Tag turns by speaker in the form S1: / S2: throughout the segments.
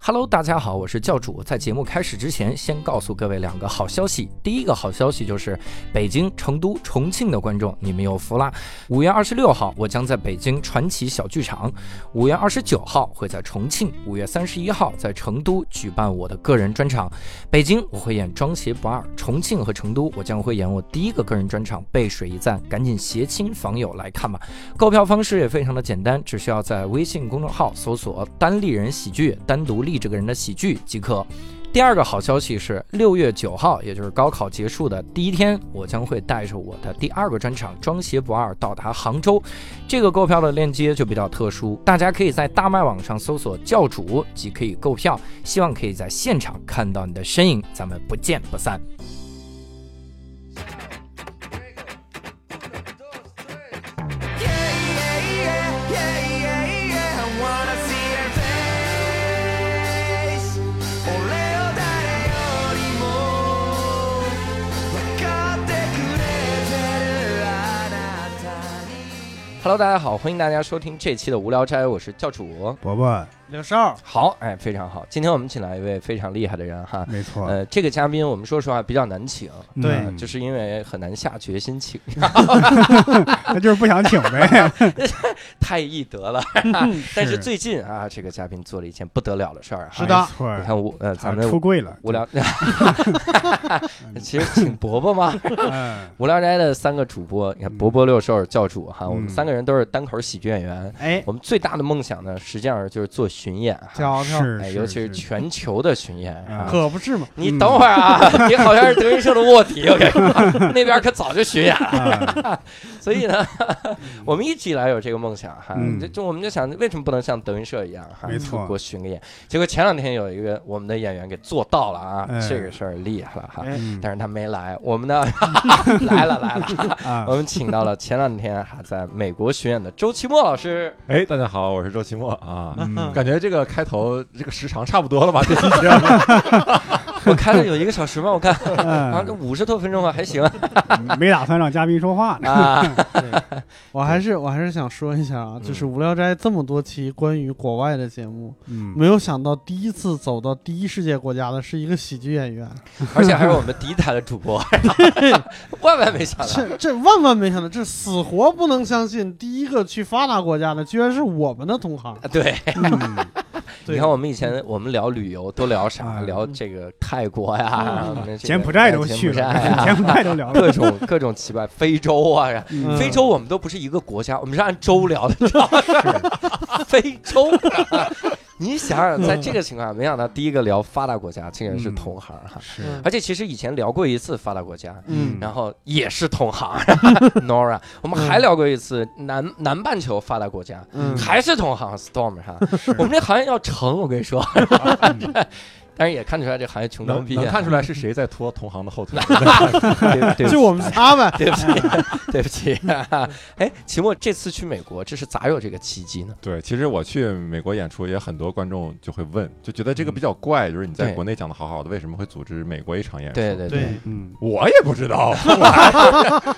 S1: Hello，大家好，我是教主。在节目开始之前，先告诉各位两个好消息。第一个好消息就是，北京、成都、重庆的观众，你们有福啦！五月二十六号，我将在北京传奇小剧场；五月二十九号会在重庆；五月三十一号在成都举办我的个人专场。北京我会演《装鞋不二》，重庆和成都我将会演我第一个个人专场《背水一战》，赶紧携亲访友来看吧！购票方式也非常的简单，只需要在微信公众号搜索“单立人喜剧”，单独立这个人的喜剧即可。第二个好消息是，六月九号，也就是高考结束的第一天，我将会带着我的第二个专场《装鞋不二》到达杭州。这个购票的链接就比较特殊，大家可以在大麦网上搜索“教主”即可以购票。希望可以在现场看到你的身影，咱们不见不散。Hello，大家好，欢迎大家收听这期的无聊斋，我是教主。
S2: 伯伯，
S3: 刘少，
S1: 好，哎，非常好。今天我们请来一位非常厉害的人哈，
S2: 没错，
S1: 呃，这个嘉宾我们说实话比较难请，
S3: 对
S1: 呃
S2: 嗯
S1: 就是因为很难下决心请，
S2: 他就是不想请 呗。
S1: 太易得了。
S2: 嗯
S1: 但是最近啊，这个嘉宾做了一件不得了的事儿哈，
S3: 是的
S2: 没错
S1: 你看我呃，咱
S2: 他
S1: 们
S2: 出柜了，
S1: 无聊， 其实请伯伯 嘛，
S2: 嗯，
S1: 无聊斋的三个主播，你看
S2: 嗯
S1: 伯伯、六兽、教主哈，我们
S2: 嗯
S1: 三个人都是单口喜剧演员。
S3: 哎，
S1: 我们最大的梦想呢，实际上就是做巡演哈，
S3: 瞧瞧，
S2: 是
S1: 哎，
S2: 是，
S1: 尤其是
S2: 是
S1: 全球的巡演
S2: 啊
S1: 啊。
S3: 可不是嘛，
S1: 你等会儿
S2: 嗯
S1: 啊， 你好像是德云社的卧底， 我跟你说，那边可早就巡演了。
S2: 啊
S1: 所以呢， 我们一直以来有这个梦想哈，
S2: 嗯
S1: 就就我们就想，为什么不能像德云社一样哈，
S2: 没错
S1: 出国巡个演？结果前两天有一个我们的演员给做到了啊，
S2: 哎
S1: 这个事儿厉害了哈。
S3: 哎
S2: 嗯
S1: 但是他没来，我们呢 来了来了，
S2: 啊
S1: 我，们请到了前两天还在美国巡演的周奇墨老师。
S4: 哎，大家好，我是周奇墨啊。
S2: 嗯
S4: 感觉这个开头这个时长差不多了吧？这期节目
S1: 我看了有一个小时吗？我看好 像
S2: 嗯
S1: 五十多分钟吧，还行
S2: 没打算让嘉宾说话呢。
S1: 啊。
S3: 我还是我还是想说一下啊，就是《无聊斋》这么多期关于国外的节目，
S2: 嗯，
S3: 没有想到第一次走到第一世界国家的是一个喜剧演员，
S1: 而且还是我们第一台的主 播，万万没想到。
S3: 这这万万没想到，这死活不能相信，第一个去发达国家的居然是我们的同行。
S1: 啊对，
S2: 嗯
S3: 对
S1: 你看我们以前我们聊旅游都聊啥？
S2: 啊
S1: 聊这个泰国呀， 我们这个
S2: 柬埔寨都去
S1: 柬
S2: 了
S1: 埔寨， 呀
S2: 柬埔寨都聊了。
S1: 各种各种奇怪，非洲啊，然后
S3: 嗯
S1: 非洲我们都不是一个国家，我们是按州聊的，知 道吗？非洲。啊 你想想，在
S2: 嗯
S1: 这个情况下，没想到第一个聊发达国家竟然是同行哈，
S2: 是
S1: 而且其实以前聊过一次发达国家，
S3: 嗯
S1: 然后也是同 行，Nora，我们
S2: 嗯
S1: 还聊过一次南南半球发达国家，
S3: 嗯，
S1: 还是同行 Storm 哈，
S2: 是
S1: 我们这行业要成，我跟你说， 但是也看出来这行业穷装
S4: 能
S1: 逼
S4: 能
S1: 啊，
S4: 看出来是谁在拖同行的后腿。
S1: 对 对不
S3: 就我们仨呗。
S1: 对不起， 对不起。哎，秦墨这次去美国，这是咋有这个契机呢？
S4: 对，其实我去美国演出，也很多观众就会问，就觉得这个比较怪，就是你在
S1: 对
S4: 国内讲的好好的，为什么会组织美国一场演出？
S1: 对对
S3: 对，
S2: 嗯，
S4: 我也不知道，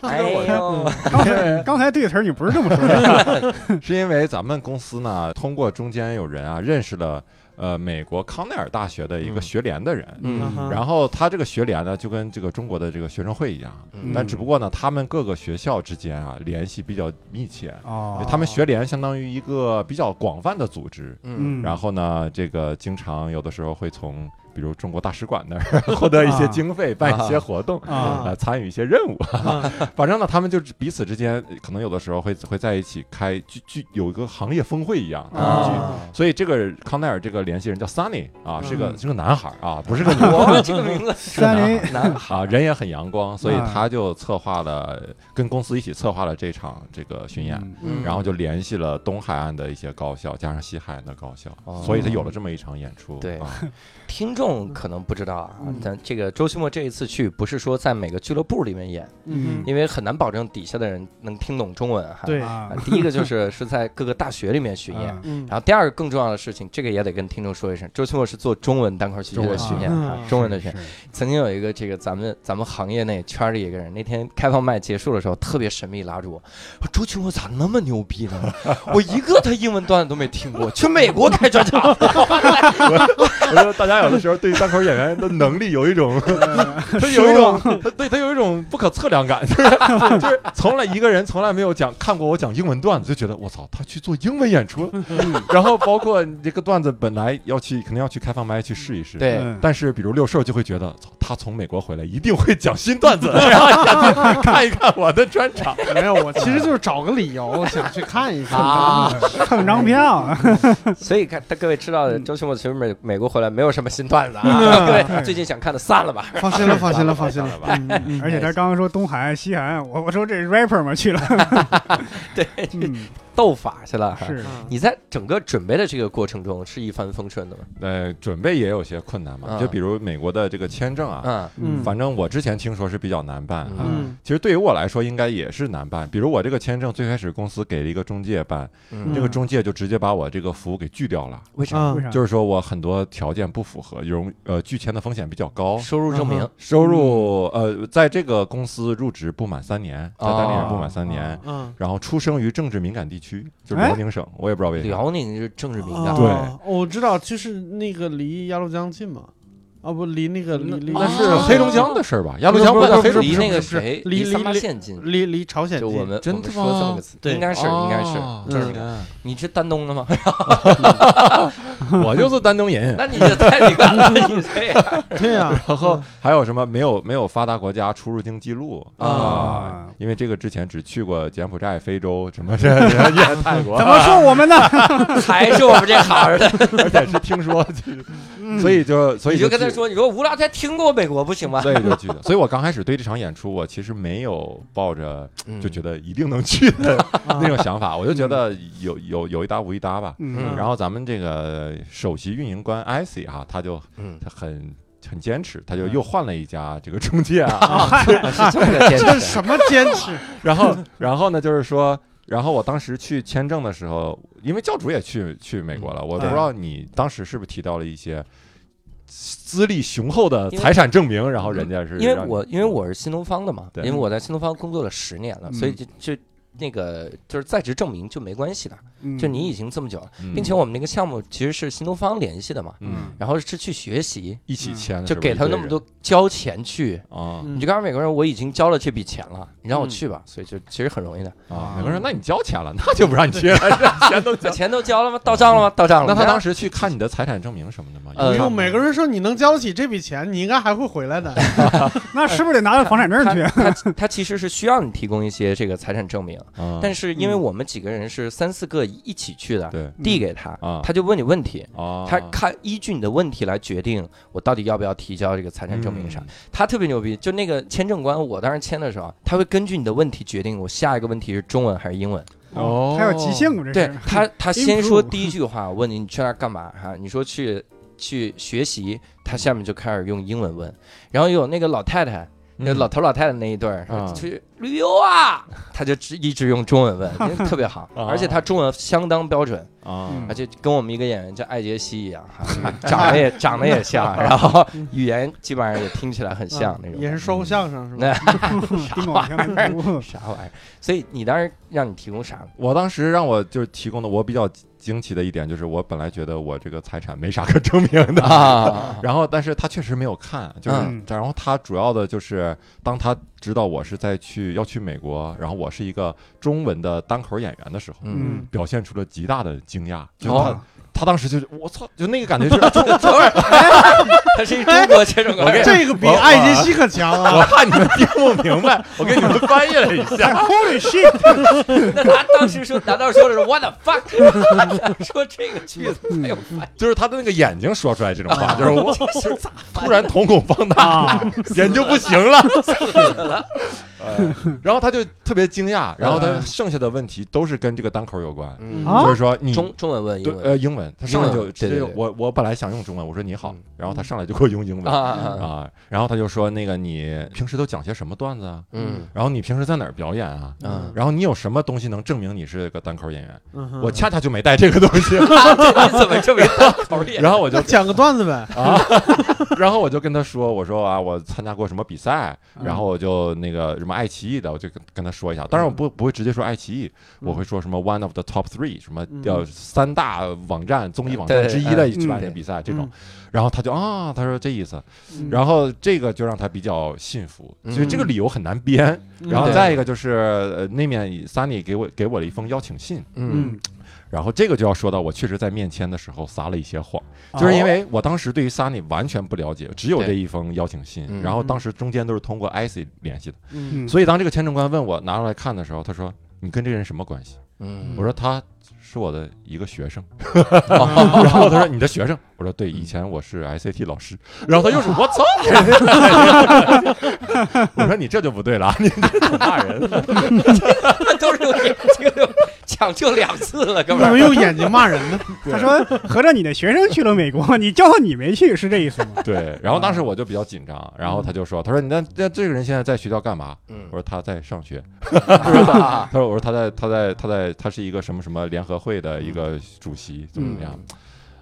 S1: 哎呦，
S2: 刚才刚才这个词儿你不是这么说的。
S4: 是因为咱们公司呢，通过中间有人啊，认识了呃美国康奈尔大学的一个
S1: 嗯
S4: 学联的人，
S3: 嗯
S1: 嗯
S3: 哼
S4: 然后他这个学联呢，就跟这个中国的这个学生会一样，
S1: 嗯
S4: 但只不过呢，他们各个学校之间啊联系比较密切，
S2: 哦，
S4: 他们学联相当于一个比较广泛的组织。
S1: 嗯
S2: 嗯，
S4: 然后呢，这个经常有的时候会从比如中国大使馆那儿 获得一些经费，办一些活动。
S2: 啊
S4: 呃，参与一些任务，
S3: 啊
S4: 反正呢，他们就是彼此之间可能有的时候会会在一起开聚聚，有一个行业峰会一样。
S2: 哦
S3: 啊
S1: 啊。
S4: 所以这个康奈尔这个联系人叫 Sunny 啊，是个
S3: 嗯
S4: 是个男孩啊， 不是个女孩。
S1: 哇，这个名字
S2: 三林
S1: 难
S4: 啊，人也很阳光，所以
S2: 啊
S4: 他就策划了，跟公司一起策划了这场这个巡演，
S2: 嗯
S1: 嗯
S4: 然后就联系了东海岸的一些高校，加上西海岸的高校，
S1: 哦
S4: 所以他有了这么一场演出。
S1: 对
S4: 啊、
S1: 听众可能不知道啊
S3: 嗯，
S1: 但这个周奇墨这一次去，不是说在每个俱乐部里面演，
S2: 嗯
S1: 因为很难保证底下的人能听懂中文哈。
S3: 对
S2: 啊
S1: 啊，第一个就是是在各个大学里面巡演，
S2: 啊
S3: 嗯，
S1: 然后第二个更重要的事情，这个也得跟听众说一声，周奇墨是做中文单口喜剧的巡演
S3: 中文
S1: 啊
S3: 啊，
S1: 中文的巡演。
S2: 是
S1: 曾经有一个这个咱们咱们行业内圈里一个人，那天开放麦结束的时候，特别神秘拉住我，说周奇墨咋那么牛逼 呢？我一个他英文段子都没听过， 去美国开专场，
S4: 我觉得大家有的时候对单口演员的能力有一 种，他有一种，他对他有一种不可测量 感，就是就是从来一个人从来没有讲看过我讲英文段子，就觉得我操，他去做英文演 出，然后包括你这个段子本来要去肯定要去开放麦去试一 试，
S1: 对
S2: 嗯
S4: 但是比如六兽就会觉得，操，他从美国回来一定会讲新段子， 然后想去看一看我的专场，
S3: 没有，我其实就是找个理由想去看一看
S1: 啊
S2: 蹭张票，
S1: 所以看他各位知道的，周奇墨其实美美国回来没有什么新段子 啊，各位最近想看的散了吧。
S3: 嗯放心了，放心了，放心了。
S4: 吧。
S3: 嗯
S2: 而且他刚刚说东海岸、西海岸，我我说这 rapper 嘛去了，
S1: 对，
S2: 嗯，
S1: 斗法去了。
S2: 是
S3: 嗯
S1: 你在整个准备的这个过程中是一帆风顺的吗？
S4: 呃，准备也有些困难嘛，
S1: 嗯
S4: 就比如美国的这个签证啊，
S1: 嗯
S3: 嗯
S4: 反正我之前听说是比较难办啊。
S3: 嗯
S4: 其实对于我来说，应该也是难办。比如我这个签证最开始公司给了一个中介办，
S1: 嗯
S4: 这个中介就直接把我这个服务给拒掉了，
S1: 为啥？
S3: 啊
S2: 为啥？
S4: 就是说我很多条件不符合，容呃拒签的风险比较高。
S1: 啊收入证明
S3: 嗯
S4: 收入呃，在这个公司入职不满三年，在当地人不满三
S2: 哦
S4: 年，
S3: 嗯，
S4: 然后出生于政治敏感地区，就是
S2: 哎
S4: 辽宁省，我也不知道为啥。
S1: 辽宁是政治敏感，
S4: 对
S3: 哦，我知道，就是那个离鸭绿江近嘛，啊不，离那个离离
S4: 那是黑龙江的事儿吧？鸭绿江
S1: 不
S4: 在
S1: 是
S4: 黑龙
S1: 离那个
S3: 不是
S1: 谁
S3: 离
S1: 三八
S3: 离
S1: 线近，
S3: 嗯离离朝鲜
S1: 就
S3: 近。
S1: 我们
S4: 真
S1: 我们
S4: 的
S1: 说这么
S4: 吗
S1: 个词，
S3: 对
S1: 应该是应该是。
S4: 哦
S1: 这
S3: 是
S1: 你是丹东的吗？
S4: 我就是丹东人。
S1: 那你这太敏感了，你这样
S3: 对呀，
S4: 然后还有什么没有没有发达国家出入境记录
S1: 啊
S4: 啊？因为这个之前只去过柬埔寨、非洲什 么这也泰国，
S2: 怎么说我们呢？
S1: 啊还是我们这行 的。
S4: 而且是听说，所以嗯就所以
S1: 你就跟他
S4: 去，
S1: 说，你说吴老太听过美国不行吗？
S4: 所以就去的。所以我刚开始对这场演出，我其实没有抱着
S1: 嗯
S4: 就觉得一定能去 的那
S3: 那
S4: 种想法，我就觉得有有有一搭无一搭吧。
S2: 嗯
S1: 嗯
S4: 然后咱们这个首席运营官艾希哈，他就
S1: 嗯，
S4: 他很很坚持，他就又换了一家这个中介啊，
S1: 是这么个坚
S3: 这
S1: 持。
S3: 什么坚持？
S1: 啊
S4: 然后，然后呢，就是说，然后我当时去签证的时候，因为教主也去去美国了，
S1: 嗯
S4: 我不知道你当时是不是提到了一些资历雄厚的财产证明，然后人家是
S1: 嗯因为
S4: 让你
S1: 我因为我是新东方的嘛，因
S4: 对
S1: 为我在新东方工作了十年了，
S2: 嗯
S1: 所以就就那个就是在职证明就没关系的，
S2: 嗯
S1: 就你已经这么久了，
S4: 嗯
S1: 并且我们那个项目其实是新东方联系的嘛，
S4: 嗯
S1: 然后是去学习，
S4: 一起签的
S1: 就是
S4: 吧
S1: 给他那么多交钱去，
S4: 一堆人啊
S1: 你
S3: 你
S1: 就告诉美国人我已经交了这笔钱了，你
S4: 嗯
S1: 让我去吧，所以就其实很 容易的，
S4: 啊！美国
S2: 嗯
S4: 人说那你交钱 了，那就不让你去了，钱都交
S1: 把。钱都交了吗？到账了吗？到账了。
S4: 那他当
S1: 时
S4: 时去看你的财产证明什么的吗？
S1: 呃
S3: 不
S4: 有看
S3: 用
S4: 吗
S3: 哎每个人说你能交得起这笔钱，你应该还会回 来的。
S2: 那是不是得拿着房产证去？
S1: 他他他其实是需要你提供一些这个财产证明，
S4: 啊
S1: 但是因为我们几个人是三四个一起去的，
S4: 对
S1: 递给他
S4: 啊，
S1: 他就问你问题。
S4: 啊，
S1: 他看依据你的问题来决定我到底要不要提交这个财产证明啥。
S4: 嗯
S1: 他特别牛逼，就那个签证官，我当时签的时候，他会根据你的问题决定我下一个问题是中文还是英文。
S4: 哦
S2: 还有即兴这
S1: 对
S2: 是？
S1: 他，他先说
S2: Improve
S1: 第一句话，我问你你去那儿干嘛哈、你说去去学习，他下面就开始用英文问，然后有那个老太太，那
S4: 嗯
S1: 老头老太太那一对儿、
S4: 啊
S1: 去旅游啊，他就只一直用中文问，特别好，
S4: 啊
S1: 而且他中文相当标准，
S4: 啊
S2: 嗯
S1: 而且跟我们一个演员叫艾杰西一样哈、长得也长得也像，然后语言基本上也听起来很像那种。
S3: 啊也是说过相声是吧？
S1: 那
S2: 听懂了
S1: 啥玩意儿？所以你当时让你提供啥？
S4: 我当时让我就是提供的，我比较惊奇的一点就是，我本来觉得我这个财产没啥可证明的，
S1: 啊，
S4: 然后但是他确实没有看，就是、
S2: 嗯
S4: 然后他主要的就是当他知道我是在去要去美国，然后我是一个中文的单口演员的时候。
S1: 嗯，
S4: 表现出了极大的惊讶，就他、
S1: 哦
S4: 他当时就是我操，就那个感觉就是，
S1: 等会儿， 他是一中国签证官，
S3: 这个比艾杰西可强啊！
S4: 嗯 我怕你们听不明 白，我给你们翻译 了一下，
S2: ，Holy shit！
S1: 那他当时说，难道说的 是 what the fuck？说这个句子没有翻
S4: 就是他的那个眼睛说出来这种
S1: 哦
S4: 话，就是我
S1: 译，是咋翻译啊
S4: 突然瞳孔放大，
S2: 啊，
S4: 眼睛不行了，
S1: 死了？
S4: 然后他就特别惊讶，然后他
S2: 嗯
S4: 剩下的问题都是跟这个单口有关，
S1: 嗯
S3: 啊
S4: 就是说你
S1: 中中文问
S4: 对
S1: 英文
S4: 呃英文，他上来
S1: 英
S4: 就
S1: 文
S4: 直接
S1: 对对
S4: 就
S1: 对
S4: 我我本来想用中文，我说你好
S1: 嗯，
S4: 然后他上来就给我用英
S1: 啊
S4: 文
S1: 啊啊
S4: 啊，然后他就说那个你平时都讲些什么段子啊？
S1: 嗯
S4: 然后你平时在哪儿表演啊？
S1: 嗯，
S4: 然后你有什么东西能证明你是个单口演员？
S3: 嗯哼
S4: 我恰恰就没带这个东西，
S1: 你怎么这么一大口脸？
S4: 然后我就
S3: 那讲个段子呗，
S4: 啊，然后我就跟他说，我说啊，我参加过什么比赛，
S3: 嗯
S4: 然后我就那个什么爱奇艺的，我就跟跟他说一下。当然我不不会直接说爱奇艺，我会说什么 one of the top three，什么
S3: 嗯
S4: 叫三大网站综艺网
S1: 对
S4: 站之一的
S1: 嗯
S4: 举办
S1: 对
S4: 的比赛这种。然后他就啊，他说这意思，
S3: 嗯
S4: 然后这个就让他比较信服，所以这个理由很难编。
S3: 嗯
S4: 然后
S1: 嗯对
S4: 再一个就是呃那面 Sunny 给我给我了一封邀请信，
S1: 嗯
S2: 嗯，
S4: 然后这个就要说到我确实在面签的时候撒了一些谎。
S2: 嗯
S4: 就是因为我当时对于 Sunny 完全不了解，只有
S1: 对
S4: 这一封邀请信
S1: 嗯，
S4: 然后当时中间都是通过 IC 联系的，
S2: 哦
S3: 嗯
S4: 所以当这个签证官问我拿出来看的时候，他说：“你跟这个人什么关系？”
S1: 嗯
S4: 我说：“他是我的一 个学生。”
S1: 哦
S4: 然后他说：“你的学生？”我说：“对，以前我是 ICT 老师。”然后他又 是：“我操！”我说：“你这就不对了， 你这骂人。
S1: 那都是用眼睛抢救两次了，哥们
S3: 你怎 么
S1: 儿。
S3: 用眼睛骂人 呢？
S2: 他说合着你的学生去了美国，你叫你没去是这意思吗”？
S4: 对，然后当时我就比较紧张，然后他就说：“他说你那那这个人现在在学校干嘛？”
S1: 嗯
S4: 我，说：“他在上 学。”
S1: 啊
S4: 他说：“我说他在他在他在他是一个什么什么联合会的一个主席，怎
S1: 嗯
S4: 么怎么样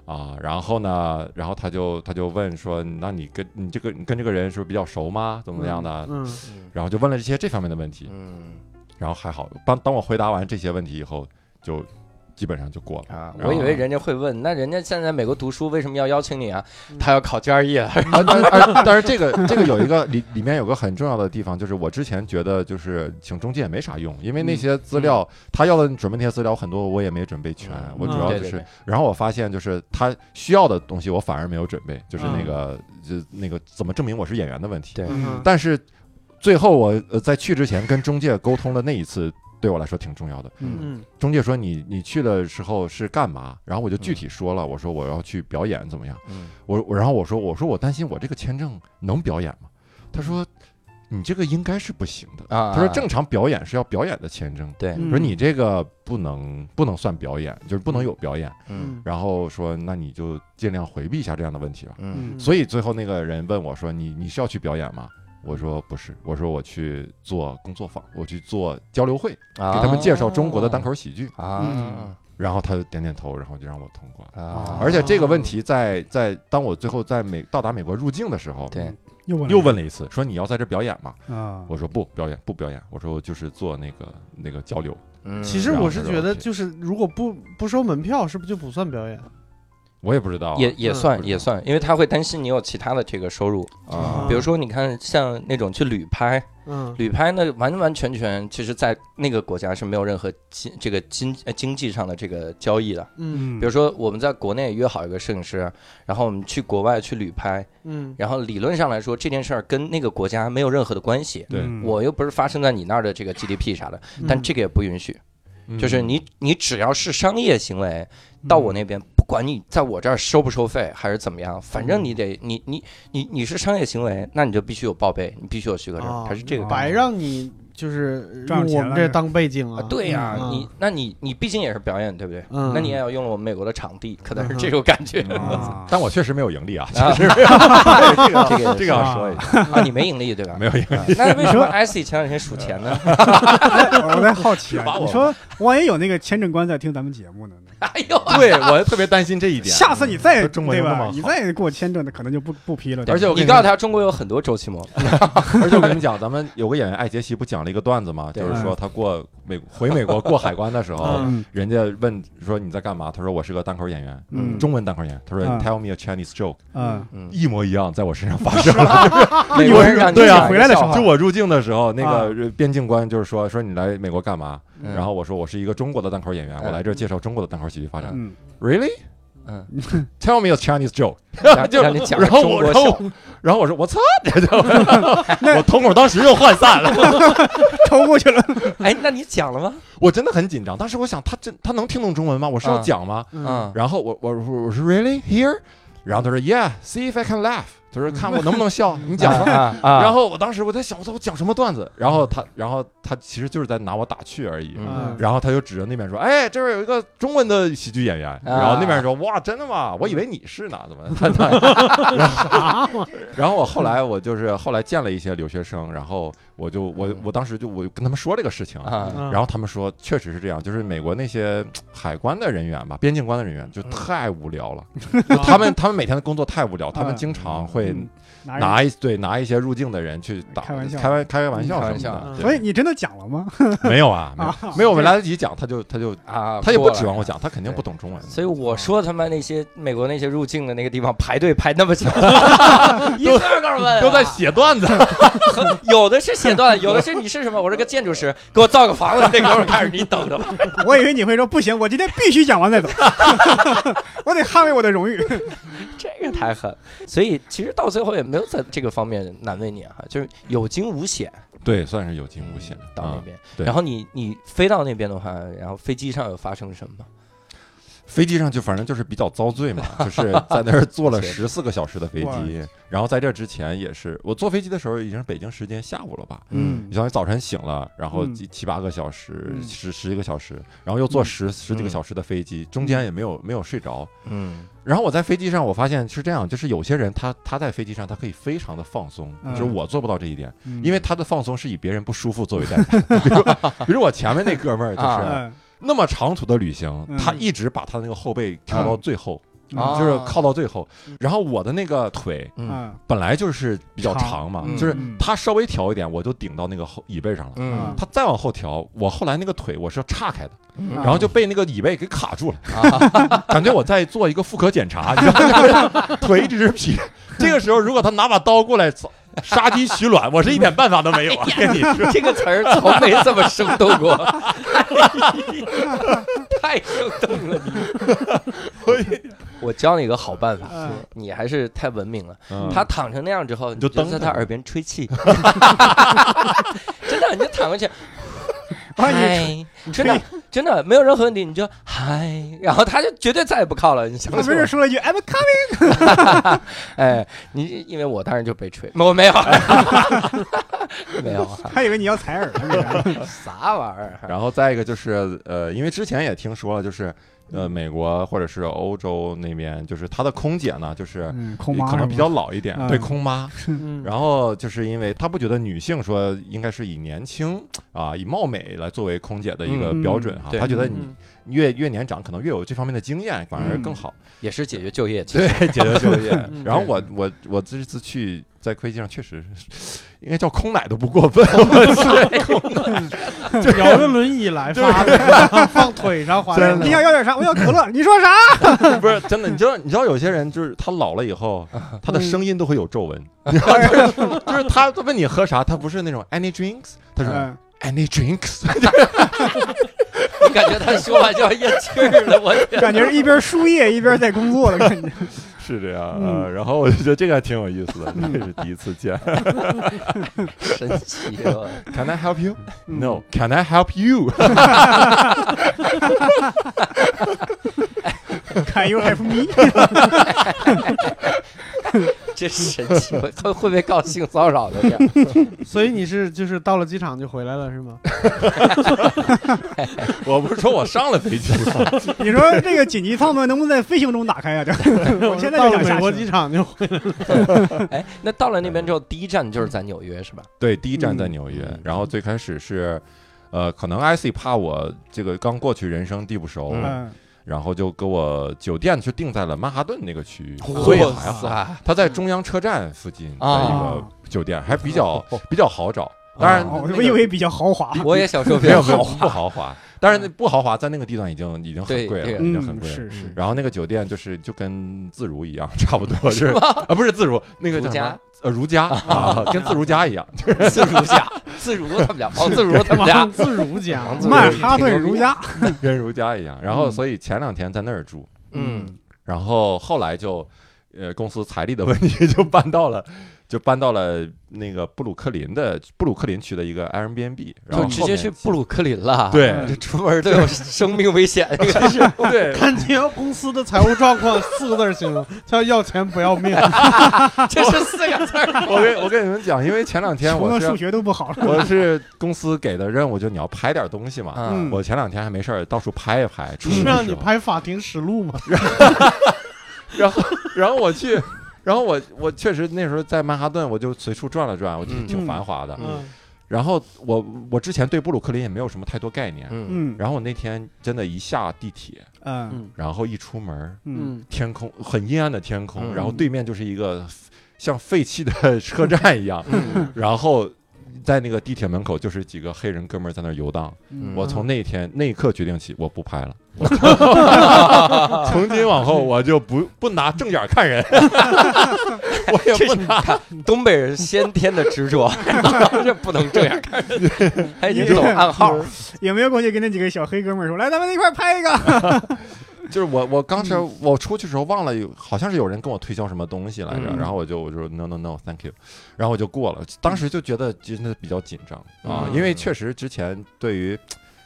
S4: 啊？然后呢，然后他就他就问说，那你跟你这个你跟这个人是不是比较熟吗？怎么怎么样的？
S3: 嗯
S4: 然后就问了这些这方面的问题。
S1: 嗯
S4: 然后还好，当当我回答完这些问题以后，就基本上就 过了。
S1: 啊，我以为人家会问，那人家现在在美国读书，为什么要邀请你啊？
S4: 嗯
S1: 他要考 GRE 啊。
S4: 啊，但是而但是这个 这个有一个里里面有个很重要的地方，就是我之前觉得就是请中介没啥用，因为那些资料他要的准备那些资料很多我也没准备全
S1: 嗯，
S4: 我主
S3: 嗯
S4: 要
S1: 对
S4: 就
S1: 对
S4: 是
S1: 对
S4: 然后我发现就是他需要的东西我反而没有准备，就是
S1: 嗯
S4: 那个就那个怎么证明我是演员的问题。
S1: 对
S3: 嗯哼
S4: 但是最后我呃在去之前跟中介沟通的那一次。对我来说挺重要的。
S2: 嗯
S3: 嗯
S4: 中介说你你去的时候是干嘛？然后我就具体说了，我说我要去表演怎么样？
S1: 嗯
S4: 我我然后我说我说我担心我这个签证能表演吗？他说你这个应该是不行的。
S1: 啊，嗯
S4: 他说正常表演是要表演的签证，
S1: 对，
S4: 说
S2: 嗯
S4: 你这个不能不能算表演，就是不能有表演。
S1: 嗯
S4: 然后说那你就尽量回避一下这样的问题吧。
S1: 嗯
S3: 嗯
S4: 所以最后那个人问我说你你是要去表演吗？我说不是，我说我去做工作坊，我去做交流会，给
S1: 给
S4: 他们介绍中国的单口嗯喜剧。
S1: 啊
S4: 然后他就点点头，然后就让我通过了。
S1: 啊，
S4: 而且这个问题在在当我最后在美到达美国入境的时候，
S1: 对，
S2: 又问
S4: 又问了一次，说你要在这表演吗？
S2: 啊，
S4: 我说不表演，不表演。我说我就是做那个那个交流，
S1: 嗯
S3: 其实我是觉得，就是如果不不收门票，是不是就不算表演？
S4: 我也不知道啊、
S1: 也也
S3: 嗯
S1: 算
S4: 不
S1: 也
S4: 知道
S1: 算，因为他会担心你有其他的这个收入，
S4: 啊
S3: 啊
S1: 比如说你看像那种去旅拍，
S3: 嗯
S1: 旅拍呢完完全全其实，在那个国家是没有任何经这个经呃经济上的这个交易的。
S3: 嗯
S1: 比如说我们在国内约好一个摄影师，然后我们去国外去旅拍，
S3: 嗯
S1: 然后理论上来说这件事儿跟那个国家没有任何的关系。
S4: 对，
S2: 嗯
S1: 我又不是发生在你那儿的这个 GDP 啥的，
S3: 嗯
S1: 但这个也不允许。
S4: 嗯
S1: 就是你你只要是商业行为，到我那边，不管你在我这儿收不收费还是怎么样，反正你
S4: 嗯
S1: 得你你你你是商业行为，那你就必须有报备，你必须有许可
S4: 哦
S1: 证，
S3: 啊
S1: 它是这个
S2: 啊
S1: 概
S3: 白
S1: 念。
S3: 让你就是
S2: 赚
S3: 用
S2: 钱
S3: 我们
S2: 了
S3: 这
S2: 是
S3: 当背景
S4: 哦
S1: 啊
S3: 啊，
S1: 对呀，
S3: 嗯
S1: 你那你你毕竟也是表演，对不对？
S3: 嗯
S1: 那你也要用了我们美国的场地，可能是
S3: 嗯
S1: 这种感觉。
S2: 啊
S4: 但我确实没有盈利啊，
S1: 啊
S4: 就是
S1: 这个这个
S4: 这个要
S2: 说一
S1: 下啊，你没盈利对吧？
S4: 没有盈利。
S1: 啊那为什 么 IC 前两天数钱呢？
S2: 我在好奇
S4: 把
S2: 啊，
S4: 我
S2: 你说万一有那个签证官在听咱们节 目呢？
S1: 哎呦，
S4: 对，我特别担心这一点。
S2: 下次你再
S4: 说中文
S2: 对
S4: 又那么
S2: 吧
S4: 好？
S2: 你再给我签证的，可能就不不批了。
S4: 而且我跟
S1: 你
S4: 你
S1: 告诉
S4: 说，
S1: 他，中国有很多周奇墨，
S4: 而且我跟你讲，咱们有个演员艾杰西不讲了一个段子吗？
S1: 对
S4: 就是说他过美回美国过海关的时候，
S2: 嗯
S4: 人家问说你在干嘛？他说我是个单口演员，
S2: 嗯
S4: 中文单口演员。他说
S2: 嗯
S4: Tell me a Chinese joke，
S2: 嗯
S1: 嗯，
S4: 一模一样，在我身上发 生。
S1: 美国人让你
S4: 对啊
S1: 讲 一个
S2: 回来的时候
S1: 笑话
S4: 就我入境的时候， 那个呃边境官就是说说你来美国干嘛？
S1: 嗯
S4: 然后我说我是一个中国的单口演员，
S1: 嗯
S4: 我来这儿介绍中国的单口喜剧发展。
S2: 嗯
S4: Really?
S1: 嗯
S4: Tell me a Chinese joke.
S1: 让
S4: 就
S1: 让你讲个
S4: 然后
S1: 中
S4: 我
S1: 国
S4: 然
S1: 笑
S4: 后然后我说我操，这就我瞳孔当时又涣散了，
S2: 抽过去了。
S1: 哎，那你讲了吗？
S4: 我真的很紧张。当时我想他真他能听懂中文吗？我是要
S1: 嗯
S4: 讲吗？
S3: 嗯
S1: 嗯
S4: 然后我我我我说 Really here？然后他说 Yeah, see if I can laugh，他说看我能不能笑，你讲吧。
S1: 啊啊，
S4: 然后我当时我在想，我操，我讲什么段子？然后他，然后他其实就是在拿我打趣而已。
S1: 嗯
S4: 然后他就指着那边说：“哎，这边有一个中文的喜剧演员。”然后那边说：“哇，真的吗？我以为你是呢，怎么？”他他
S3: 啥嘛？
S4: 然后我后来我就是后来见了一些留学生，然后我就我我当时就我就跟他们说这个事情，
S2: 嗯
S3: 嗯
S1: 啊，
S4: 然后他们说确实是这样，就是美国那些海关的人员吧，边境关的人员就
S2: 嗯
S4: 太无聊 了，就他们他们每天的工作太无聊，他们
S2: 嗯
S4: 经常会
S2: 嗯拿人
S4: 拿一对拿一些入境的人去打
S2: 开玩笑
S4: 开玩开个玩
S1: 嗯开
S4: 笑什
S1: 玩
S4: 么
S1: 笑
S4: 的，
S2: 所
S4: 对
S2: 以你真的讲了吗？
S4: 没有啊，没有
S2: 啊
S4: 没有，我没来得及讲，他就他就
S1: 啊，
S4: 他也不
S1: 过来
S4: 指望我讲，他肯定不懂中文，
S1: 所以我说他妈那些美国那些入境的那个地方排队排那么 久，一个个问啊，
S4: 都在写段子，
S1: 有的是写段，有的是你是什么？我是个建筑师，给我造个房子，那哥们儿开始你等着吧。
S2: 我以为你会说不行，我今天必须讲完再 走， 我得捍卫我的荣誉。
S1: 这个太狠，所以其实到最后也没有在这个方面难为你啊，就是有惊无险
S4: 对，算是有惊无险
S1: 到
S4: 啊
S1: 那。边。
S4: 对
S1: 然后你你飞到那边的话，然后飞机上有发生什么吗？
S4: 飞机上就反正就是比较遭 罪嘛，就是在那儿坐了
S1: 是
S4: 十四个小时的飞
S2: 哇
S4: 机，然后在这之前也是，我坐飞机的时候已经是北京时间下午了吧，
S2: 嗯
S4: 你相当于早晨醒了，然后
S2: 嗯
S4: 七七八个小时、
S2: 嗯
S4: 十十几个小时，然后又坐
S2: 嗯
S4: 十十几个
S1: 嗯
S4: 小时的飞机，中间也没有没有睡着。
S1: 嗯
S4: 然后我在飞机上，我发现是这样，就是有些人他他在飞机上他可以非常的放松，
S2: 嗯
S4: 就是我做不到这一点，
S2: 嗯
S4: 因为他的放松是以别人不舒服作为代价。 比如比如我前面那哥们儿就是
S2: 嗯
S4: 那么长途的旅行，
S2: 嗯
S4: 他一直把他那个后背调到最后，
S2: 嗯
S1: 啊
S4: 就是靠啊到最后，然后我的那个腿
S1: 嗯
S2: 嗯
S4: 本来就是比较长嘛，
S1: 长
S4: 就是
S2: 嗯
S4: 他稍微调一点，我就顶到那个后椅背上了。
S1: 嗯
S4: 他再往后调，我后来那个腿我是岔开的，
S1: 嗯
S2: 啊
S4: 然后就被那个椅背给卡住了，
S1: 啊
S4: 感觉我在做一个妇科检查，你知道吗？ 腿一直是劈。这个时候，如果他拿把刀过来操杀鸡取卵，我是一点办法都没有啊！
S2: 哎
S4: 跟你 说，
S1: 这个词儿从没这么生动过， 太生动了你。 我教你一个好办法，
S2: 嗯
S1: 你还是太文明了。
S4: 嗯
S1: 他躺成那样之后，你
S4: 就蹬
S1: 在
S4: 他
S1: 他耳边吹气， 真的，你就躺过去，
S2: 啊你
S4: 哎
S1: 嗨，真的真的没有任何问题，你就嗨，然后他就绝对再也不靠了，你相
S2: 他没
S1: 信
S2: 事
S1: 我？
S2: 说了一句 “I'm coming”，
S1: 哎，你因为我当时就被吹，我没有， 没有啊，
S2: 还以为你要采耳 呢。
S1: 啥玩意儿？
S4: 然后再一个就是，呃，因为之前也听说了，就是呃，美国或者是欧洲那边，就是他的空姐呢，就是
S2: 嗯，空妈
S4: 可能
S2: 是
S4: 比
S2: 吗
S4: 较老一点，
S2: 嗯
S4: 对空妈。
S3: 嗯
S4: 然后就是因为他不觉得女性说应该是以年轻啊、以貌美来作为空姐的一个
S2: 嗯
S4: 标准哈、
S1: 对
S4: 他觉得你
S3: 嗯
S4: 越越年长，可能越有这方面的经验，反而更好。
S1: 也是解决就业，
S4: 对， 解决就业。
S3: 嗯
S4: 然后我我我这次去在飞机上确实是应该叫空奶都不过分，嗯
S3: 摇着轮椅来
S4: 就是
S3: 发的，放腿上滑
S4: 真
S3: 的
S4: 的。
S2: 你想要点啥？我要可乐。你 说啥？
S4: 不是真的。你知道你知道有些人就是他老了以 后，他的声音都会有皱纹， 就是 就是他他问你喝啥，他不是那种 any drinks，他说
S2: 嗯
S4: any drinks，
S1: 你感觉他说话就要咽气儿了， 我天！
S2: 嗯感觉是一边输液一边在工作的感觉。
S4: 是这样。
S2: 嗯
S4: 呃然后我就觉得这个还挺有意思的，这个是第一次见。
S1: 神奇啊了，
S4: Can I help you? No. Can I help you?
S2: Can you help me？
S1: 真神奇！会会会被告性骚扰的这样，
S3: 所以你是就是到了机场就回来了是吗？
S4: 我不是说我上了飞机吗？
S2: 你说这个紧急舱门能不能在飞行中打开 啊？这我现在
S3: 到
S2: 就想
S3: 了
S2: 下
S3: 美国机
S2: 去。
S3: 场 就回来了。
S1: 哎，那到了那边之后，第一站就是在纽约是吧？
S4: 对，第一站在纽约，
S1: 嗯
S4: 然后最开始是。呃，可能 IC 怕我这个刚过去人生地不熟，
S1: 嗯
S2: 嗯，
S4: 然后就给我酒店就定在了曼哈顿那个区域，所以
S1: 哇
S4: 还好。
S1: 塞！
S4: 他在中央车站附近的一个
S2: 啊
S4: 酒店，还比较比较好找。当然，
S2: 哦
S4: 那个
S2: 我以为比较豪华。
S1: 我也想说
S4: 没
S1: 别
S4: 有没有
S1: 好
S4: 不豪华，当然那不豪华在那个地段已经已经很
S1: 对
S4: 贵了，啊
S1: 对
S4: 已经很
S2: 嗯，
S4: 贵了。
S2: 是是。
S4: 然后那个酒店就是就跟自如一样， 差不多就是啊，不是自如，那个叫什么
S1: 家？
S4: 呃，如家啊，跟自如家一样，
S1: 自如家，自如他们俩，哦王自如他们
S3: 王
S1: 俩，
S3: 自如啊家
S1: 王自如
S2: 曼哈顿如家，
S4: 跟如家一样。然后，
S2: 嗯
S4: 所以前两天在那儿住，
S1: 嗯
S4: 然后后来就呃公司财力的问题， 就搬到了就搬到了那个布鲁克林的布鲁克林区的一个 Airbnb，
S1: 就
S4: 然后
S1: 直
S4: 后
S1: 接
S4: 面
S1: 去布鲁克林了。，
S4: 对
S1: 这出门都有生命危 险，这个是
S4: 对，
S3: 感觉公司的财务状况四个字儿形容，叫要钱不要
S1: 哎
S3: 命。
S1: 这是四个字儿。
S4: 我跟我跟你们讲，因为前两天
S2: 穷
S4: 我
S2: 的
S4: 是
S2: 数学都不好了。
S4: 我是公司给的任务，就你要拍点东西嘛。
S1: 嗯，
S4: 我前两天还没事儿到处拍一拍，出
S3: 是
S4: 去的
S3: 让你
S4: 时候，
S3: 拍法庭实录吗？
S4: 然后我去，然后我我确实那时候在曼哈顿，我就随处转了转，我觉得
S1: 嗯
S4: 挺繁华的。
S1: 嗯
S3: 嗯，
S4: 然后我我之前对布鲁克林也没有什么太多概念，
S1: 嗯，
S2: 嗯
S4: 然后我那天真的一下地铁，
S2: 嗯
S4: 然后一出门，
S2: 嗯，
S4: 天空很阴暗的天空，
S1: 嗯
S4: 然后对面就是一个像废弃的 车站一样，
S1: 嗯
S4: 然后在那个地铁门口就是几个黑人哥们儿在那儿游荡。
S1: 嗯
S4: 我从那天那一刻决定起，我不拍 了。从今往后，我就不不拿正眼看人，我也
S1: 这
S4: 不
S1: 是
S4: 拿。
S1: 东北人先天的执着， 这不能这样看哎人，还得
S2: 你这
S1: 懂暗号。
S2: 也没有过去跟那几个小黑哥们儿说，来，咱们一块儿拍一个。
S4: 就是我，我刚
S1: 嗯
S4: 才我出去时候忘了有，好像是有人跟我推销什么东西来着，
S1: 嗯
S4: 然后我就我就说 no no no，thank you，然后我就过了。当时就觉得真的比较紧张啊，
S1: 嗯
S4: 因为确实之前对于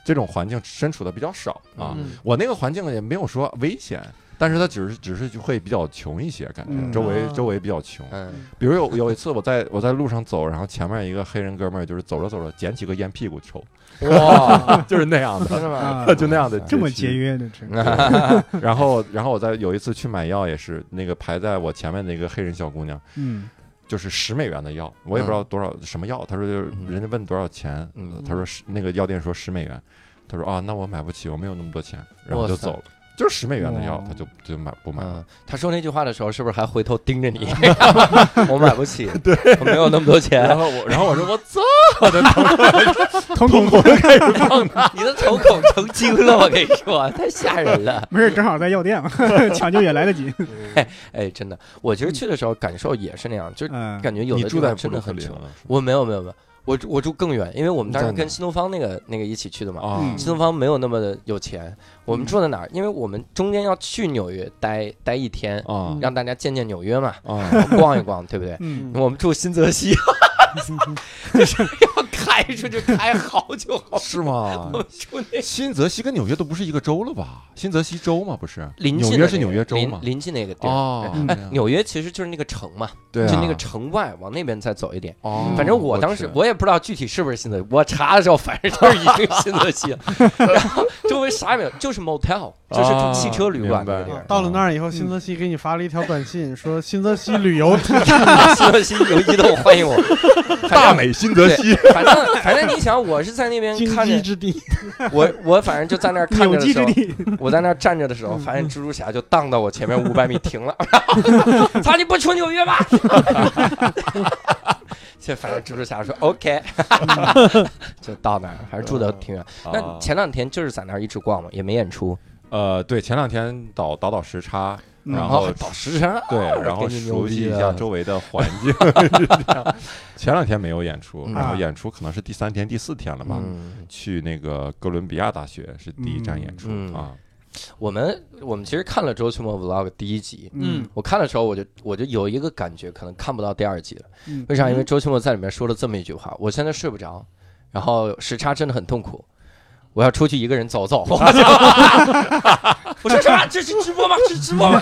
S4: 这种环境身处的比较少啊，
S1: 嗯
S4: 我那个环境也没有说危险，但是它只是只是就会比较穷一些，感觉
S2: 嗯
S4: 周围
S3: 啊
S4: 周围比较穷。
S1: 嗯
S4: 比如有有一次我在我在路上走，然后前面一个黑人哥们儿就是走着走着捡起个烟屁股抽，
S1: 哇，
S4: 就是那样的，
S1: 是 吧？
S4: 啊就啊那样的
S2: 这么节约的，这
S4: 然后然后我在有一次去买药也是那个排在我前面的一个黑人小姑娘，
S2: 嗯
S4: 就是十美元的药，我也不知道多少、什么药，她说就是
S1: 嗯
S4: 人家问多少钱，
S1: 嗯
S4: 她说是那个药店说十美元，她说啊那我买不起，我没有那么多钱，然后
S1: 哇
S4: 就
S1: 塞
S4: 走了。就是十美元的药
S2: 哇，
S4: 她就就买不买了？
S1: 嗯，他说那句话的时候，是不是还回头盯着你？我买不起，对，我没有那么多钱
S4: 然。后我，然后我说我操，
S2: 瞳孔
S1: 你的瞳孔成精了，我跟你说，太吓人了。
S2: 没事，正好在药店嘛，抢救也来得 及。
S1: 哎，真的，我其实去的时候感受也是那样，就
S2: 嗯
S1: 感觉有
S4: 你
S1: 的地
S4: 住在
S1: 方
S4: 布
S1: 真
S4: 鲁
S1: 的
S4: 克
S1: 很
S4: 林
S1: 穷。
S4: 了
S1: 我没有没有没有，我住我住更远，因为我们当时
S4: 在哪
S1: 跟新东方那个那个一起去的嘛。
S4: 啊？
S1: 新东方没有那么的有钱，我
S4: 嗯
S1: 们住在哪儿？因为我们中间要去纽约待待一天，
S4: 啊
S1: 让大家见见纽约嘛，
S4: 啊！
S1: 逛一逛，对不对？
S2: 嗯
S1: 我们住新泽 西，就是要开出去开好久 好久，
S4: 啊是吗？
S1: 住那
S4: 新泽西跟纽约都不是一个州了吧？新泽西州嘛，不是？
S1: 临近
S4: 纽
S1: 的
S4: 约是
S1: 那
S4: 纽
S1: 个
S4: 约州
S1: 临
S4: 嘛？
S1: 临近那个地儿。
S4: 哦，
S2: 嗯
S1: 哎
S4: 这，样
S1: 纽约其实就是那个城嘛，
S4: 对啊，
S1: 就那个城外往那边再走一点。
S4: 哦，
S1: 反正我当时我也不知道具体是不是新泽西，我查的时候反正就是已经新泽西 了，然后周围啥也没有，就是 motel，就是住汽车旅馆那
S4: 哦啊明白
S1: 个地儿。
S3: 到了那儿
S2: 嗯
S3: 以后，新泽西给你发了一条短信，说新泽西旅游
S1: 新泽西有移动欢迎我，嗯
S4: 大美新泽西，
S1: 反正反正你想，我是在那边
S3: 经
S1: 看
S3: 济
S1: 着
S3: 之地。
S1: 我我反正就在那儿看
S2: 嗯 有
S4: 嗯
S1: 着的
S2: 机
S1: 时
S2: 之
S1: 候，
S2: 地，
S1: 我在那儿站着的时候，发现蜘蛛侠就荡到我前面五百米停了，操你不出纽约吧？ 这反正蜘蛛侠说 OK，就到那儿，还是住的挺远。那
S4: 啊
S1: 前两天就是在那儿一直逛嘛，也没演出，
S4: 呃，对，前两天倒倒倒时差，
S2: 嗯
S4: 然
S1: 还
S4: 后
S1: 啊倒时差，
S4: 对，然后
S1: 给你
S4: 熟
S1: 牛
S4: 悉
S1: 逼啊
S4: 一
S1: 了
S4: 下周 围的环境。 是这样前两天没有演出，
S1: 嗯
S4: 然后演出可能是第三天、第四天了吧。
S1: 嗯，
S4: 去那个哥伦比亚大学是第一站演出
S1: 嗯
S4: 啊，
S1: 我们我们其实看了周奇墨 vlog 第一集，
S2: 嗯
S1: 我看的时候我就我就有一个感觉，可能看不到第二集了。
S2: 嗯
S1: 为啥？因为周奇墨在里面说了这么一句话：“我现在睡不着，然后时差真的很痛苦，我要出去一个人走 走。”我操我说啥？这是直播吗？这是直播吗？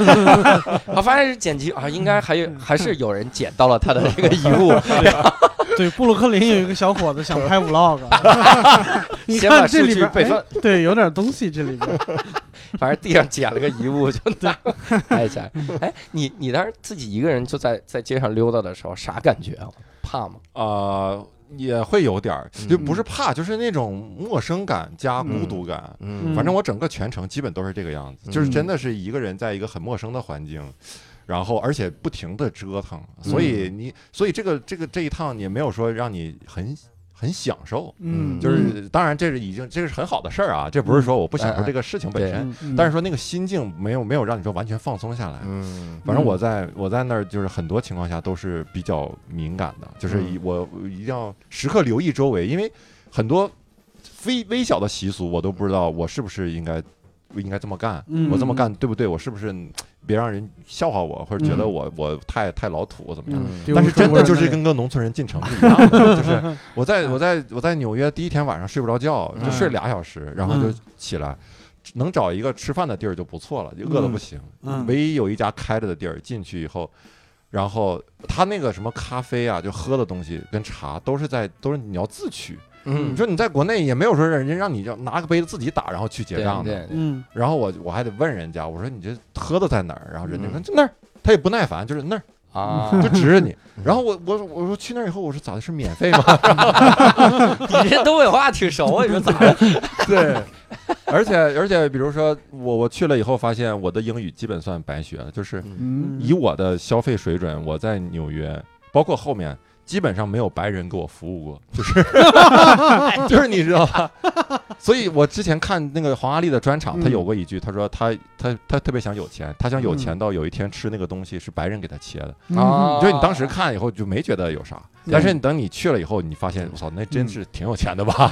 S1: 我发现是剪辑啊，应该还有还是有人捡到了他的这个遗物，
S3: 嗯 对，布鲁克林有一个小伙子想拍 vlog，你
S1: 先把
S3: 看这
S1: 数
S3: 里
S1: 据
S3: 边
S1: 备份
S3: 哎，对，有点东西这 里边。
S1: 反正地上捡了个遗 物就拿带起来。哎，你你当时自己一个人就在在街上溜达的时候，啥感觉啊？怕吗？
S4: 呃，也会有点儿，就
S1: 嗯
S4: 不是怕，就是那种陌生感加孤独感。
S1: 嗯
S4: 反正我整个全程基本都是这个样子，就是真的是一个人在一个很陌生的环境。然后，而且不停的折腾，所以
S1: 嗯
S4: 你，所以这个这个这一趟也没有说让你很很享受，
S2: 嗯，
S4: 就是当然这是已经这是很好的事儿啊，这不是说我不享受这个事情本身，
S1: 嗯
S4: 哎但是说那个心境没有没有让你说完全放松下来。
S1: 嗯
S4: 反正我在我在那儿就是很多情况下都是比较敏感的，就是
S1: 嗯
S4: 以我我一定要时刻留意周围，因为很多微微小的习俗我都不知道我是不是应该。应该这么干，
S3: 嗯
S4: 我这么干对不对？我是不是嗯别让人笑话我，或者觉得
S3: 嗯
S4: 我我太太老土怎么样。
S1: 嗯
S3: 丢
S4: 但是真的就
S3: 中国
S4: 是
S3: 人
S4: 跟个农村人进城是一样 的，就是我在我在我在纽约第一天晚上睡不着觉，就
S1: 嗯
S4: 睡俩小时，然后就起来，能找一个吃饭的地儿就不错了，就饿得不行。
S3: 嗯嗯
S4: 唯一有一家开着的地儿，进去以后，然后他那个什么咖啡啊，就喝的东西跟茶都是在都是你要自取。
S1: 嗯
S4: 你，说你在国内也没有说人家让你要拿个杯子自己打，然后去结
S1: 对
S4: 账的。
S1: 对
S3: 嗯
S4: 然后我我还得问人家，我说你这喝的在哪儿？然啊后人家说
S1: 嗯
S4: 就那儿，他也不耐烦，就是那儿
S1: 啊，
S4: 就指着你。然后我我我说去那儿以后，我说咋的是免 费吗？
S1: 你这东北话挺熟啊，你说咋 了？
S4: 对， 而且而且比如说我我去了以后，发现我的英语基本算白学了，就是
S2: 嗯
S4: 以我的消费水准，我在纽约，包括后面。基本上没有白人给我服务过，就是 就是你知道吧？ 所以我之前看那个黄阿丽的专场，
S3: 嗯
S4: 他有过一句，他说他他他特别想有钱，他想有钱到有一天吃那个东西是白人给他切的。
S2: 嗯
S1: 啊
S4: 你说你当时看以后就没觉得有啥，
S3: 对
S4: 但是你等你去了以后，你发现我操，那真是挺有钱的吧？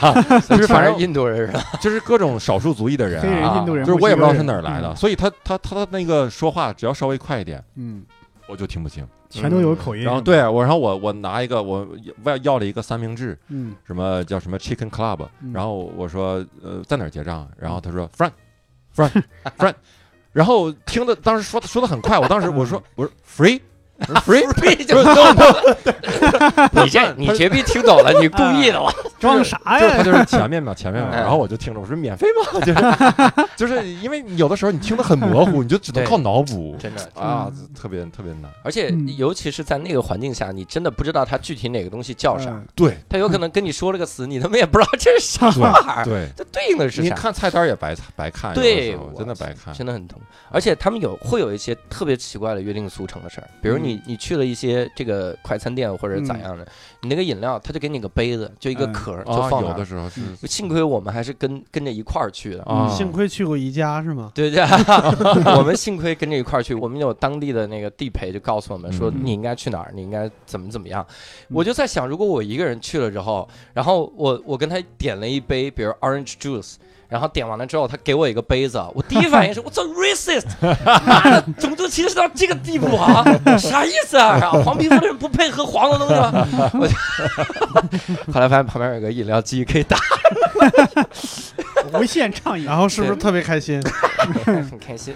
S4: 就是 反
S1: 反
S4: 正
S1: 正印度人啊，
S4: 就是各种少数族裔的人
S2: 黑
S4: 啊，
S2: 人、印度人，嗯
S4: 就是我也不知道是哪儿
S2: 墨西哥
S4: 来
S2: 人
S4: 的，，所以他他他那个说话只要稍微快一点，
S2: 嗯，
S4: 我就听不清。
S2: 全都有口音。
S4: 然后，对啊我，然后我我拿一个我要要了一个三明治，
S2: 嗯，
S4: 什么叫什么 Chicken Club，
S2: 嗯
S4: 然后我说呃在哪儿结账，然后 他说 Frank Frank Frank，然后听的当时说说的很快，我当时我说我说 free 我说 free
S1: 就弄 你这你绝逼听懂了，你故意的吧？
S2: 装啥
S1: 哎
S4: 就是他
S2: 呀？
S4: 就是前面嘛，前面嘛，
S1: 嗯
S4: 然后我就听着，我说免费吗？ 就是就是因为有的时候你听得很模糊，你就只能
S1: 对嗯
S4: 靠脑补，
S1: 真的。
S4: 啊，特别特别难。
S1: 而且，
S2: 嗯
S1: 尤其是在那个环境下，你真的不知道他具体哪个东西叫啥，
S2: 嗯
S4: 对
S1: 他有可能跟你说了个词，你他妈也不知道这是啥玩意儿，
S4: 对，
S1: 这 对应的哎是
S4: 你
S1: 啥。
S4: 看菜单也白白看，有的
S1: 对
S4: 时候
S1: 我
S4: 真的白看。
S1: 真的很疼。而且他们有会有一些特别奇怪的约定俗成的事儿，比如你你去了一些这个快餐店或者咋样的，你那个饮料他就给你个杯子，就一个
S2: 嗯
S1: 壳儿就
S4: 啊，
S1: 放
S4: 有
S1: 那
S4: 的
S1: 儿。
S4: 时候是
S2: 嗯
S1: 幸亏我们还是跟跟着一块儿去的。
S4: 啊，
S3: 幸亏去过宜家是吗？
S1: 对对，我们幸亏跟着一块儿去，我们有当地的那个地陪就告诉我们说
S4: 嗯
S1: 你应该去哪儿，你应该怎么怎么样。我就在想，如果我一个人去了之后，然后我我跟他点了一杯，比如 orange juice。然后点完了之后，他给我一个杯子，我第一反应是我操 racist，妈的，种族歧视到这个地步啊，啥意思啊？然后黄皮肤的人不配喝黄的东西吗？我就 后来发现旁边有个饮料机可以打，
S2: 无限畅饮。
S3: 然后是不是
S1: 对
S3: 特别开心？
S1: 很开心，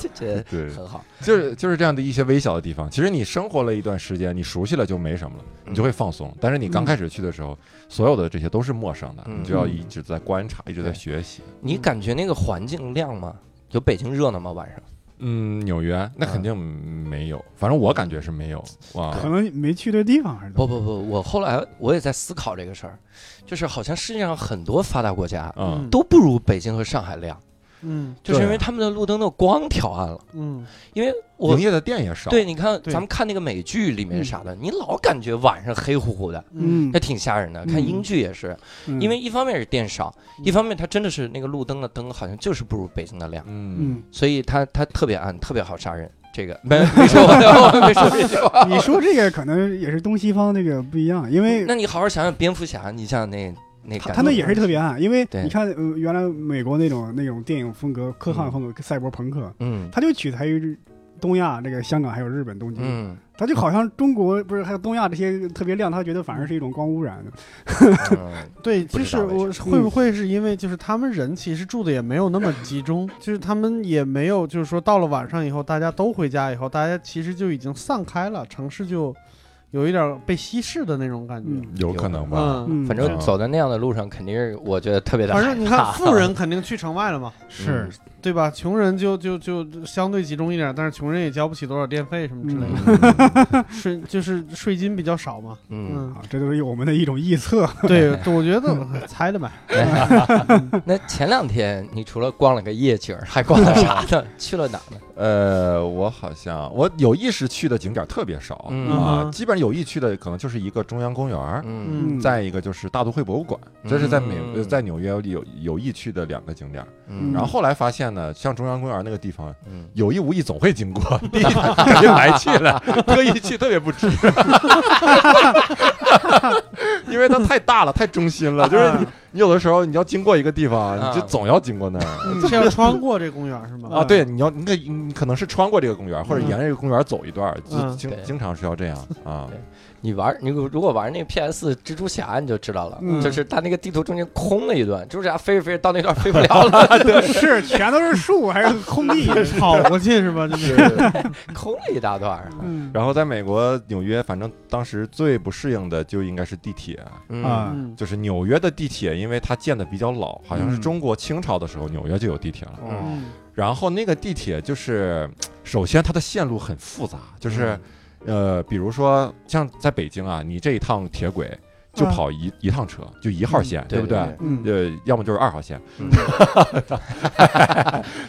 S1: 就觉得
S4: 对，
S1: 很好。
S4: 就是就是这样的一些微小的地方。其实你生活了一段时间，你熟悉了就没什么了，你就会放松。但是你刚开始去的时候，所有的这些都是陌生的，
S1: 嗯
S4: 你就要一直在观察，一直在学习。
S1: 你感觉那个环境亮吗？有北京热闹吗？晚上？
S4: 嗯，纽约那肯定没有，反正我感觉是没有哇。
S2: 可能没去对地方还是怎
S1: 不
S2: 么？
S1: 不不，我后来我也在思考这个事儿，就是好像世界上很多发达国家
S4: 嗯，
S1: 都不如北京和上海亮，
S3: 嗯
S1: 就是因
S4: 对
S1: 为他们的路灯的光调暗了。
S3: 嗯，
S1: 因为我
S4: 营业的店也少。
S1: 对，你嗯看
S3: 对
S1: 咱们看那个美剧里面啥的，你老感觉晚上黑乎乎的，
S2: 嗯
S1: 还，挺吓人的。看
S2: 嗯
S1: 英剧也是，
S2: 嗯
S1: 因为一方面是店少，
S3: 嗯
S1: 一方面它真的是那个路灯的灯好像就是不如北京的亮，
S4: 嗯，
S2: 嗯，
S1: 所以它它特别暗，特别好杀人。这个没没说，我 没说这句话。
S4: 嗯
S2: 你说这个可能也是东西方那个不一样， 因 为
S1: 那你好好想想蝙蝠侠，你想想那那
S2: 他
S1: 感
S2: 他那
S1: 觉
S2: 也是特别暗，因为
S1: 对
S2: 你看、呃、原来美国那种那种电影风格、科
S4: 嗯
S2: 幻风格、赛博朋克，
S1: 嗯
S2: 它就取材于东亚这个香港还有日本东京，
S1: 嗯，
S2: 它就好像中国不是还有东亚这些特别亮，他觉得反而是一种光污染。
S1: 嗯
S3: 对，
S1: 不知
S3: 就是
S1: 道为
S3: 我会不会是因为就是他们人其实住的也没有那么集中， 就是他们也没有就是说到了晚上以后大家都回家以后，大家其实就已经散开了，城市就有一点被稀释的那种感觉。
S2: 嗯
S4: 有可能吧。
S3: 嗯，
S2: 嗯，
S1: 反正走在那样的路上，肯定是我觉得特别的害
S3: 反
S1: 怕。
S3: 正你 看富人肯定去城外了嘛，
S2: 是
S3: 对吧？穷人就就就相对集中一点，但是穷人也交不起多少电费什么之类的，
S4: 嗯
S3: 税就是税金比较少嘛。
S1: 嗯，
S3: 嗯，
S2: 啊，这都是我们的一种臆测。
S3: 对，我觉得猜的吧。嗯
S1: 那前两天你除了逛了个夜景儿，还逛了啥呢？
S3: 嗯
S1: 去了哪呢？
S4: 呃，我好像我有意识去的景点特别少
S1: 嗯
S4: 啊，
S3: 嗯
S4: 基本上有意去的可能就是一个中央公园，
S1: 嗯
S3: 嗯，
S4: 再一个就是大都会博物馆，这是在美
S1: 嗯
S4: 呃在纽约有有意去的两个景点。
S1: 嗯，
S4: 然后后来发现呢，像中央公园那个地方，
S1: 嗯，
S4: 有意无意总会经过， 第一 感觉白去了，特意去特别不值。 因为它太大了，太中心了。就是
S3: 嗯
S4: 你，你有的时候你要经过一个地方，
S1: 啊
S4: 你就总要经过那儿
S3: 你嗯是要穿过这公园是吗？
S4: 啊。对，你要你可以你可能是穿过这个公园，或者
S3: 嗯
S4: 沿着这个公园走一段，就
S3: 嗯
S4: 经
S1: 对
S4: 经常是要这样 啊。
S1: 你玩你如果玩那个 PS 蜘蛛侠，你就知道了，
S2: 嗯
S1: 就是它那个地图中间空了一段，蜘蛛侠飞着飞着到那段飞不了了，对，
S2: 是全都是树还是空地？
S3: 跑过去是 吧？就是
S1: 空了一大段儿。啊
S2: 嗯
S4: 然后在美国纽约，反正当时最不适应的就应该是地铁，
S1: 嗯
S2: 啊
S3: 嗯
S4: 就是纽约的地铁，因为它建的比较老，好像是
S2: 嗯
S4: 中国清朝的时候纽约就有地铁了。
S1: 嗯
S3: 嗯
S4: 然后那个地铁就是，首先它的线路很复杂，就是，
S1: 嗯
S4: 呃，比如说像在北京啊，你这一趟铁轨就
S2: 啊
S4: 跑一一趟车，就一号线，
S1: 嗯对
S4: 不
S1: 对
S4: 对？
S3: 嗯
S4: 呃，要么就是二号线，
S1: 嗯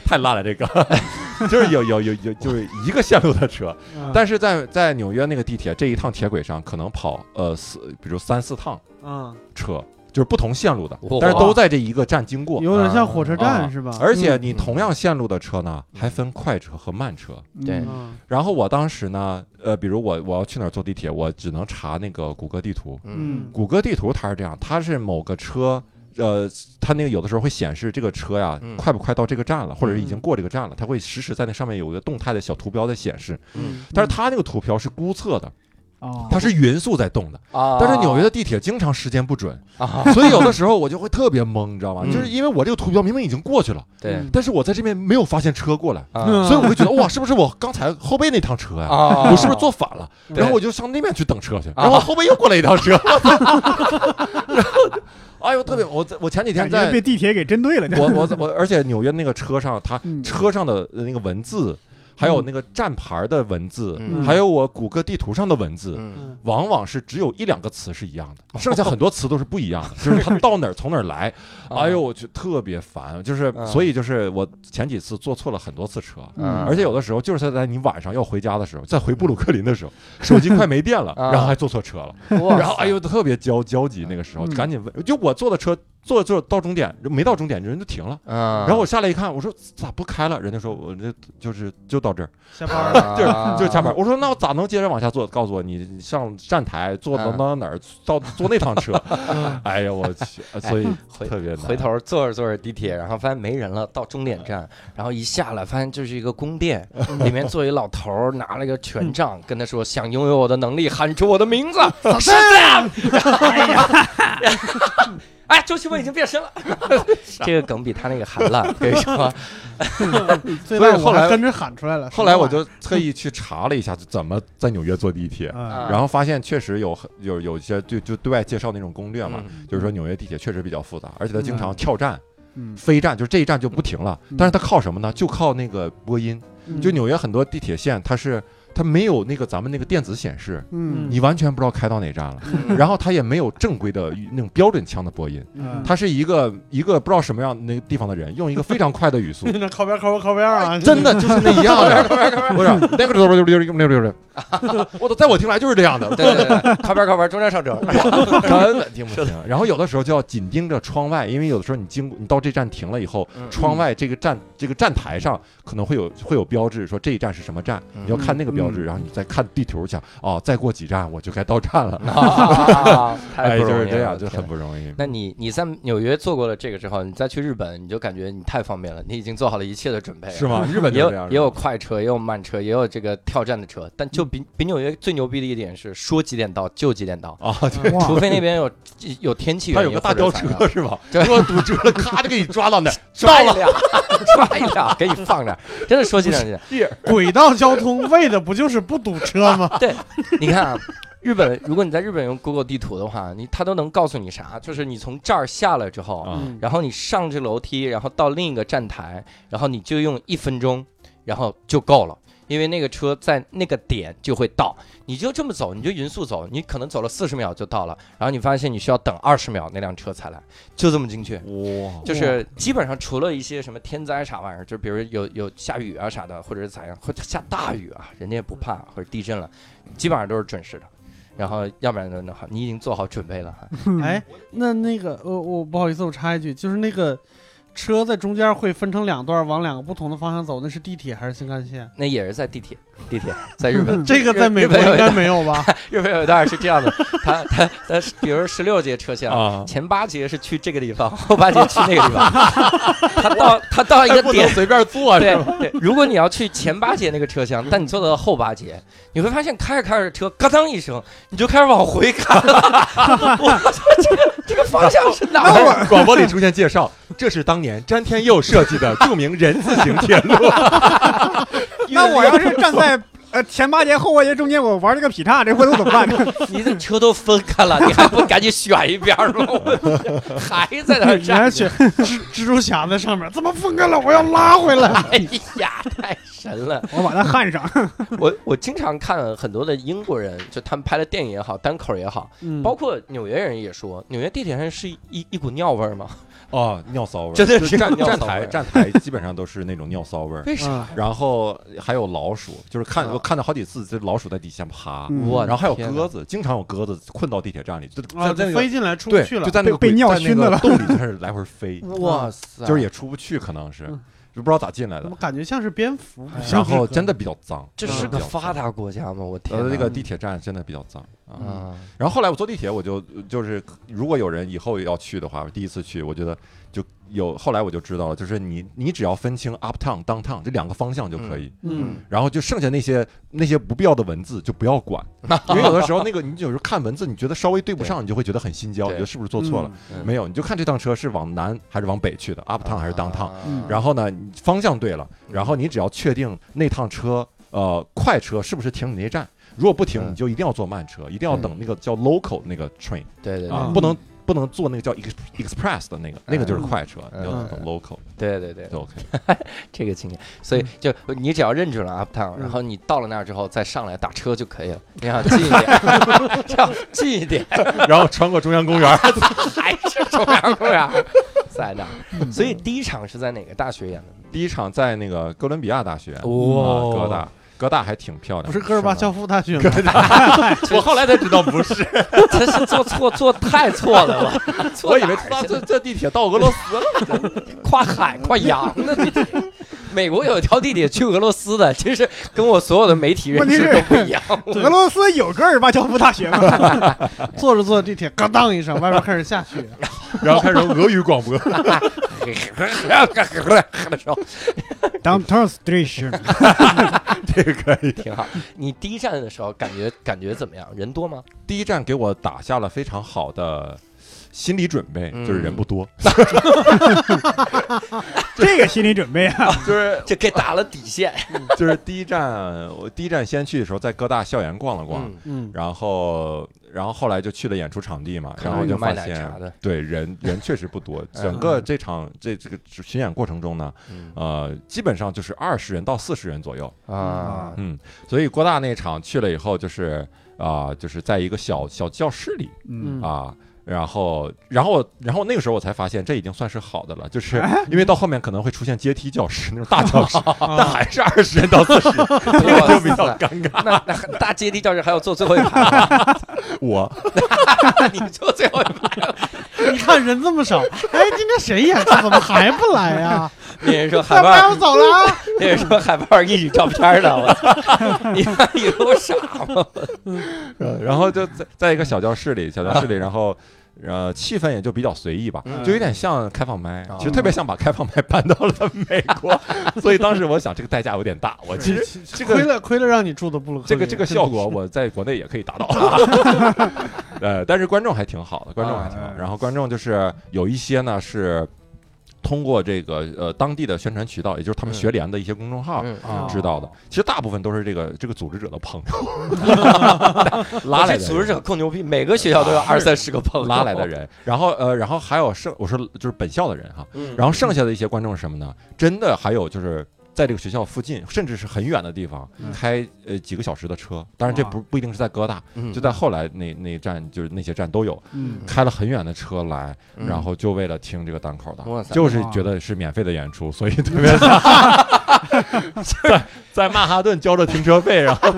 S4: 太烂了这个， 就是有有有有就是一个线路的车，
S3: 嗯
S4: 但是在在纽约那个地铁这一趟铁轨上，可能跑呃四，比如三四趟
S3: 嗯，
S4: 车，就是不同线路的
S1: 哇，
S4: 但是都在这一个站经过。
S3: 有点像火车
S4: 啊
S3: 站是吧？
S4: 而且
S3: 嗯
S4: 你同样线路的车呢，还
S1: 嗯
S4: 分快车和慢车。
S1: 对
S3: 嗯
S4: 然后我当时呢，呃，比如我我要去哪儿坐地铁，我只能查那个谷歌地图。
S1: 嗯
S4: 谷歌地图它是这样，它是某个车，呃，它那个有的时候会显示这个车呀、
S1: 嗯
S4: 快不快到这个站了，或者是已经过这个站了，它会实时在那上面有一个动态的小图标在显示。
S1: 嗯
S4: 但是它那个图标是估测的，
S2: 哦，
S4: 它是匀速在动的。
S1: 啊，
S4: 但是纽约的地铁经常时间不准，
S1: 啊，
S4: 所以有的时候我就会特别懵，你知道吗？
S1: 嗯
S4: 就是因为我这个图标明明已经过去了，
S1: 对
S4: 但是我在这边没有发现车过来，
S3: 嗯
S1: 啊
S4: 嗯所以我会觉得哇，是不是我刚才后背那趟车呀、
S1: 啊，
S4: 我是不是坐反了？
S3: 对
S4: 然后我就上那边去等车去，
S1: 啊
S4: 然后后面又过来一辆 车，然后，哎呦，特别我在我前几天
S2: 感觉
S4: 在
S2: 被地铁给针对了。
S4: 我我我，而且纽约那个车上，它
S2: 嗯
S4: 车上的那个文字，还有那个站牌的文字，
S1: 嗯
S4: 还有我谷歌地图上的文字。
S1: 嗯
S4: 往往是只有一两个词是一样
S1: 哦
S4: 的，剩下很多词都是不一 样的。就是它到哪儿从哪儿来，
S1: 啊
S4: 哎呦，我去特别烦。就是
S1: 嗯
S4: 所以就是我前几次坐错了很多次车，
S1: 嗯
S4: 而且有的时候就是在你晚上要回家的时候，在回布鲁克林的时候， 手机快没电了，
S1: 啊
S4: 然后还坐错车了，
S1: 哇
S4: 然后哎呦特别焦焦急，那个时候
S2: 嗯
S4: 赶紧问，就我坐的车坐着坐着到终点没到终点人就停了，
S1: 嗯，
S4: 然后我下来一看，我说咋不开了？人家说我这就是就到这儿，
S3: 下班了，
S1: 啊
S4: 就是下班。我说那我咋能接着往下坐？告诉我你你上站台坐到
S1: 嗯
S4: 到哪儿到坐那趟 车？
S3: 嗯
S4: 哎呀我去，呃所以
S1: 哎回
S4: 特别难
S1: 回头坐着坐着地铁，然后发现没人了，到终点站，然后一下来发现就是一个宫殿，里面坐一老头儿拿了个权杖，跟他说想拥有我的能力，喊出我的名字， 是这
S4: 啊
S1: 样。 哎呀，哎，周奇墨已经变身了， 这个梗比他那个还烂，可以说。
S3: 所
S4: 所以后
S3: 我还
S4: 来
S3: 跟着喊出来了。
S4: 后来我就特意去查了一下，就怎么在纽约坐地铁。
S2: 啊
S1: 啊
S4: 然后发现确实有很有有一些就就对外介绍那种攻略嘛，
S1: 嗯
S4: 就是说纽约地铁确实比较复杂，而且它经常
S2: 嗯
S4: 跳站、
S2: 嗯
S4: 飞站，就是这一站就不停了。
S2: 嗯
S4: 但是它靠什么呢？就靠那个播音。
S3: 嗯
S4: 就纽约很多地铁线，它是它没有那个咱们那个电子显示，
S2: 嗯
S4: 你完全不知道开到哪站了。然后它也没有正规的那种标准腔的播音，
S2: 嗯
S4: 它是一个一个不知道什么样那个地方的人，用一个非常快的语速
S3: ，那靠边靠边靠边啊！
S4: 真的就是那一样的，不是那个就是就是就是就是，我都在我听来就是这样 的，
S1: 对对对，靠边靠边，中间 上车。
S4: 根本听不清。然后有的时候就要紧盯着窗外，因为有的时候你经过，你到这站停了以后，
S1: 嗯
S4: 窗外这个站这个站台上可能会有会有标志，说这一站是什么站，
S1: 嗯
S4: 你要看那个标志，然后你再看地图，想哦，再过几站我就该到站了。
S1: 啊太
S4: 哎，
S1: 不
S4: 就
S1: 容易
S4: 是这
S1: 了
S4: 样，就
S1: 天
S4: 很不容易。
S1: 那你你在纽约做过了这个之后，你再去日本，你就感觉你太方便了，你已经做好了一切的准备了。
S4: 是吗？日本
S1: 也
S4: 就这样
S1: 有也有快车，也有慢车，也有这个跳站的车，但
S4: 嗯
S1: 就比比纽约最牛逼的一点是，说几点到就几点到，
S4: 啊，对，
S2: 哇
S1: 除非那边有有天气
S4: 它
S1: 原因
S4: 有个大
S1: 或
S4: 吊
S1: 者啥
S4: 车
S1: 的，
S4: 是吧？
S1: 对
S4: 如果堵车了，咔就给你抓到那儿，
S1: 抓
S4: 到
S1: 一
S4: 了。
S1: 辆，抓一辆，给你放那儿，真的说几点就几点。
S3: 轨道交通为的不就是不堵车吗？
S1: 你看啊，日本，如果你在日本用 Google 地图的话，你它都能告诉你啥，就是你从这儿下来之后，
S4: 啊
S3: 嗯
S1: 然后你上这楼梯，然后到另一个站台，然后你就用一分钟，然后就够了。因为那个车在那个点就会到，你就这么走，你就匀速走，你可能走了四十秒就到了，然后你发现你需要等二十秒那辆车才来，就这么精确。
S4: 哇，
S1: 就是基本上除了一些什么天灾啥玩意儿，就比如有有下雨啊啥的，或者是咋样，或者下大雨啊，人家也不怕，或者地震了，基本上都是准时的。然后要不然就那好，你已经做好准备了哈。
S3: 呃哎，那那个，我我不好意思，我插一句，就是那个车在中间会分成两段，往两个不同的方向走，那是地铁还是新干线？，
S1: 那也是在地铁， 地铁在日 本
S3: 这个在美国
S1: 日本有
S3: 应该没有吧？
S1: 日本有一段是这样的，它它它，比如十六节车厢，
S4: 啊，
S1: 前八节是去这个地方，后八节去那个地 方，它到它到一个
S4: 哎不能
S1: 点。
S4: 随便坐
S1: 对
S4: 啊是吧？
S1: 对，如果你要去前八节那个车厢，但你坐到后八节，你会发现开着开着车，咯噔一声，你就开始往回开了。我说这个这个方向是哪儿？
S4: 广广播里出现介绍，这是当年詹天佑设计的著名人字形铁路。
S2: 那我要是站在呃前八节后八节中间，我玩这个劈叉，这回头怎么办？
S1: 你这车都分开了，你还不赶紧选一边儿吗？我还在那儿
S3: 你还
S1: 站
S3: 选
S1: 着，
S3: 蜘蜘蛛侠在上面，怎么分开了？我要拉回来。
S1: 哎呀，太神了！
S2: 我把它焊 上。
S1: 我我经常看很多的英国人，就他们拍的电影也好，单口也好，
S3: 嗯
S1: 包括纽约人也说，纽约地铁上是一一股尿味儿吗？
S4: 哦，尿骚味儿，
S1: 真的
S4: 就是站
S1: 尿
S4: 站
S1: 骚味
S4: 台
S1: 儿
S4: 站台基本上都是那种尿骚味儿。
S1: 为啥？
S3: 嗯
S4: 然后还有老鼠，就是看
S1: 啊
S4: 我看到好几次，这老鼠在底下爬，
S2: 嗯
S1: 我
S4: 然后还有
S1: 天
S4: 鸽子，经常有鸽子困到地铁站里，就
S3: 啊，
S4: 在在那
S3: 就
S4: 个
S3: 飞进来出不
S4: 对，
S3: 去
S4: 就
S3: 了。
S4: 在那个
S2: 被
S4: 轨
S2: 被尿
S4: 在那
S2: 熏
S4: 个
S2: 的了
S4: 洞里就开始来回飞，
S1: 哪！哇塞，
S4: 就是也出不去，可能是
S3: 嗯
S4: 就不知道咋进来
S3: 怎
S4: 的
S3: 么。感觉像是蝙蝠？
S4: 哎然后真嗯的比较脏，
S1: 这是个发达国家吗？我天
S4: 呃，
S1: 哪，
S4: 那个地铁站真的比较脏啊。
S1: 啊，
S4: 然后后来我坐地铁，我就就是如果有人以后要去的话，第一次去，我觉得就有后来我就知道了，就是你你只要分清 uptown、downtown 这两个方向就可以，
S3: 嗯，
S4: 然后就剩下那些那些不必要的文字就不要管，因为有的时候那个你有时候看文字，你觉得稍微对不上，你就会觉得很心焦，
S1: 对
S4: 你觉得是不是做错了？
S1: 嗯
S4: 没有，你就看这趟车是往南还是往北去的，uptown 还是 downtown，
S1: 啊
S4: 然后呢你方向对了，然后你只要确定那趟车呃快车是不是停你那站，如果不停，
S1: 嗯
S4: 你就一定要坐慢车，一定要等那个叫 local 那个 train，
S1: 对对对
S3: 啊嗯
S4: 不能不能坐那个叫 ex- express 的那个，那个就是快车，
S1: 嗯
S4: 你要等 local
S1: 对对对，
S4: 就 OK。
S1: 这个经验，所
S4: 嗯
S1: 以就你只要认准了 uptown，然后你到了那儿之后再上来打车就可以了，这 样近一点， 这样近一点，
S4: 然后穿过中央公园，
S1: 还是中央公园儿在那
S4: 嗯
S1: 儿。所以第一场是在哪个大学演的？
S4: 第一场在那个哥伦比亚大学，啊，
S1: 哦
S4: 哥大，哥大还挺漂亮的，
S3: 不是戈尔巴乔夫大学
S4: 哥
S3: 吗？
S4: 大，我后来才知道 不是，
S1: 真是做错做太错了， 我
S4: 我
S1: 错
S4: 以为
S1: 哪儿
S4: 这
S1: 去了
S4: 这这地铁到俄罗斯 了，
S1: 跨海跨洋的地铁。美国有一条地铁去俄罗斯的，其实跟我所有的媒体认知都不一样。
S2: 俄罗斯有戈尔巴乔夫大学 吗？
S3: 坐着坐着地铁，咯当一声，外面开始下 雪。
S4: 然后开始俄语广播，
S1: 的时候
S2: Downtown Street
S4: 这个可以。
S1: 挺好。你第一站的时候感觉感觉怎么样？人多吗？
S4: 第一站给我打下了非常好的心理准备，
S1: 嗯
S4: 就是人不多，
S2: 这个心理准备啊，
S4: 就是
S1: 这给打了底线。
S4: 就是第一站，我第一站先去的时候在各大校园逛了逛，
S1: 嗯，
S3: 嗯，
S4: 然后然后后来就去了演出场地嘛，然后就发
S1: 看到有卖奶茶嗯的
S4: 现对人人确实 不多，整个这场这这个巡演过程中呢，
S1: 嗯
S4: 呃，基本上就是二十人到四十人左右。
S1: 啊，
S4: 嗯，所以郭大那场去了以后，就是啊、就是在一个小小教室里
S2: 嗯，
S4: 啊、然后，然后，然后那个时候我才发现，这已经算是好的了， 就是因为到后面可能会出现阶梯教室那种大教室，但还是二十人到四十，
S1: 我
S4: 就比较尴尬。
S1: 那那大阶梯教室还要坐最后一 排，
S4: 我
S1: 你坐最后一排。
S3: 你看人这么少，哎，今天谁演出？怎么还不来 呀？
S1: 那人说海
S3: 下
S1: 报
S3: 班我走了啊。
S1: 那人说海报给你照片呢，我操！ 你看你都傻吗？
S4: 然后就在在一个小教室里，小教室里，然后。呃，气氛也就比较随意吧，
S1: 嗯
S4: 就有点像开放麦
S1: 啊，
S4: 其实特别想把开放麦搬到了美 国，所以当时我想这个代价有点大，我其实这个
S3: 亏了亏了，让你住的布鲁克
S4: 这
S3: 林
S4: 个这个效果我在国内也可以达 到，呃，但是观众还挺好的，观众还挺好
S1: 哦
S2: 啊。
S4: 然后观众就是有一些呢是通过这个呃当地的宣传渠道，也就是他们
S1: 嗯
S4: 学联的一些公众号。
S1: 嗯
S2: 啊
S4: 知道的，其实大部分都是这个这个组织者的朋友拉
S1: 我
S4: 来
S1: 这
S4: 的
S1: 组织
S4: 人
S1: 者够牛逼，每个学校都有二三十个朋友
S4: 拉来的。人，然后呃，然后还有剩我说就是本校的人哈，
S1: 嗯
S4: 然后剩下的一些观众是什么呢？真的还有就是在这个学校附近，甚至是很远的地方
S2: 嗯
S4: 开呃几个小时的车，当然这不不一定是在哥大，
S1: 嗯
S4: 就在后来那那站，就是那些站都有
S2: 嗯
S4: 开了很远的车来，
S1: 嗯
S4: 然后就为了听这个单口的，
S1: 哇塞，
S4: 就是觉得是免费的演出，所以 特别在在曼哈顿交着停车费，然后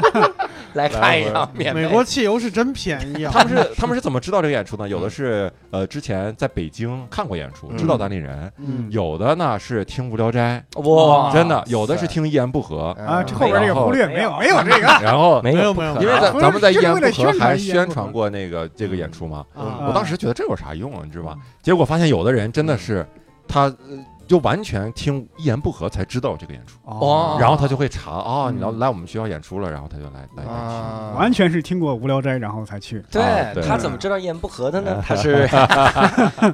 S1: 来看一场免费
S3: 美国汽油是真便宜啊！
S4: 他们 是他们是怎么知道这个演出呢？有
S1: 嗯
S4: 的是呃之前在北京看过演出，知道当地人；
S3: 嗯，
S4: 有的呢是听无聊斋，
S1: 哦哇，
S4: 真的；有的是听一言不合，
S3: 嗯
S2: 啊，这后边
S1: 然
S2: 这个忽略没有没有这 个，
S4: 然后
S1: 啊没
S3: 没有
S1: 不
S3: 没有
S1: 可能
S4: 因为咱
S2: 不是
S4: 咱们在一
S2: 就是
S4: 言
S2: 为了
S4: 不合
S2: 宣传
S4: 还
S2: 一言
S4: 宣
S2: 不
S4: 传
S2: 合
S4: 过那个这个演出嘛，
S3: 啊
S1: 嗯
S4: 我当时觉得这有啥用啊，你知道
S2: 嗯
S4: 吗？结果发现有的人真的是
S1: 嗯
S4: 他呃就完全听一言不合才知道这个演出，
S1: 哦
S4: 然后他就会查啊，
S2: 嗯
S4: 你要来我们学校演出了，然后他就来来来
S1: 啊
S2: 完全是听过《无聊斋》然后才去。
S4: 啊
S1: 对
S4: 对嗯
S1: 他怎么知道一言不合的呢？他 是，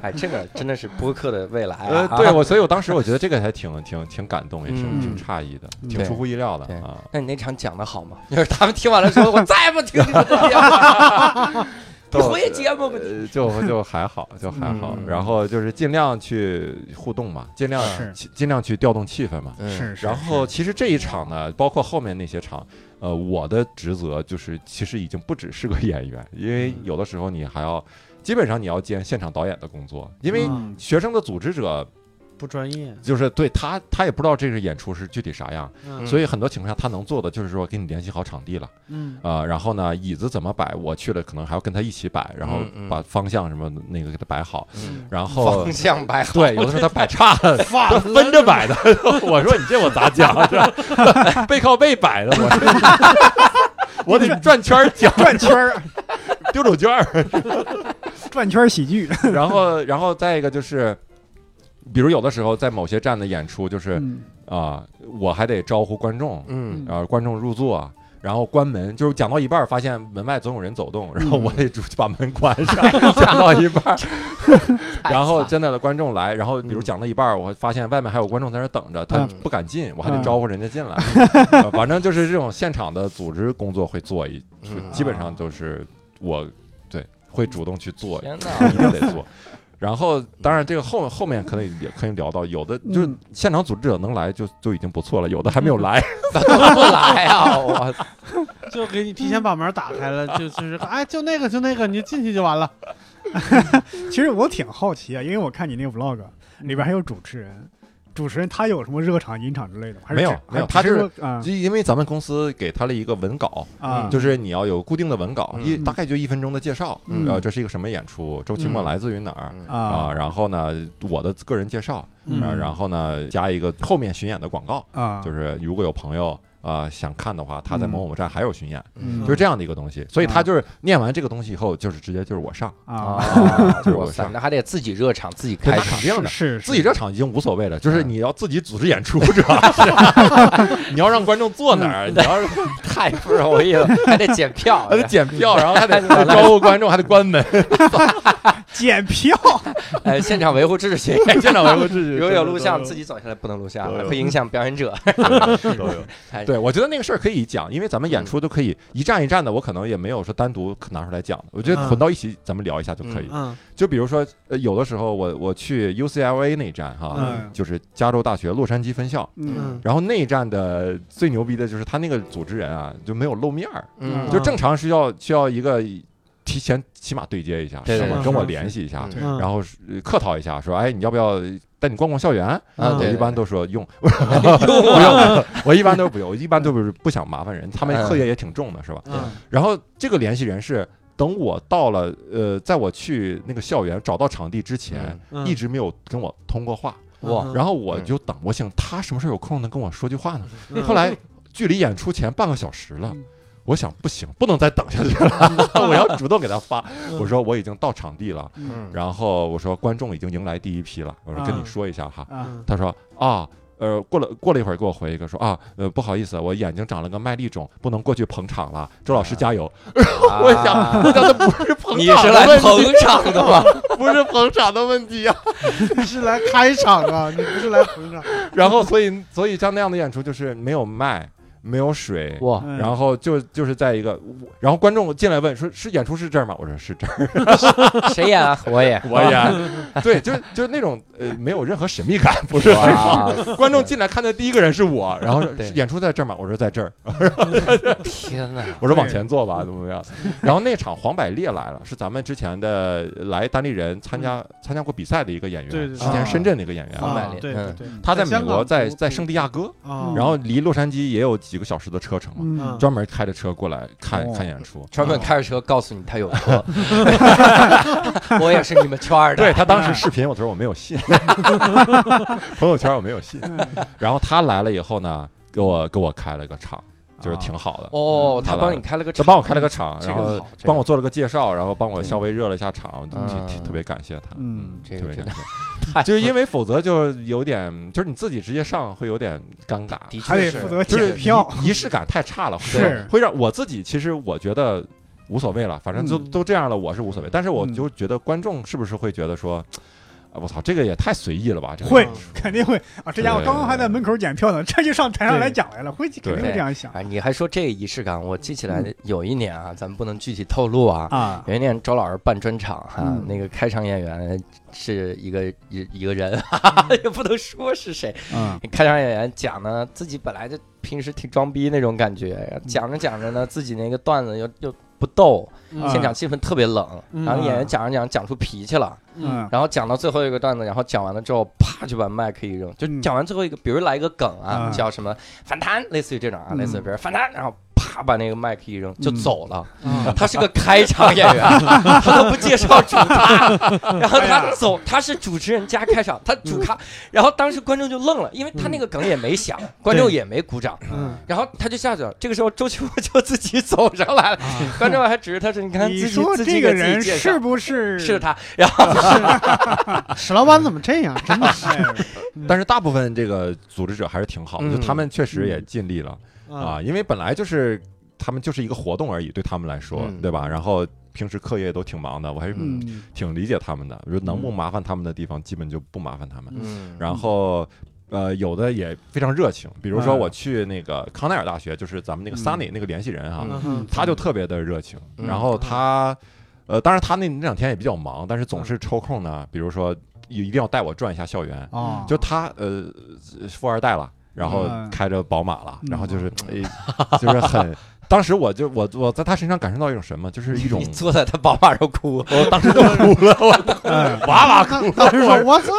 S1: 哎，这个真的是播客的未来
S4: 听。呃
S1: 啊！，
S4: 对我，所以我当时我觉得这个还挺挺挺感动，也挺
S1: 嗯
S4: 挺诧异的，挺
S1: 对
S4: 出乎意料的
S1: 对
S4: 啊。
S1: 那你那场讲的好吗？就是他们听完了说，我再也不听你们的节目了，你回节目吧你。
S4: 呃，就就还好，就还好。
S1: 嗯
S4: 然后就是尽量去互动嘛，尽量
S2: 是
S4: 尽尽量去调动气氛嘛。
S1: 嗯
S2: 是，是
S4: 然后其实这一场呢，包括后面那些场，呃，我的职责就是其实已经不只是个演员，因
S1: 嗯
S4: 为有的时候你还要，基本上你要兼现场导演的工作，因为
S3: 嗯
S4: 学生的组织者
S3: 不专业，
S4: 就是对他，他也不知道这个演出是具体啥样，
S3: 嗯
S4: 所以很多情况下他能做的就是说给你联系好场地了，
S3: 嗯
S4: 啊、然后呢椅子怎么摆，我去了可能还要跟他一起摆，然后
S1: 嗯嗯
S4: 把方向什么那个给他摆好，
S1: 嗯
S4: 然后
S1: 方向摆好，
S4: 对，有的时候他摆差 了，他分着摆的。我说你这我咋讲？啊是吧？ 背靠背摆的，我这 我得转圈儿讲
S2: 转圈儿，
S4: 丢手绢儿。
S2: 转圈儿喜剧，
S4: 然后，然后再一个就是，比如有的时候在某些站的演出，就是
S2: 嗯
S4: 啊、我还得招呼观众，
S1: 嗯
S4: 啊，观众入座。然后关门，就是讲到一半儿，发现门外总有人走动，然后
S2: 嗯
S4: 我得出去把门关上。讲到一半儿，然后真的观众来，然后
S2: 嗯
S4: 比如讲到一半儿，我发现外面还有观众在那儿等着，他
S1: 嗯
S4: 不敢进，我还得
S2: 嗯
S4: 招呼人 家进来。呃反正就是这种现场的组织工作会做一，
S1: 嗯
S4: 基本上都是我对会主动去做，
S1: 天
S4: 一
S1: 哪，
S4: 定得做。然后，当然，这个后后面可能也可以聊到，有的就是
S2: 嗯
S4: 现场组织者能来就就已经不错了，有的还没有来，
S1: 怎么不来啊？我
S3: 就给你提前把门打开了，就就是哎，就那个就那个，你就进去就完了。
S2: 其实我挺好奇啊，因为我看你那个 vlog 里边还有主持人，主持人他有什么热场、引场之类的吗？还是
S4: 没有
S2: 只
S4: 没有
S2: 还
S4: 他是
S2: 只说啊
S4: 就因为咱们公司给他了一个文稿，
S2: 啊，
S4: 嗯就是你要有固定的文稿，
S1: 嗯
S4: 一大概就一分钟的介绍，
S2: 嗯
S4: 呃，这是一个什么演出，周奇墨来自于哪儿
S1: 嗯
S4: 啊？
S2: 啊
S4: 然后呢，我的个人介绍，
S3: 嗯
S4: 啊然后呢，加一个后面巡演的广告，
S2: 啊，
S4: 就是如果有朋友啊想看的话，他在某某站还有巡演，
S2: 嗯
S4: 就是这样的一个东西。所以他
S2: 啊
S4: 就是念完这个东西以后，就是直接就是我上，
S2: 啊，
S1: 啊，
S4: 哦就是
S1: 哇
S4: 我
S1: 塞，
S4: 上
S1: 那还得自己热场，自己
S4: 对
S1: 开
S4: 那
S1: 场
S4: 肯，定的。
S2: 是嗯
S4: 自己热场已经无所谓了，就是你要自己组织演出，主 要是你要让观众坐哪
S2: 嗯
S4: 儿，你要是
S1: 太不容易了， 还得检 票，
S4: 还得检票，然后 还得招呼观众，还得关门，
S2: 检票，
S1: 哎，现场维护秩序，
S4: 现场维护秩 序。
S1: 如果有录像，自己走下来不能录像
S4: 都，有
S1: 会影响表演者。
S4: 己都有。
S1: 哎
S4: 对，我觉得那个事儿可以讲，因为咱们演出都可以一站一站的，我可能也没有说单独拿出来讲，我觉得混到一起咱们聊一下就可以。
S3: 嗯
S4: 就比如说，呃，有的时候我我去 UCLA 那一站哈，
S2: 嗯
S4: 就是加州大学洛杉矶分校。
S2: 嗯，
S4: 然后那一站的最牛逼的就是他那个组织人啊，就没有露面儿，
S1: 嗯，
S4: 就正常是要需要一个提前起码对接一下，
S1: 对
S4: 是
S1: 对
S4: 吧
S3: 是
S4: 跟我
S3: 是
S4: 联系一下，
S1: 对
S3: 嗯，
S4: 然后是呃客套一下，说哎，你要不要带你逛逛校园？
S3: 嗯
S1: 啊，
S4: 我
S1: 对，
S4: 一般都说用，不用，我一般都不用，我一般都不是不想麻烦人，他们课业也挺重的，是吧？
S3: 嗯
S4: 然后这个联系人是等我到了，呃，在我去那个校园找到场地之前，
S3: 嗯
S4: 一直没有跟我通过话，
S1: 哇
S3: 嗯
S4: 然后我就等，我想他什么时候有空能跟我说句话呢？
S3: 嗯
S4: 后来距离演出前半个小时了。我想不行，不能再等下去了，我要主动给他发。我说我已经到场地了，
S1: 嗯，
S4: 然后我说观众已经迎来第一批了，我说跟你
S2: 嗯
S4: 说一下哈。
S2: 啊，
S4: 他说啊，呃，过了过了一会儿给我回一个说啊，呃，不好意思，我眼睛长了个麦粒肿，不能过去捧场了。周老师加油！
S1: 啊
S4: 我想，我想他 不是捧
S1: 你
S4: 场
S1: 是
S4: 的
S1: 来
S4: 问题，
S1: 捧场的吗？
S4: 不是捧场的问题啊。
S3: 你是来开场啊，你不是来捧场。
S4: 然后所以所以像那样的演出就是没有麦，没有水。
S1: 哇，
S2: 嗯
S4: 然后就就是在一个，然后观众进来问说：“是演出是这儿吗？”我说：“是这儿，
S1: 谁演啊？我演，
S4: 我演。”对，就就那种呃，没有任何神秘感，不是
S1: 哇，
S4: 观众进来看的第一个人是我，然后说
S1: 对
S4: 是演出在这儿吗？我说在这儿，
S1: 天哪，
S4: 我说往前坐吧，怎么怎么样？然后那场黄百列来了，是咱们之前的来当地人参加参加过比赛的一个演员，
S3: 嗯对对
S4: 之前
S1: 啊
S4: 深圳的一个演员，
S1: 黄百
S3: 啊
S1: 列
S3: 对
S1: 嗯
S3: 对对，
S4: 他
S3: 在
S4: 在美
S3: 香
S4: 国
S3: 港
S4: 在
S3: 读
S4: 在
S3: 读
S4: 圣地亚哥，
S3: 啊，
S4: 然后离洛杉矶也有几个小时的车程嘛，
S2: 嗯，
S4: 专门开着车过来看
S2: 哦
S4: 看演出。
S1: 专门开着车告诉你他有车，我也是你们圈儿的。
S4: 对他当时视频，我时候我没 有信，朋友圈我没有信。
S1: 嗯
S4: 然后他来了以后呢，给我给我开了个场，就是挺嗯好的。
S1: 哦，他
S4: 他
S1: 帮你开了个
S4: 他
S1: 车，
S4: 帮我开了个场，
S1: 这
S4: 然
S1: 个
S4: 后
S1: 好这个
S4: 帮我做了个介绍，然后帮我稍微热了一下场，
S1: 嗯
S4: 挺挺特别感谢他。
S2: 嗯，
S1: 这
S4: 特
S1: 个
S4: 别
S1: 真
S4: 感
S1: 的
S4: 谢，
S1: 太
S4: 就是因为否则就有点，就是你自己直接上会有点尴尬，
S1: 的
S2: 还
S1: 确
S2: 得
S1: 是
S2: 负责
S4: 就
S2: 检
S4: 是
S2: 票，
S4: 仪仪式感太差了，
S2: 是
S4: 对会让我自己其实我觉得无所谓了，反正都
S2: 嗯
S4: 都这样了，我是无所谓。但是我
S2: 嗯
S4: 就觉得观众是不是会觉得说，啊我操，这个也太随意了吧？这个
S2: 会
S4: 演出
S2: 肯定会啊！这家伙刚刚还在门口检票呢，这就上台上来讲来了，会肯定会这样想
S1: 啊！你还说这仪式感，我记起来有一年啊，咱们不能具体透露啊。
S2: 啊。
S1: 有一年周老师办专场哈、
S2: 嗯
S1: 那个开场演员是一个一一个人，哈哈， 也不能说是谁。
S2: 嗯，
S1: 开场演员讲呢，自己本来就平时挺装逼那种感觉，讲着讲着呢，自己那个段子又又不逗，
S2: 啊
S1: 现场气氛特别冷，
S3: 嗯
S1: 然后演员讲着讲着讲出脾气了，
S2: 嗯
S1: 然后讲到最后一个段子，然后讲完了之后，啪就把麦克一扔，就
S2: 嗯
S1: 讲完最后一个，比如来一个梗啊，
S2: 啊
S1: 叫什么反弹，类似于这种啊，
S2: 嗯
S1: 类似于比如反弹，然后啪把那个麦克一扔就走了。
S2: 嗯
S3: 啊
S1: 他是个开场演员， 他都不介绍主 咖，然后他
S2: 哎
S1: 走，他是主持人加开场，他主
S2: 嗯
S1: 咖，然后当时观众就愣了，因为他那个梗也没响，观众也没鼓掌。
S3: 嗯
S1: 然后他就下去了，这个时候周奇墨就自己走上来了，观众还指着他说：“你看，
S2: 啊你
S1: 自己
S2: 说
S1: 自己
S2: 这
S1: 给
S2: 个
S1: 自己
S2: 人
S1: 介绍
S2: 是不 是
S1: 是他。”然后
S3: 史嗯老板怎么 这样？真的是
S2: 哎
S4: 但是大部分这个组织者还是挺好的，
S1: 嗯
S4: 就他们确实也尽力了
S3: 嗯
S2: 嗯
S4: 啊，因为本来就是他们就是一个活动而已，对他们来说
S1: 嗯，
S4: 对吧？然后平时课业都挺忙的，我还是
S2: 嗯
S4: 挺理解他们的，就能不麻烦他们的地方，基本就不麻烦他们。
S1: 嗯
S4: 然后呃，有的也非常热情，比如说
S2: 嗯
S4: 我去那个康奈尔大学，就是咱们那个 Sunny 那个联系人哈，
S1: 嗯
S3: 嗯
S4: 他就特别的热情，
S1: 嗯
S4: 然后他呃，当然他那那两天也比较忙，但是总是抽空呢，比如说一一定要带我转一下校园，
S1: 哦
S2: 啊，
S4: 就他呃富二代了，然后
S2: 嗯
S4: 开着宝马了，
S2: 嗯
S4: 然后就是、哎就是很。当时我就我我在他身上感受到一种什么，就是一 种
S1: 你坐在他宝马上 哭，
S4: 我当时都哭了，我
S2: 哎
S4: 哇哇哭，
S3: 当 当时说：“我操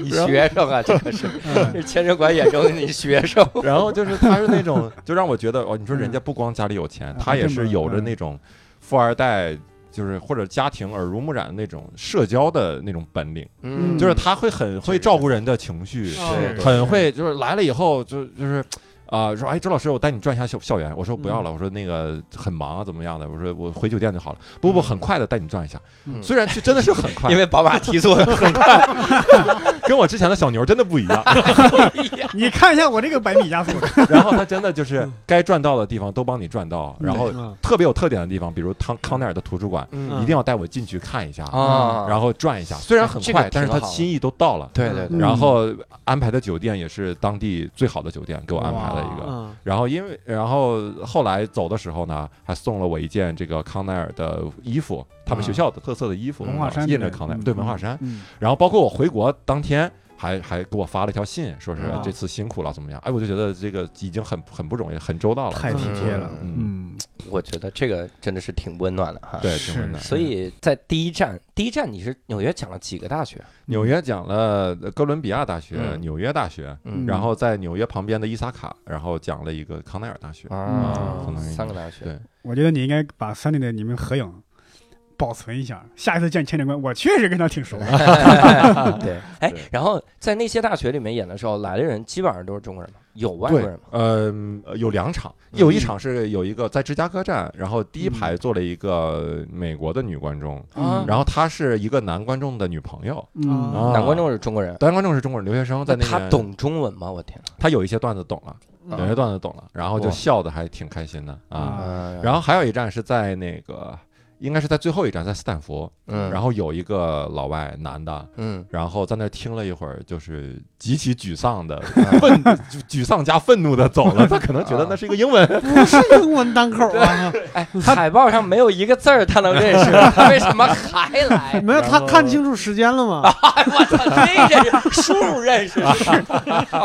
S1: 你学生啊，这可是
S2: 嗯
S1: 这是千手观眼中的你学生。
S4: 然后就是他是那种，就让我觉得哦，你说人家不光家里有钱
S1: 啊
S2: 嗯，
S4: 他也是有着那种富二代。就是或者家庭耳濡目染的那种社交的那种本领，
S1: 嗯
S4: 就是他会很会照顾人的情绪，
S3: 是
S2: 是
S4: 很会就是来了以后就就是啊、说哎周老师我带你转一下校校园，我说不要
S1: 嗯
S4: 了，我说那个很忙啊怎么样的，我说我回酒店就好了，不不很快的带你转一下，
S1: 嗯
S4: 虽然是真的是很快，
S1: 因为宝马提速很快，
S4: 跟我之前的小牛真的不一 样，
S2: 你看一下我这个百米加速，
S4: 然后他真的就是该转到的地方都帮你转到，然后！”
S3: 嗯
S4: 特别有特点的地方，比如康康奈尔的图书馆，
S1: 嗯
S4: 一定要带我进去看一下，
S1: 啊，
S4: 嗯然后转一下。哎虽然很
S1: 这个挺
S4: 快，但是他
S1: 好的
S4: 心意都到了。
S1: 对对对，
S2: 嗯
S4: 然后安排的酒店也是当地最好的酒店，给我安排了一个。
S3: 嗯
S4: 然后因为，然后后来走的时候呢，还送了我一件这个康奈尔的衣服，他们学校的特色的衣服，
S2: 文化衫
S4: 印着康奈尔，对文化衫。
S2: 嗯
S4: 然后包括我回国当天。还还给我发了条信，说是
S3: 嗯
S4: 这次辛苦了，怎么样？哎，我就觉得这个已经很很不容易，很周到了，
S2: 太体贴了
S4: 嗯，
S2: 嗯，
S1: 我觉得这个真的是挺温暖的哈。
S4: 对，挺温暖。
S1: 所以在第一站，第一站你是纽约讲了几个大学？
S4: 纽约讲了呃哥伦比亚大学、
S1: 嗯
S4: 纽约大学，
S1: 嗯
S4: 然后在纽约旁边的伊萨卡，然后讲了一个康奈尔大学。
S1: 啊
S4: 可，能
S1: 三个大学。
S4: 对
S2: 我觉得你应该把三里的你们合影保存一下，下一次见千里关，我确实跟他挺 熟的。
S1: 对，哎，然后在那些大学里面演的时候，来的人基本上都是中国人吗？有外国
S4: 对
S1: 人吗？，
S4: 嗯呃，有两场，有一场是有一个在芝加哥站，然后第一
S1: 嗯
S4: 排坐了一个美国的女观众，
S1: 啊，
S4: 然后她是一个男观众的女朋友，
S2: 嗯
S3: 啊
S1: 男观众是中国人，
S4: 男观众是中国人留学生，在那
S1: 他
S4: 边，啊
S1: 懂中文吗？我天
S4: 他有一些段子懂了，有些
S1: 啊
S4: 段子懂了，然后就
S1: 哇
S4: 笑的还挺开心的啊。
S1: 啊！
S4: 然后还有一站是在那个，应该是在最后一站，在斯坦福，
S1: 嗯，
S4: 然后有一个老外男的，
S1: 嗯，，
S4: 然后在那儿听了一会儿，就是极其沮丧 的
S1: 啊
S4: 愤沮丧加愤怒的走了。 他可能觉得那是一个英文，
S3: 不是英文单口啊，
S1: 哎，海报上没有一个字儿他能认识，他为什么还来？
S3: 没有他看清楚时间了吗？
S4: 啊
S1: 我操，这认识数认 识，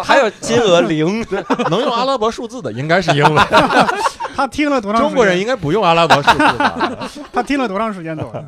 S1: 还有金额零，
S4: 能用阿拉伯数字的应该是英 文，
S2: 他听了多长时间？
S4: 中国人应该不用阿拉伯数字吧？
S2: 他听了多长时间走了？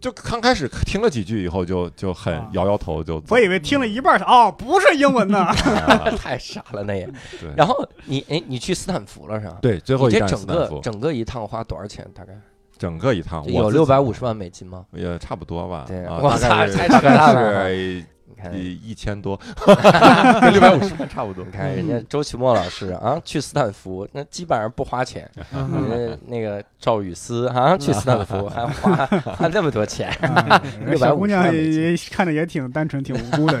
S4: 就刚开始听了几句以后就就很
S2: 啊
S4: 摇摇头就走，
S2: 我以为听了一半儿哦，不是英文 呐，
S4: 啊
S1: 太傻了那也。
S4: 对
S1: 然后你哎，你去斯坦福了是吧？
S4: 对最后
S1: 你
S4: 一
S1: 这
S4: 站
S1: 整
S4: 斯坦
S1: 个
S4: 福，
S1: 整个一趟花多少钱？大概
S4: 整个一趟
S1: 有六百五十万美金吗？
S4: 也差不多吧，
S1: 对
S4: 啊
S1: 我
S4: 大概
S1: 操
S4: 是
S1: 太扯
S4: 大
S1: 淡
S4: 概
S1: 了哎
S4: 是
S1: 你看
S4: 呃，一 千多，跟六百五十万差不多
S1: 你。看人
S4: 嗯
S1: 家周奇墨老师啊，去斯坦福那基本上不花钱。
S3: 嗯
S1: 人家那个赵雨思 啊，去斯坦福还花花那么多钱。
S2: 啊
S1: 650
S2: 小姑娘
S1: 万美金
S2: 也也看着也挺单纯，挺无辜 的。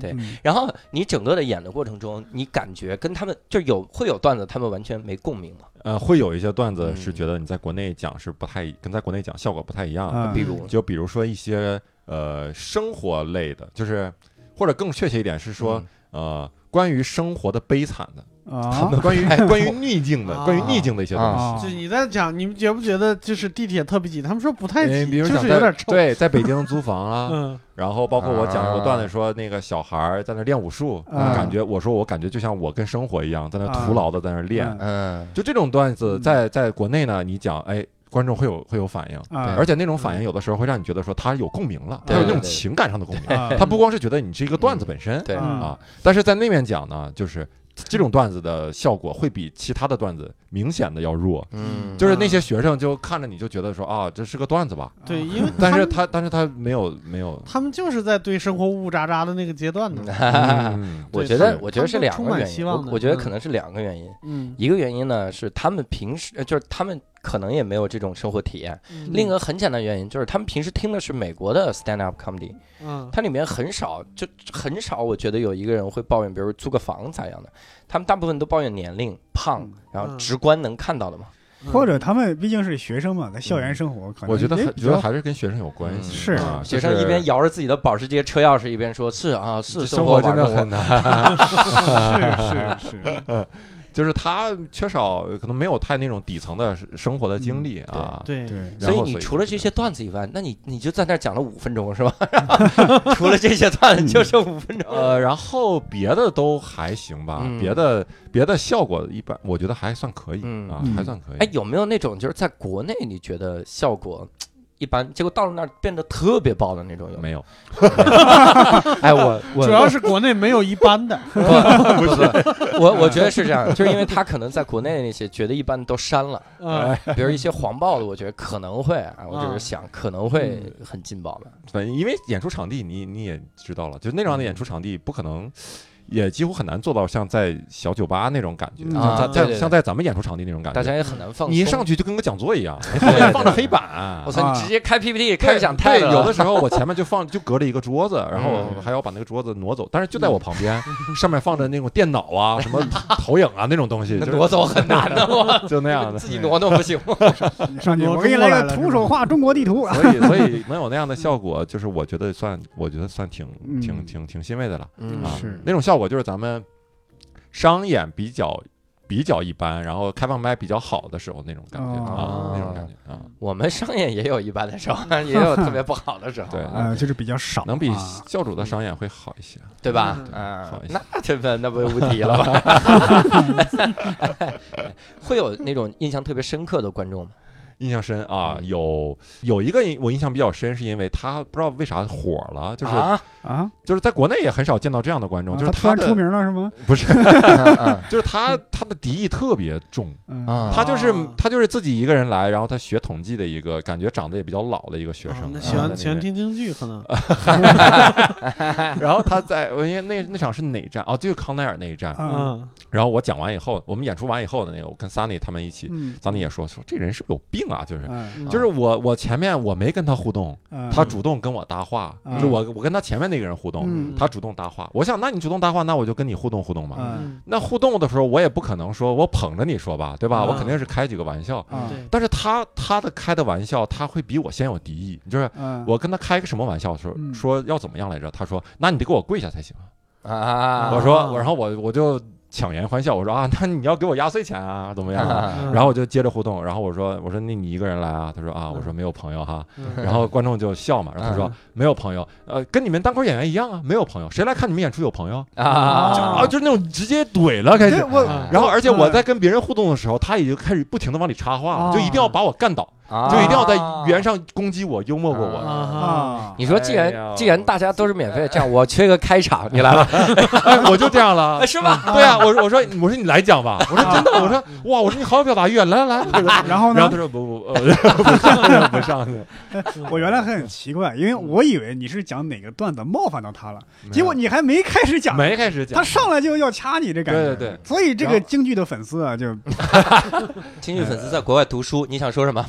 S1: 对
S2: 嗯
S1: 然后你整个的演的过程中，你感觉跟他们就有会有段子，他们完全没共鸣吗？
S4: 呃，会有一些段子是
S1: 嗯
S4: 觉得你在国内讲是不太跟在国内讲效果不太一样的，
S2: 啊
S1: 比如
S4: 嗯就比如说一些呃生活类的，就是或者更确切一点是说、呃关于生活的悲惨的，
S2: 啊，
S4: 关于关于逆境的，
S3: 啊
S4: 关于逆境的一些东西。
S2: 啊
S3: 就你在讲，你们觉不觉得就是地铁特别挤？他们说不太
S4: 因为
S3: 挤，
S4: 哎比如
S3: 就
S4: 讲
S3: 是有
S4: 在
S3: 点臭。
S4: 对，在北京租房啊，
S3: 嗯，
S4: 然后包括我讲过段子说那个小孩儿在那练武术，
S2: 啊
S4: 感觉我说我感觉就像我跟生活一样，在那徒劳的在那练，
S2: 啊
S1: 嗯，
S4: 就这种段子
S2: 嗯
S4: 在在国内呢，你讲哎。观众会有会有反应，
S2: 啊
S4: 哎而且那种反应有的时候会让你觉得说他有共鸣了，他
S1: 对
S4: 有那种
S1: 对对
S4: 情感上的共鸣。
S2: 啊
S1: 嗯
S4: 他不光是觉得你是一个段子本身，
S1: 对，
S2: 嗯
S4: 啊，但是在那边讲呢，就是这种段子的效果会比其他的段子明显的要弱。
S1: 嗯，
S4: 就是那些学生就看着你就觉得说啊，这是个段子吧，
S1: 嗯
S3: 对，因为
S4: 啊但是
S3: 他们
S4: 他但是他没有没 有，
S3: 他们就是在对生活呜呜喳喳的那个阶段呢。
S4: 嗯
S1: 我
S3: 对
S1: 觉
S3: 是
S1: 得我觉得
S3: 他
S1: 是
S3: 们都
S1: 两
S3: 充
S1: 个
S3: 满
S1: 原
S3: 希
S1: 因，
S3: 望
S1: 我
S3: 的
S1: 我觉得
S3: 嗯
S1: 可能是两个原因。
S3: 嗯，
S1: 一个原因呢是他们平时呃就是他们可能也没有这种生活体验，
S3: 嗯
S1: 另一个很简单的原因就是他们平时听的是美国的 stand up comedy，
S3: 嗯
S1: 它里面很少，就很少，我觉得有一个人会抱怨，比如租个房咋样的，他们大部分都抱怨年龄、胖
S2: 嗯，
S1: 然后
S3: 嗯
S1: 直观能看到的嘛。
S2: 或者他们毕竟是学生嘛，在校园生活，可能哎
S4: 我觉得
S2: 也
S4: 很
S2: 比
S4: 觉得
S2: 较
S4: 还是跟学生有关
S1: 嗯
S4: 系，
S2: 是
S4: 啊，
S1: 学
S4: 就
S1: 生一
S4: 是
S1: 边摇着自己的保时捷车钥匙，一边说：“是啊，是
S4: 生
S1: 活
S4: 活真的很
S1: 难。
S2: 是是是，
S4: 就是他缺少可能没有太那种底层的生活的经历
S1: 嗯
S4: 啊，
S3: 对，
S2: 对，
S4: 然
S1: 所
S4: 后
S1: 以你除了这些段子以外，那你你就在那儿讲了五分钟是吧？ 然后除了这些段子，就剩五分钟。
S4: 呃，然后别的都还行吧，
S1: 嗯
S4: 别的别的效果一般，我觉得还算可以、
S1: 嗯
S4: 啊，
S2: 嗯
S4: 还算可以。
S1: 哎，有没有那种就是在国内你觉得效果一般，结果到了那儿变得特别爆的那种有吗？
S4: 没有？
S1: 哎，我我
S3: 主要是国内没有一般的。
S1: 不不不， 我我觉得是这样，就是因为他可能在国内那些觉得一般都删了，
S3: 嗯
S4: 哎
S1: 比如一些黄暴的，我觉得可能会啊，我只是想可能会很劲爆吧。
S4: 反正因为演出场地你你也知道了，就那样的
S1: 嗯
S4: 演出场地不可能，也几乎很难做到像在小酒吧那种感觉，
S2: 嗯
S4: 像在、
S1: 啊对对
S4: 像
S1: 对
S4: 像在咱们演出场地那种感
S1: 大
S4: 觉。
S1: 家也很难放松。
S4: 你一上去就跟个讲 座一样，
S1: 对对对
S4: 放着黑板
S1: 我。操，
S2: 啊
S1: 你直接开 PPT
S4: 对
S1: 开始讲太
S4: 对
S1: 了，
S4: 有的时候我前面就放就隔着一个桌子，然后
S1: 嗯
S4: 还要把那个桌子挪走，但是就在我旁边，上面放着那种电脑 啊、什么投影啊那种东西，
S1: 那
S4: 就是
S1: 挪走很难的，我
S4: 就那样 的
S1: 自己挪挪不行吗？
S2: 你上去
S3: 挪
S2: 我给你
S3: 中
S2: 来
S3: 国来
S2: 个
S3: 了
S2: 徒手画中国地图啊，
S4: 所以，所以能有那样的效果，就是我觉得算，我觉得算挺
S2: 嗯
S4: 挺挺挺欣慰的了。
S1: 嗯
S4: 啊
S2: 是
S4: 那种效果就是咱们商演比较比较一般，然后开放麦比较好的时候那种感觉
S1: 哦
S4: 啊，那种感觉啊，
S1: 我们商业也有一般的时候，也有特别不好的时候，
S4: 对
S2: 呃，就是比较少啊，
S4: 能比教主的商演会好一些。
S1: 对吧？
S3: 嗯
S1: 啊
S4: 好意，思
S1: 那这不那不无敌了 吧？会有那种印象特别深刻的观众吗？
S4: 印象深啊，
S1: 嗯
S4: 有有一个印我印象比较深，是因为他不知道为啥火了，就是
S1: 啊，
S2: 啊，
S4: 就是在国内也很少见到这样的观众，
S2: 啊
S4: 就是
S2: 他突然
S4: 的
S2: 出名了是吗？
S4: 不是，
S1: 嗯
S4: 就是他他的敌意特别重。
S2: 嗯
S1: 嗯
S4: 他就是
S3: 啊
S4: 他就是自己一个人来，然后他学统计的一个，感觉长得也比较老的一个学
S3: 啊
S2: 哦
S4: 生。
S3: 那
S4: 啊
S3: 喜
S4: 在
S3: 欢
S4: 那
S3: 喜欢
S4: 边
S3: 听京剧，可能
S4: 然后他在，我因为那那场是哪站？哦，就是康奈尔那一站。
S2: 啊，
S3: 嗯
S4: 然后我讲完以后，我们演出完以后的那个，我跟 Sunny 他们一起
S2: 嗯
S4: ，Sunny 也说说这人是不是有病啊？就是
S2: 嗯
S4: 就是我我前面我没跟他互动，
S2: 嗯
S4: 他主动跟我搭话，
S2: 嗯
S4: 就我我跟他前面那个人互动，
S2: 嗯
S4: 他主动搭话。我想，那你主动搭话，那我就跟你互动互动嘛。
S2: 嗯
S4: 那互动的时候，我也不可能说我捧着你说吧，对吧？我
S3: 嗯
S4: 肯定是开几个玩笑。
S2: 啊
S3: 对
S4: 但是他他的开的玩笑，他会比我先有敌意。就是
S2: 嗯，
S4: 我跟他开个什么玩笑，说
S2: 嗯
S4: 说要怎么样来着？他说，那你得给我跪下才行。
S1: 啊，
S4: 我说，我然后我我就强颜欢笑，我说啊，那你要给我压岁钱啊，怎么样啊？
S1: 啊
S3: 嗯
S4: 然后我就接着互动，然后我说我说那你一个人来啊？他说啊，我说没有朋友哈。
S3: 嗯
S4: 然后观众就笑嘛，然后他说没有朋友，呃，跟你们单口演员一样啊，没有朋友，谁来看你们演出有朋友就啊？
S1: 啊，
S4: 就是那种直接怼了开始
S2: 对。我
S4: 然后，而且我在跟别人互动的时候，他已经开始不停的往里插话了，
S2: 啊
S4: 就一定要把我干倒。
S1: 啊
S4: 就一定要在语言上攻击我、幽默过我。
S3: 啊
S2: 啊，
S5: 你说，既然、
S4: 哎呀
S5: 既然大家都是免费，这样我缺个开场，你来吧，，
S4: 哎，我就这样 了
S5: 是吧？
S4: 对啊，我说我说我说你来讲吧，我说真 的，我说哇，我说你好有表达欲，啊，来来来，
S2: 然后
S4: 然后
S2: 呢
S4: 他？说不不呃不上不上 去，
S2: 我原来很奇怪，因为我以为你是讲哪个段子冒犯到他了，结果你还没开始讲，
S4: 没开始讲，
S2: 他上来就要掐你，这感觉。
S4: 对对对
S2: 所以这个京剧的粉丝啊， 就
S1: 京剧粉丝在国外读书，你想说什么？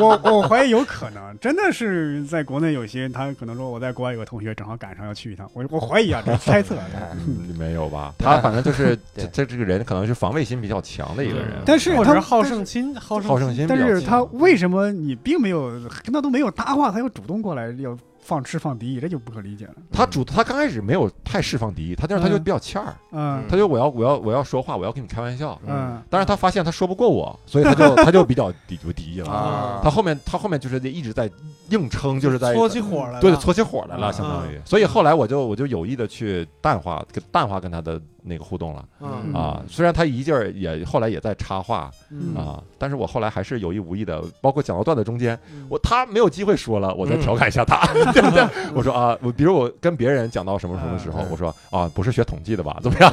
S2: 我我怀疑有可能真的是在国内有些他可能说我在国外有个同学正好赶上要去一趟，我我怀疑啊，这是猜测啊。
S4: 嗯没有吧？ 他反正就是
S1: 对
S4: 这这这个人可能是防卫心比较强的一个人，
S2: 但是
S3: 或者是
S2: 他
S3: 好胜心，好胜
S4: 好胜
S3: 心。
S4: 心比较
S2: 但
S4: 强。
S2: 是他为什么你并没有跟他都没有搭话，他又主动过来要放吃放敌意，这就不可理解了。
S4: 他主他刚开始没有太释放敌意，他但是他就
S2: 嗯
S4: 比较欠儿，
S2: 嗯
S4: 他就我要我要我要说话，我要跟你开玩笑。
S2: 嗯
S4: 但是他发现他说不过我，所以他 就他就比较敌有敌意了。
S1: 啊
S4: 嗯他后面他后面就是一直在硬撑，就是在
S3: 搓起火来了，
S4: 对搓起嗯火来
S2: 啊
S4: 了，相当于。所以后来我就我就有意的去淡化跟淡化跟他的那个互动了
S3: 嗯
S4: 啊。虽然他一劲儿也后来也在插话
S3: 嗯
S4: 啊，但是我后来还是有意无意的，包括讲到段的中间，
S3: 嗯
S4: 我他没有机会说了，我再调侃一下他，
S1: 嗯
S4: 对不对？我说啊，我比如我跟别人讲到什么什么时候，
S1: 嗯
S4: 我说啊，不是学统计的吧？怎么样？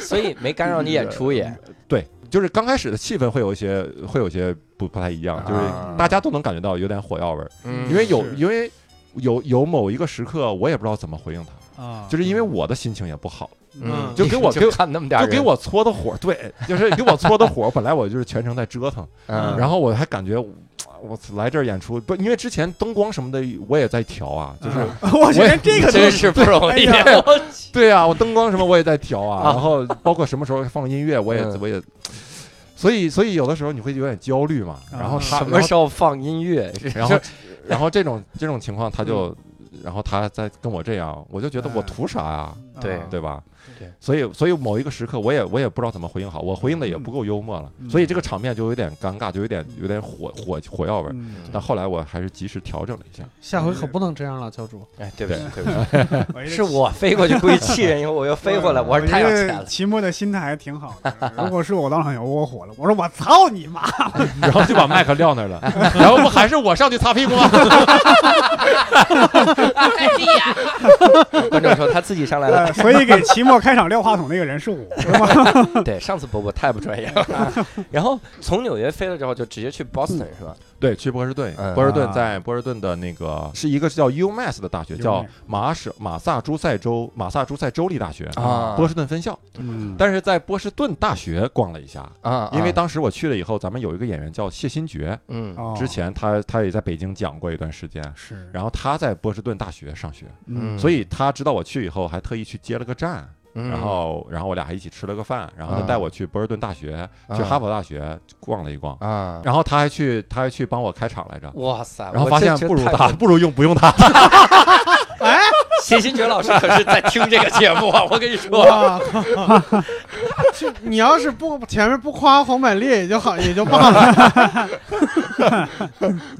S1: 所以没干扰你演出也，
S4: 对，就是刚开始的气氛会有一些，会有一些不不太一样，就是
S1: 啊
S4: 大家都能感觉到有点火药味儿，
S1: 嗯
S4: 因为有
S2: 是
S4: 因为有有某一个时刻，我也不知道怎么回应他，
S2: 啊
S4: 就是因为我的心情也不好，
S1: 嗯
S4: 就 给我
S1: 就看那么点儿
S4: 就
S1: 嗯人，
S4: 给我搓的火，对，就是给我搓的火， 本来我就是全程在折腾，
S1: 嗯，
S4: 然后我还感觉我我来这儿演出不，因为之前灯光什么的我也在调 啊，就是。
S1: 嗯
S2: 我觉得这个
S1: 真是不容易，啊
S2: 哎
S1: 我
S4: 对啊，我灯光什么我也在调啊，
S1: 啊
S4: 然后包括什么时候放音乐，我也
S1: 嗯
S4: 我也，所以所以有的时候你会有点焦虑嘛，
S2: 啊
S4: 然后他
S1: 什 么时候放音 乐？
S4: 然后然后这种这种情况他
S1: 嗯
S4: 就，然后他再跟我这样，我就觉得我图啥呀，
S2: 啊
S1: 对
S4: 对吧？
S1: 嗯对，
S4: 所以所以某一个时刻我也我也不知道怎么回应好，我回应的也不够幽默了，
S2: 嗯
S4: 所以这个场面就有点尴尬，就有点有点火火火药味儿。
S2: 嗯，
S4: 但后来我还是及时调整了一下，
S3: 下回可不能这样了，教主。
S1: 哎，对不起，对不起。
S2: 我觉得
S1: 是我飞过去故意气人，以后我又飞回来，我是太有钱
S2: 我觉得
S1: 了。
S2: 齐墨的心态还挺好的。如果是我当场有我火了，我说我操你妈！
S4: 然后就把麦克撂那 儿了，然后不还是我上去擦屁股吗？
S1: 观众说他自己 上来 了，
S2: 呃所以给齐墨开场撂话筒那个人是我，是吧？
S1: 对，上次伯伯太不专业了。 然后从纽约飞了之后，就直接去 Boston 是吧？
S4: 对，去波士顿
S1: 嗯，
S4: 波士顿
S2: 啊
S4: 在波士顿的那个是一个叫 UMass 的大学，叫
S2: UMass
S4: 马舍马萨诸塞州马萨诸塞州立大学
S1: 啊
S4: 波士顿分校。
S2: 嗯，
S4: 但是在波士顿大学逛了一下，
S1: 啊
S4: 因为当时我去了以后，咱们有一个演员叫谢新觉，
S1: 嗯
S2: 哦
S4: 之前他他也在北京讲过一段时间，
S2: 是，
S4: 然后他在波士顿大学上学，
S1: 嗯
S4: 所以他知道我去以后，还特意去接了个站，
S1: 嗯
S4: 然后然后我俩还一起吃了个饭，然后
S1: 啊
S4: 他带我去波士顿大学、去
S1: 啊
S4: 哈佛大学逛了一逛，
S1: 啊，
S4: 然后他还去他还去帮我开场来着。
S1: 哇塞！
S4: 然后
S1: 我
S4: 发
S1: 这
S4: 现
S1: 这
S4: 不如
S1: 太
S4: 他，不如用不 用他。
S1: 谢新觉老师可是在听这个节目啊！我跟你说，
S3: 哇， 就你要是不前面不夸黄百烈也就好也就 罢了。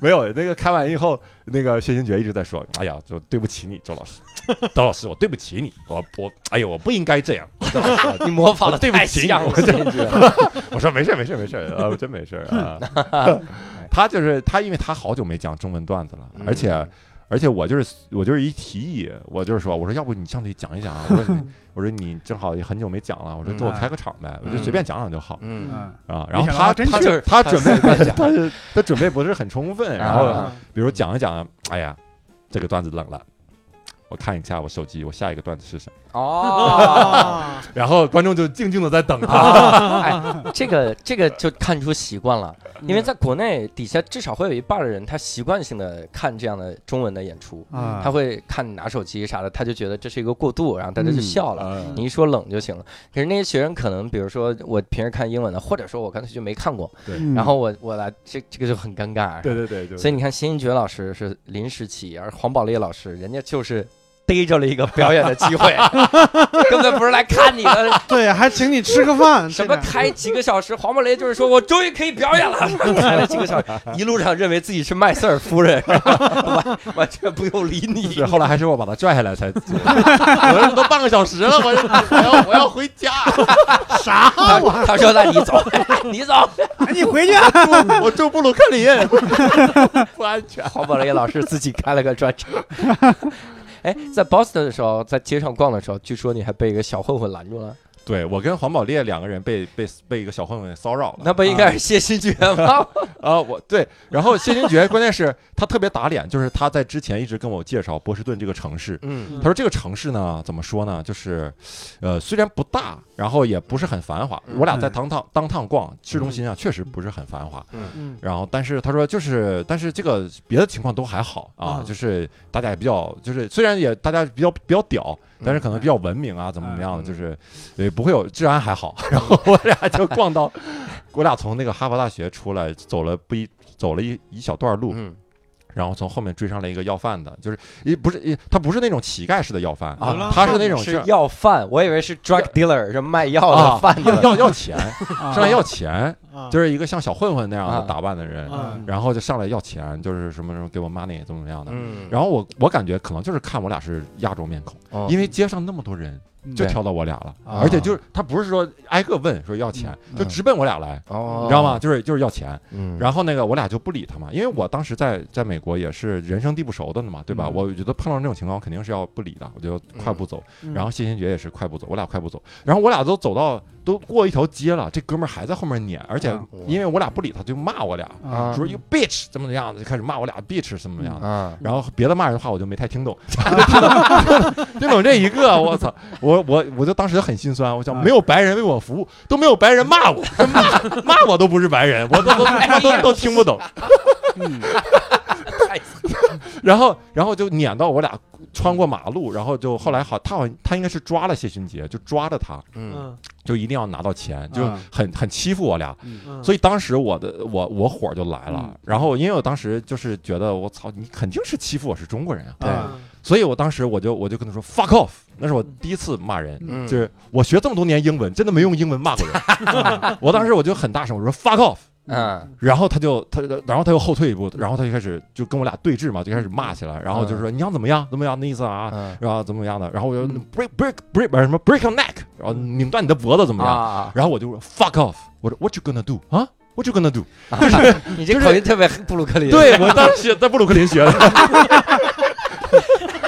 S4: 没有那个开完以后，那个谢新觉一直在说：“哎呀，就对不起你，周老师， 周老师，我对不起你，我我哎呦，我不应该这样。周老师 我
S1: 你模仿的
S4: 对不
S1: 太
S4: 起
S1: 像了，
S4: 我
S1: 谢新觉了。
S4: 我说没事儿没事儿没事儿啊，我真没事儿啊。 他就是他，因为他好久没讲中文段子
S1: 嗯
S4: 了，而且而且我就是我就是一提议，我就是说我说要不你上去讲一讲啊，我说你 我说你正好也很久没讲了，我说
S1: 嗯
S4: 给我开个场呗，我就随便讲讲就好
S1: 嗯，
S2: 嗯，
S4: 啊。然后
S2: 没想到
S4: 他
S2: 真
S4: 他
S2: 去
S4: 就是他准备
S1: 他随便
S4: 他是他准备不是很充分，然后
S1: 啊
S4: 比如讲一讲，哎呀，这个段子冷了。我看一下我手机，我下一个段子是什么？
S1: 哦，
S3: 啊
S4: 然后观众就静静的 在等他。
S1: 哎，这个这个就看出习惯了，因
S4: 嗯
S1: 为在国内底下至少会有一半的人，他习惯性的看这样的中文的演出，
S2: 啊，
S1: 他会看你拿手机啥的，他就觉得这是一个过渡，然后大家就
S4: 嗯
S1: 笑了。
S4: 嗯
S1: 你一说冷就行了，可是那些学生可能，比如说我平时看英文的，或者说我干脆就没看过，
S2: 嗯
S1: 然后我我来这这个就很尴尬。啊
S4: 对对对对，
S1: 所以你看，辛一觉老师是临时起意，而黄宝烈老师人家就是逮着了一个表演的机 会，根本不是来看你的。
S3: 对，还请你吃个 饭，
S1: 什么
S3: 这俩
S1: 开几个小时？黄渤雷就是说我终于可以表演了， 开了几个小时，一路上认为自己是麦瑟尔夫人，完完全不用理你。
S4: 是后来还是我把他拽下来才， 我说都半个小时了，我我要我要回家，
S2: 啥
S1: 他
S2: 玩意儿？
S1: 他说那你走， 你走。
S2: 哎你回去。
S4: 住我住布鲁克林，不安全。
S1: 黄宝雷老师自己开了个专场。 哎，在 Boston 的时候，在街上逛的时候，据说你还被一个小混混拦住了，
S4: 对我跟黄宝烈两个人被被被一个小混混骚扰了，
S1: 那不应该是谢新觉吗？
S4: 啊，我对，然后谢金爵，关键是他特别打脸，就是他在之前一直跟我介绍波士顿这个城市。
S1: 嗯
S4: 他说这个城市呢，怎么说呢？就是，呃，虽然不大，然后也不是很繁华。我俩在
S2: 嗯
S4: 当趟当趟逛市中心啊，确实不是很繁华。
S3: 嗯
S4: 然后，但是他说就是，但是这个别的情况都还好
S1: 嗯
S4: 啊，
S3: 啊
S4: 就是大家也比较，就是虽然也大家比较比较屌，但是可能比较文明啊，怎么怎么样的，
S1: 嗯
S4: 就是也不会有治安 还好。然后我俩就逛到，我俩从那个哈佛大学出来，走了不一走了一一小段路，
S1: 嗯
S4: 然后从后面追上来一个要饭的，就是一不是一他不是那种乞丐式的要饭
S1: 啊
S4: 他是那种
S1: 是要饭，我以为是 drug dealer，是卖药
S4: 啊
S1: 的贩子。
S4: 要 要钱，上来要钱，
S3: 啊
S4: 就是一个像小混混那样
S1: 啊
S4: 的打扮的人，
S3: 啊
S4: 然后就上来要钱，就是什么什么给我 money 怎么怎么样的。
S1: 嗯
S4: 然后我我感觉可能就是看我俩是亚洲面孔，
S1: 后
S4: 因为街上那么多人，就
S1: 嗯对
S4: 挑到我俩了，
S1: 啊
S4: 而且就是他不是说挨个问说要钱，就直奔我俩来，
S1: 哦
S4: 你知道吗？？就是就是要钱。
S1: 嗯，
S4: 然后那个我俩就不理他嘛，因为我当时在在美国也是人生地不熟的呢嘛，对吧？
S2: 嗯
S4: 我觉得碰到这种情况我肯定是要不理的，我就快步走。
S3: 嗯
S4: 然后谢新觉也是快步走，我俩快步走，然后我俩都走到都过一条街了，这哥们儿还在后面撵，而且
S2: 啊
S1: 嗯
S4: 因为我俩不理他，就骂我俩，
S1: 啊
S4: 说 you bitch 怎么怎么样的，就开始骂我俩 bitch 怎么怎么样的。
S1: 啊，
S4: 然后别的骂人的话我就没太听懂， 听懂听懂这一个，我操，我我我就当时很心酸，我想
S2: 啊
S4: 没有白人为我服务，都没有白人骂我，骂骂我都不是白人，我都都都都听不懂。
S2: 嗯
S4: 然后然后就撵到我俩穿过马路，然后就后来好，他好像他应该是抓了谢勋杰，就抓着他，
S1: 嗯
S3: 嗯
S4: 就一定要拿到钱，就
S2: 啊
S4: 很很欺负我俩。
S2: 嗯
S3: 嗯，
S4: 所
S3: 以
S4: 以当时我的我我火就来了
S2: 嗯，
S4: 然后因为我当时就是觉得我操，你肯定是欺负我是中国人啊，
S1: 嗯
S2: 对
S3: 哎
S4: 所以我当时我就我就跟他说 fuck off，那是我第一次骂人，
S1: 嗯
S4: 就是我学这么多年英文，真的没用英文骂过人。我当时我就很大声我说 fuck off，
S1: 嗯
S4: 然后他就他然后他又后退一步，然后他就开始就跟我俩对峙嘛，就开始骂起来，然后就说你想怎么样怎么样那意思啊，
S1: 嗯
S4: 然后怎么样的，然后我就
S2: 嗯
S4: break break break 不是什么 break your neck，然后拧断你的脖子怎么样，
S1: 啊，
S4: 然后我就说 fuck off，我说 what you gonna do 啊，what you gonna do，
S1: 你这口音特别布鲁克林。
S4: 对我当时在布鲁克林学的。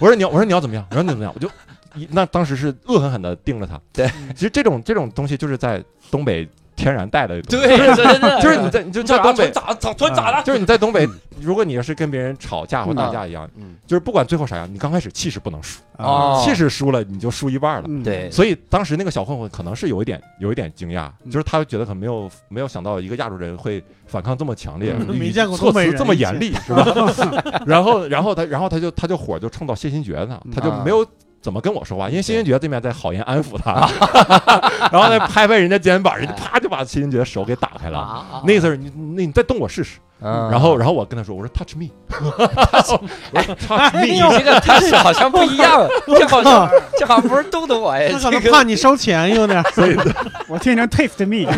S4: 我说你要，我说你要怎么样？我说你怎么样？我就一那当时是恶狠狠的盯着他。
S1: 对，
S4: 其实这种这种东西就是在东北天然带的东西。
S1: 对，真的
S4: 就是你在你就在东北，
S1: 咋咋咋咋了？
S4: 就是你在东北，如果你要是跟别人吵架或打架一样，
S1: 嗯
S4: 就是不管最后啥样，你刚开始气势不能输，
S2: 啊
S1: 哦
S4: 气势输了你就输一半了。
S2: 嗯
S1: 对
S4: 所以当时那个小混混可能是有一点有一点惊讶，
S2: 嗯
S4: 就是他觉得可能没有没有想到一个亚洲人会反抗这么强烈，
S1: 嗯
S4: 语
S2: 没见过
S4: 措
S2: 东北
S4: 辞
S2: 人
S4: 这么 严厉，是吧？ 然后然后他然后他就他就火就冲到谢新觉呢，他
S1: 嗯
S4: 就没有。
S1: 啊
S4: 怎么跟我说话？因为谢新觉这面在好言安抚他， 然后呢拍拍人家肩膀，人家啪就把谢新觉手给打开了。
S1: 啊
S4: 那意思是你你你再动我试试。
S1: 嗯
S4: 然后然后我跟他说，我说 touch me，我说 touch
S3: 哎
S1: 哎你
S4: me，
S1: 这个他是好像不一样， 这好像这好像不是动动我哎，
S3: 他可
S1: 这
S3: 能
S1: 个
S3: 怕你收钱 有点儿，
S2: 我听成 taste me，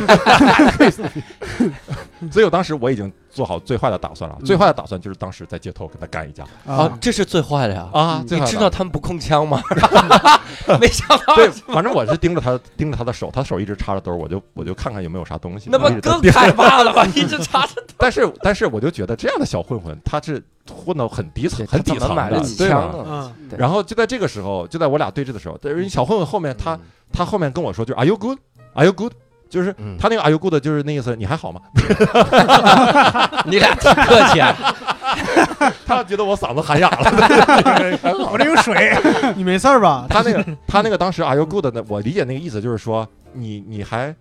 S4: 所以我当时我已经做好最坏的打算了。
S1: 嗯
S4: 最坏的打算就是当时在街头跟他干一架
S1: 啊，这是最坏的呀！
S2: 嗯
S4: 啊！嗯最
S1: 你
S4: 坏的
S1: 知道他们不控枪 吗？ 没想到，
S4: 对，反正我是盯着他，盯着他的手，他手一直插着兜儿，我就我就看看有没有啥东西。
S1: 那不
S4: 我一直
S1: 更
S4: 盯
S1: 害怕了吧？一直插着，
S4: 但是但是我就觉得这样的小混混，他是混到很底层，很底
S1: 怎么
S4: 层
S1: 买得
S4: 的
S1: 起，
S4: 对
S1: 枪
S4: 吧？
S1: 呢？
S3: 嗯
S1: 对
S4: 然后就在这个时候，就在我俩对峙的时候，但是小混混后面他他后面跟我说就是 Are you good? Are you good? 就是
S1: 嗯
S4: 他那个 Are you good 就是那意思，你还好吗？
S1: 你俩挺客气 啊，
S4: 他觉得我嗓子喊哑了。
S2: 我这有水，
S3: 你没事儿吧？
S4: 他那个他那个当时 Are you good 的，我理解那个意思就是说你你还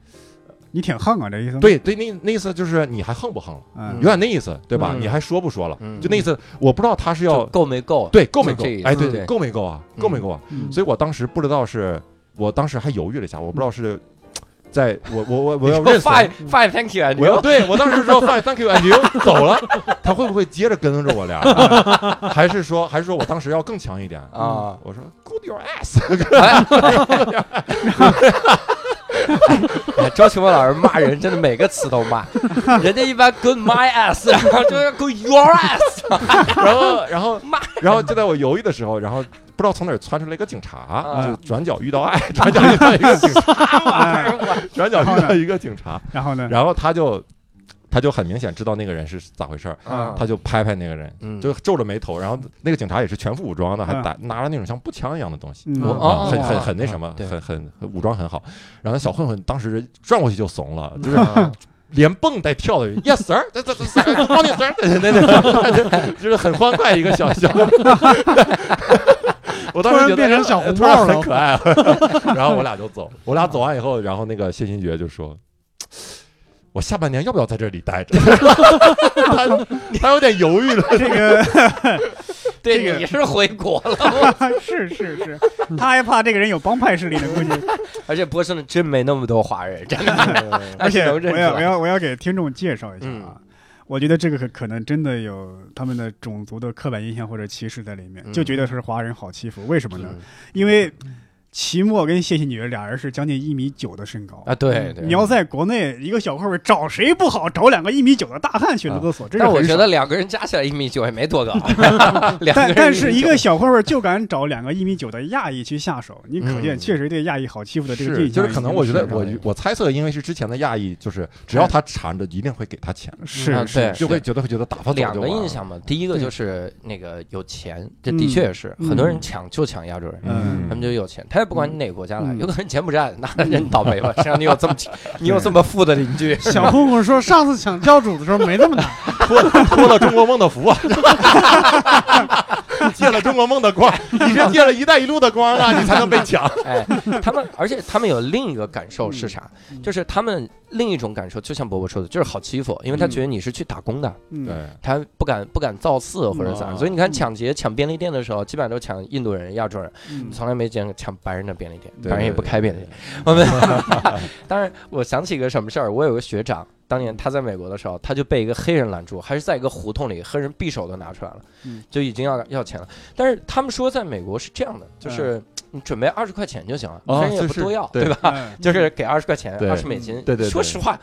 S2: 你挺横啊，这意思。，
S4: 对对那那意思就是你还横不横了？
S2: 嗯
S4: 有，点那意思，对吧？
S1: 嗯
S4: 你还说不说了？
S1: 嗯
S4: 就那意思，我不知道他是
S1: 就
S4: 要
S1: 够没够？
S4: 对够没
S1: 就
S4: 够
S1: 这意？思
S4: 哎，对
S1: 对
S4: 够没够啊？够没够啊？
S2: 嗯
S4: 所以我当时不知道是，我当时还犹豫了一下，我不知道是在我我我我要认怂，
S1: Five five thank you，啊
S4: 我要对我当时说 fine thank you and you 走了，他会不会接着跟着我聊？啊 还是说还是说我当时要更强一点？
S1: 啊，
S4: 我说 good your ass，
S1: 哎周奇墨老师骂人真的每个词都骂，人家一般 good my ass，然后就是 good your ass，
S4: 然后然后
S1: 骂
S4: 然后就在我犹豫的时候，然后不知道从哪儿窜出来一个警察，
S2: 嗯
S1: 啊
S4: 就转角遇到爱，转角遇到一个警察，
S2: 哎
S4: 转角遇到一个警察，
S2: 然后呢？
S4: 然后他就他就很明显知道那个人是咋回事儿，
S2: 嗯
S1: 啊
S4: 他就拍拍那个人，
S1: 嗯
S4: 就皱着眉头，然后那个警察也是全副武装的，还打拿着那种像步枪一样的东西。
S2: 嗯
S1: 我
S4: 啊，
S1: 哦
S4: 很
S1: 哦
S4: 很
S1: 哦
S4: 很那什么，
S1: 对
S4: 很很很武装很好。然后小混混当时转过去就怂了， 就是
S1: 啊
S4: 连蹦带跳的，yes sir，这这这 sir，帮你 sir，对对对， 就是很欢快一个小小。我当
S3: 突然
S4: 时觉得
S3: 变成
S4: 哎
S3: 小红
S4: 突然
S3: 帽了
S4: 很可爱。 然后我俩就走，我俩走完以后，然后那个谢新觉就说：“我下半年要不要在这里待着？” 他他有点犹豫了，
S2: 这个 这
S1: 对，
S2: 个
S1: 你是回国了，
S2: 是是是，他还怕这个人有帮派势力呢，估计。
S1: 而且波士顿真没那么多华人，真的， 嗯
S2: 而且
S1: 但是能
S2: 我
S1: 认
S2: 要
S1: 出
S2: 我
S1: 来。
S2: 要我要给听众介绍一下啊，我觉得这个可可能真的有他们的种族的刻板印象或者歧视在里面，
S1: 嗯
S2: 就觉得是华人好欺负。为什么呢？
S1: 嗯
S2: 因为齐墨跟谢欣女俩人是将近一米九的身高。
S1: 啊，对对
S2: 嗯你。要在国内一个小混混找谁不好，找两个一米九的大汉去勒索，这是
S1: 啊但我
S2: 很
S1: 觉
S2: 少
S1: 得两个人加起来一米九也没 多高，两个
S2: 但
S1: 人
S2: 但是一
S1: 米九
S2: 个小混混就敢找两个一米九的亚裔去下手，你可见
S4: 嗯
S2: 确实对亚裔好欺负的这个
S4: 是
S2: 印象
S4: 就
S2: 已经深了。
S4: 是可能我觉得我
S1: 是
S4: 我猜测，因为是之前的亚裔，就是只要他缠着，一定会给他钱，
S2: 是
S1: 啊
S2: 是
S1: 对
S4: 就会觉得会觉得打发走就
S1: 两个
S4: 完了
S1: 印象嘛，第一个
S2: 对
S1: 就是那个有钱，这
S2: 嗯
S1: 的确也是
S2: 嗯
S1: 很多人抢就抢亚洲人，
S2: 嗯
S1: 他们就有钱，他也不管你哪个国家来，
S2: 嗯
S1: 有可能柬埔寨那人倒霉了，谁让你有这么穷你有这么富的邻居，
S3: 小混混说，上次抢教主的时候没那么难，
S4: 托托了中国梦的福啊，借了中国梦的光，你是借了“一带一路”的光啊，你才能被抢。
S1: 哎，他们而且他们有另一个感受是啥
S3: 嗯？
S1: 就是他们另一种感受，就像伯伯说的，就是好欺负，因为他觉得你是去打工的，
S2: 嗯，
S4: 啊
S1: 他不敢不敢造次或者咋样，
S4: 嗯
S1: 所以你看抢劫抢便利店的时候，基本上都抢印度人、亚洲人，
S2: 嗯
S1: 从来没见过抢白人的便利店，
S4: 对
S1: 白人也不开便利店。 我们当然，我想起一个什么事儿，我有个学长，当年他在美国的时候，他就被一个黑人拦住，还是在一个胡同里，黑人匕首都拿出来了
S2: 嗯，
S1: 就已经要要钱了。但是他们说，在美国是这样的，就是你准备二十块钱就行了，
S4: 嗯哦
S1: 黑人也不
S4: 就是
S1: 多要，
S4: 对
S1: 对吧？
S2: 哎
S1: 就是给二十块钱，
S4: 对
S1: 二十美金。
S4: 对对对
S1: 说实话，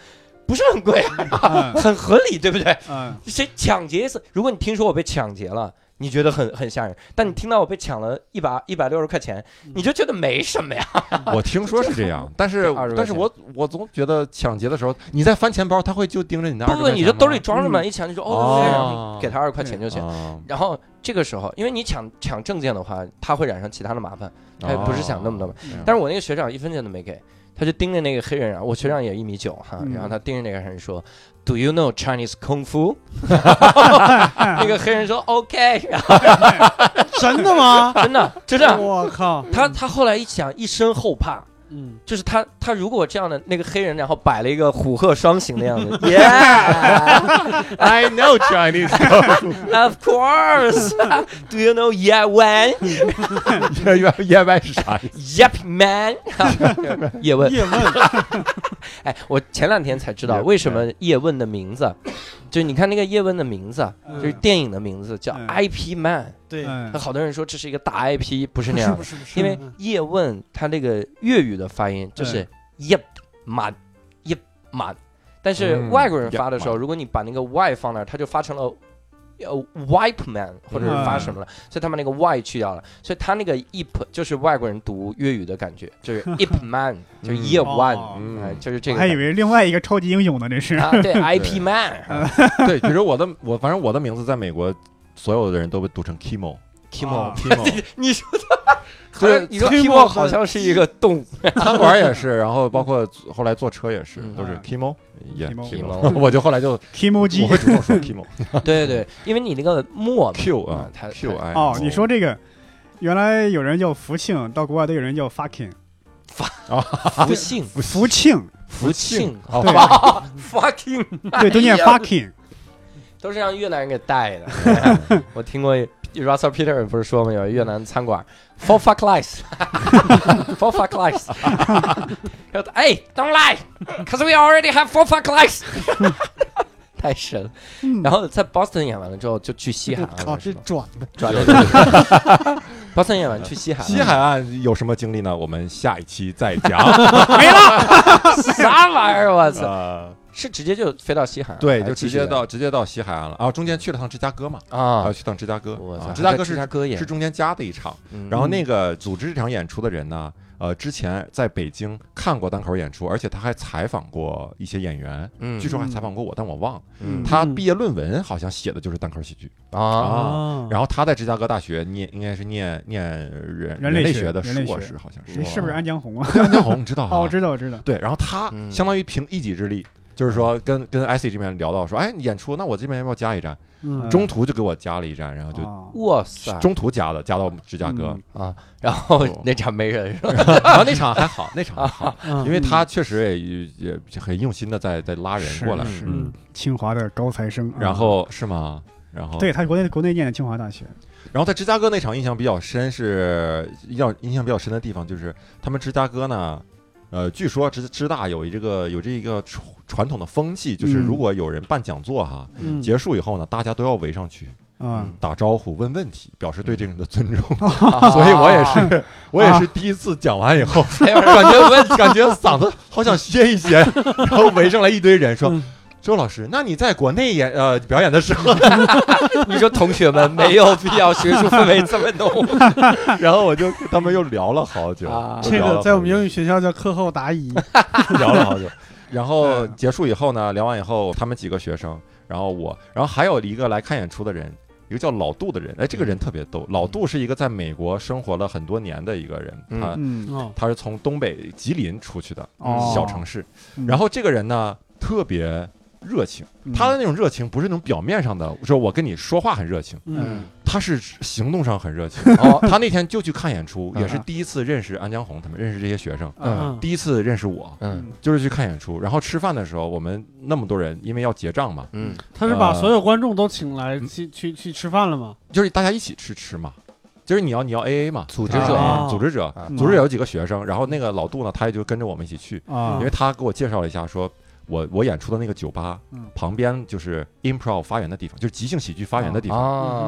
S1: 不是很贵，啊
S2: 嗯
S1: 很合理，对不对？
S2: 嗯
S1: 谁抢劫一次？如果你听说我被抢劫了，你觉得很很吓人，但你听到我被抢了一百一百六十块钱，你就觉得没什么呀。
S4: 我听说是 这样，但是
S1: 20块钱
S4: 但是我我总觉得抢劫的时候，你在翻钱包，他会就盯着你那
S1: 不
S4: 20
S1: 不，
S4: 块钱吗。
S1: 你就兜里装着嘛，一抢就说哦，
S4: 哦
S1: 然后给他二十块钱就行。
S4: 啊，
S1: 然后这个时候，因为你抢抢证件的话，他会染上其他的麻烦，他哎也不是想那么多嘛。
S2: 嗯
S4: 哦
S1: 但是我那个学长一分钱都没给，他就盯着那个黑人啊，我学长也一米九哈，
S2: 嗯
S1: 然后他盯着那个黑人说。Do you know Chinese kung fu？那个黑人说 OK，然后
S3: 真 的吗？
S1: 真的真的，
S3: 我靠，
S1: 他他后来一想，一身后怕，
S3: 嗯，
S1: 就是他，他如果这样的那个黑人，然后摆了一个虎鹤双形的样子，Yeah,
S4: 啊 I know Chinese，
S1: of course. Do you know Yeah Wan?
S4: 叶叶叶外是啥意思？
S1: Yep, man. 叶问，
S3: 叶问，
S1: 哎，我前两天才知道
S4: Yep,
S1: 为什么叶问的名字，就是你看那个叶问的名字，啊
S3: 嗯
S1: 就是电影的名字叫
S2: 嗯
S1: IP Man。
S3: 对，
S2: 嗯
S1: 那好多人说这是一个大 IP，不是那
S3: 是
S1: 样
S3: 不
S1: 的，
S3: 是不是？
S1: 因为
S3: 嗯
S1: 叶问他那个粤语的发音就是 Yep Man Yep Man，但是
S4: 嗯
S1: 外国人
S4: Yep
S1: 发的时候，
S4: Man
S1: 如果你把那个 Y 放那儿，它就发成了。呃，wipe man，或者是发什么了，所以他把那个 y 去掉了，所以他那个 ip 就是外国人读粤语的感觉，就是 ip man，就是
S4: 嗯
S1: year
S2: 哦
S1: one，
S4: 嗯
S1: 哎，就是这
S2: 我
S1: 个
S2: 还
S1: 感
S2: 以
S1: 觉。
S2: 为另外一个超级英雄呢，这是。
S1: 啊，对 ip man，
S4: 对，比如我的我反正我的名字在美国，所有的人都被读 成 Kimo。
S2: 啊
S4: Kimo，
S1: 你说
S4: 所以
S1: 的，你说
S3: Kimo
S1: Kimo 好像是一个动物
S4: 餐馆也是，然后包括后来坐车也是，
S1: 嗯
S4: 都是
S2: 啊
S4: Kimo，也
S2: Kimo
S4: Kimo。我 就后来就
S2: Kimoji
S4: 我会主动说 Kimo
S1: 对对对，因为你那个墨嘛
S4: Q 啊
S1: 他
S4: ，Q I
S2: 哦，你说这个，原来有人叫福庆，到国外都有人叫 fucking
S4: 啊
S1: 不幸
S2: 福庆，
S1: 福庆，
S4: 哦
S1: 好
S2: 对
S1: 吧 ，fucking，
S2: 对，都念
S1: 哎呀
S2: fucking，
S1: 都是让越南人给带的。我听过 Russell Peter 不是说吗？有一越南餐馆 For fuck lies，For fuck lies，他说哎，Don't lie，cause we already have for fuck lies 。 太神了！
S4: 嗯
S1: 然后在 Boston 演完了之后，就去西海 岸
S3: 靠，
S1: 了，
S3: 哦
S1: 是
S3: 这
S1: 吧
S3: 转的，
S1: 转了一个。Boston 演完去西海岸，
S4: 西海岸有什么经历呢？我们下一期再讲。
S1: 啥玩意儿？我操！
S4: 呃，
S1: 是直接就飞到西海岸？还
S4: 对，就是直
S1: 继续
S4: 接到直接到西海岸了啊！中间去了趟芝加哥嘛，
S1: 啊
S4: 啊，！去趟芝加哥
S1: 我，操！
S4: 啊芝加哥
S1: 芝加
S4: 是
S1: 哥演
S4: 是，中间加的一场。
S1: 嗯
S4: 然后那个组织这场演出的人呢，呃，之前在北京看过单口演出，而且他还采访过一些演员，
S1: 嗯
S4: 据说还采访过我，但我忘了。
S1: 嗯
S4: 他
S3: 嗯
S4: 毕业论文好像写的就是单口喜剧。
S1: 啊
S3: 嗯
S4: 啊然后他在芝加哥大学念，应该是念念人
S2: 人类
S4: 类
S2: 学
S4: 的
S2: 人类
S4: 硕
S2: 学
S4: 士，好像是
S2: 你。是不是安江红啊？
S4: 张江红，你知道啊
S2: 哦，我知道，我知道。
S4: 对，然后他
S1: 嗯
S4: 相当于凭一己之力，就是说跟跟 IC 这边聊到说，哎，你演出，那我这边要不要加一站？
S3: 嗯，
S4: 中途就给我加了一站，然后就
S2: 就
S1: 哇塞！
S4: 中途加的，加到芝加哥
S2: 哦嗯。啊
S1: 啊，然后
S4: 哦
S1: 那场没人是吧？
S4: 然后那场还 好，那场还好，因
S2: 嗯
S3: 因
S4: 为他确实也也也很用心的在在拉人过来。
S2: 是
S4: 嗯，
S2: 清华的高材生啊，
S4: 然后是吗？然后
S2: 对他国内国内念的清华大学，
S4: 然后在芝加哥那场印象比较深是要印象比较深的地方就是他们芝加哥呢，呃，据说芝芝大有一这个有这一个传传统的风气，就是
S2: 嗯
S4: 如果有人办讲座哈，
S3: 嗯
S4: 结束以后呢，大家都要围上去
S2: 啊，
S4: 打招呼、问问题，表示对这个人的尊重。
S3: 嗯
S1: 啊
S4: 所以我也 是， 我也是第一次讲完以后，
S1: 没有人
S3: 啊
S4: 感觉 我感觉嗓子好想歇一歇，然后围上来一堆人说。
S3: 嗯
S4: 周老师，那你在国内演呃表演的 时候，
S1: 你说同学 们没有必要学术氛围这么浓
S4: 然后我就跟他们又聊了好久，
S1: 啊
S4: 就
S3: 这
S4: 聊了
S3: 个
S4: 好
S3: 在我们
S4: 久
S3: 英语学校叫课后 答疑，
S4: 聊了好久。然后结束以后呢，聊完以后，他们几个学生，然后我，然后还有一个来看演出的人，一个叫老杜的人。哎，这个人特别逗。老杜是一个在美国生活了很多年的一个人，
S1: 嗯
S4: 他
S2: 嗯，
S3: 哦，
S4: 他是从东北吉林出去的
S2: 哦
S4: 小城市。
S2: 嗯
S4: 然后这个人呢，特别热情。
S2: 嗯
S4: 他的那种热情不是那种表面上的，说我跟你说话很热情，
S3: 嗯，
S4: 他是行动上很热情。
S1: 哦，
S4: 他那天就去看演出，
S1: 嗯
S4: 也是第一次认识安江红他们，认识这些学生，
S3: 嗯
S4: 第一次认识我。
S1: 嗯
S4: 就是去看演出，然后吃饭的时候，我们那么多人，因为要结账嘛，
S1: 嗯
S3: 他是把
S4: 呃
S3: 所有观众都请来
S4: 嗯
S3: 去去去吃饭了吗？
S4: 就是大家一起吃吃嘛，就是你要你要 A A 嘛，
S1: 组织
S4: 就是
S1: 者
S2: 哦
S3: 啊
S4: 组织者
S1: 啊，
S2: 嗯
S4: 组织者有几个学生，然后那个老杜呢，他也就跟着我们一起去，
S2: 啊
S4: 因为他给我介绍了一下，说我我演出的那个酒吧
S2: 嗯
S4: 旁边就是 improv 发源的地方，就是即兴喜剧发源的地方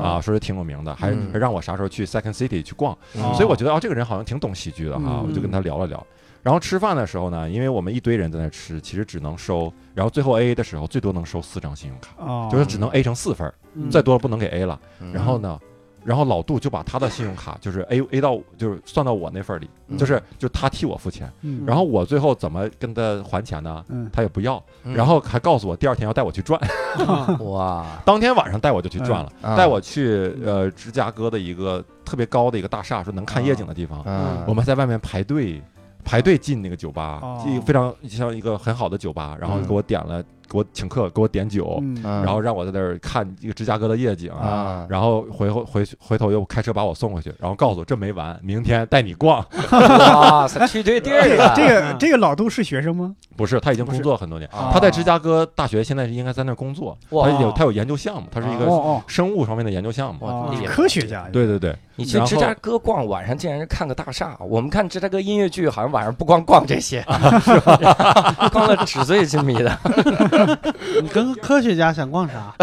S1: 啊
S4: 啊，说是挺有名的，还
S1: 嗯
S4: 还让我啥时候去 Second City 去逛，
S2: 哦哦
S4: 所以我觉得啊，这个人好像挺懂喜剧的哈，
S2: 嗯
S4: 我就跟他聊了聊。然后吃饭的时候呢，因为我们一堆人在那吃，其实只能收，然后最后 A A 的时候最多能收四张信用卡，
S2: 啊，
S4: 就是只能 A 成四分儿，
S3: 嗯
S4: 再多了不能给 A 了。
S1: 哦嗯
S4: 然后呢，然后老杜就把他的信用卡就是 A A 到就是算到我那份儿里，
S1: 嗯
S4: 就是就是他替我付钱。
S2: 嗯，
S4: 然后我最后怎么跟他还钱呢？
S2: 嗯
S4: 他也不要，
S1: 嗯
S4: 然后还告诉我第二天要带我去转，
S3: 啊
S1: 哇，
S4: 当天晚上带我就去转了，
S1: 嗯啊
S4: 带我去呃芝加哥的一个特别高的一个大厦，说能看夜景的地方。
S1: 嗯
S4: 我们在外面排队，排队进那个酒吧，
S2: 哦
S4: 一个非常像一个很好的酒吧，然后
S1: 嗯
S4: 给我点了，给我请客，给我啊点酒，
S2: 嗯
S1: 嗯
S4: 然后让我在那儿看一个芝加哥的夜景。
S1: 啊，
S4: 然后回后回回头又开车把我送回去，然后告诉我这没完，明天带你逛。
S1: 哇塞，去对地儿
S2: 这
S1: 了
S2: 个，这个这个老杜是学生吗？
S4: 不是，他已经
S2: 不是
S4: 工作很多年，
S1: 啊
S4: 他在芝加哥大学现在是应该在那儿工作，
S1: 哇
S4: 他有他有研究项目，他是一
S1: 这
S2: 哦
S4: 个
S2: 哦
S4: 生物方面的研究项目。
S1: 哇
S2: 哦，
S1: 厉害
S2: 科学家，
S4: 对对对，
S1: 你去芝加哥逛，晚上竟然是看个大厦。我们看芝加哥音乐剧，好像晚上不光逛这 些，是吧？ 逛的纸醉金迷的。
S3: 你跟个科学家想逛 啥？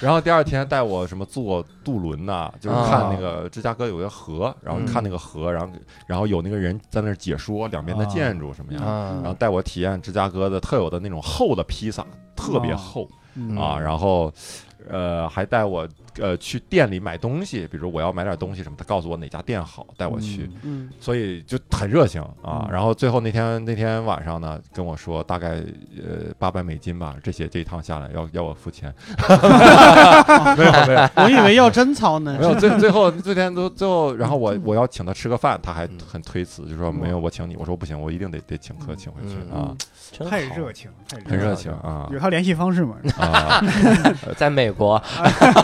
S4: 然后第二天带我什么坐渡轮呐、就是
S1: 啊嗯
S4: 看那个芝加哥有个河，然后看那个河，然后然后有那个人在那儿解说两
S1: 啊
S4: 边的建筑什么样，然后
S1: 嗯
S4: 带我体验芝加哥的特有的那种厚的披萨，特别厚、
S2: 嗯
S4: 啊，然后呃还带我呃去店里买东西，比如我要买点东西什么，他告诉我哪家店好，带我去，
S2: 嗯
S3: 嗯
S4: 所以就很热情
S2: 嗯
S4: 啊。然后最后那天那天晚上呢，跟我说大概呃八百美金吧，这些这一趟下来要要我付钱， 没有没有。
S3: 我以为要贞操呢啊
S4: 没。有，最最后这天都最后，然后我我要请他吃个饭，他还很推辞，就说没有，我请你。我说不行，我一定得得请客，请回去
S1: 嗯
S4: 啊，
S1: 真
S2: 太
S1: 好
S2: 热情，太
S4: 很热
S2: 热
S4: 情啊
S2: 有他联系方式吗？
S4: 啊！
S1: 在美 国，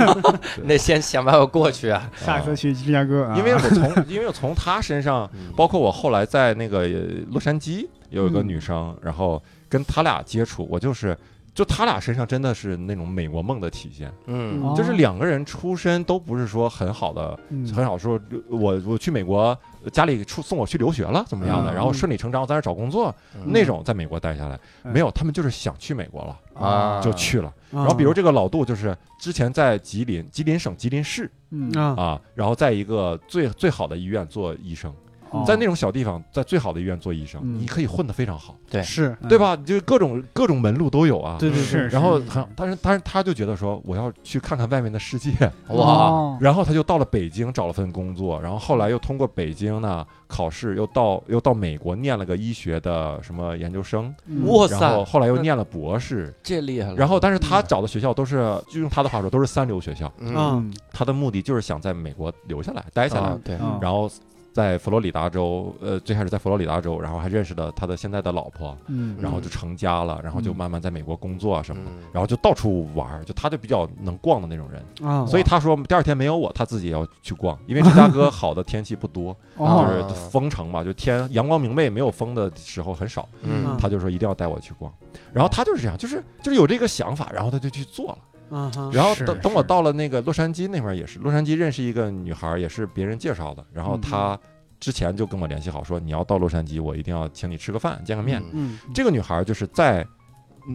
S1: 那先想办法过去啊。
S2: 下次去芝加哥啊，
S4: 因为我从因为我从他身上，包括我后来
S2: 嗯
S4: 在那个呃洛杉矶有一个女生，然后跟他俩接触，我就是。就他俩身上真的是那种美国梦的体现，
S1: 嗯
S2: 哦
S4: 就是两个人出身都不是说很好的，
S2: 嗯
S4: 很少说我我去美国，家里出送我去留学了怎么样的，
S2: 嗯
S4: 然后顺理成章在那儿找工作那种在美国待下来，
S2: 嗯
S4: 没有，他们就是想去美国了
S1: 啊
S4: 就去了。
S3: 然
S4: 然后比如这个老杜就是之前在吉林吉林省吉林市
S2: 嗯
S3: 啊，
S4: 啊，然后在一个最最好的医院做医生，
S2: 哦
S4: 在那种小地方，在最好的医院做医生，
S2: 嗯
S4: 你可以混得非常好，
S1: 对
S3: 是，
S2: 嗯
S4: 对吧？就各种各种门路都有啊。
S3: 对对
S2: 是
S3: 对，
S4: 然后很，但是但是他就觉得说我要去看看外面的世界，
S1: 哇，
S2: 哦
S4: 然后他就到了北京找了份工作，然后后来又通过北京呢考试，又到又到美国念了个医学的什么研究生，
S2: 嗯
S1: 哇
S4: 然
S1: 塞
S4: 后，后来又
S1: 那
S4: 念了博士，
S1: 这厉害了。
S4: 然后但是他找的学校都是，就用他的话说都是三流学校，
S1: 嗯，
S3: 嗯
S2: 嗯
S4: 他的目的就是想在美国留下来待下来，
S1: 啊对，
S2: 嗯
S4: 然后在佛罗里达州，呃，最开始在佛罗里达州，然后还认识了他的现在的老婆，
S2: 嗯
S4: 然后就成家了，然后就
S2: 嗯
S4: 慢慢在美国工作啊什么的，
S1: 嗯
S4: 然后就到处玩儿，就他就比较能逛的那种人，
S3: 啊，
S4: 所以他说第二天没有我，他自己也要去逛，因为芝加 哥好的天气不多，就
S2: 哦
S4: 是风城嘛，就天阳光明媚，没有风的时候很少，
S1: 嗯
S3: 嗯
S4: 他就说一定要带我去逛，然后他就是这样，就是就是有这个想法，然后他就去做了。
S3: 啊哈
S4: 然后
S2: 是
S4: 等等我
S2: 是
S4: 到了那个洛杉矶那边儿也是，洛杉矶认识一个女孩儿，也是别人介绍的，然后
S2: 嗯
S4: 她之前就跟我联系好说，你要到洛杉矶，我一定要请你吃个饭，见个面。
S1: 嗯
S3: 嗯
S4: 这个女孩儿就是在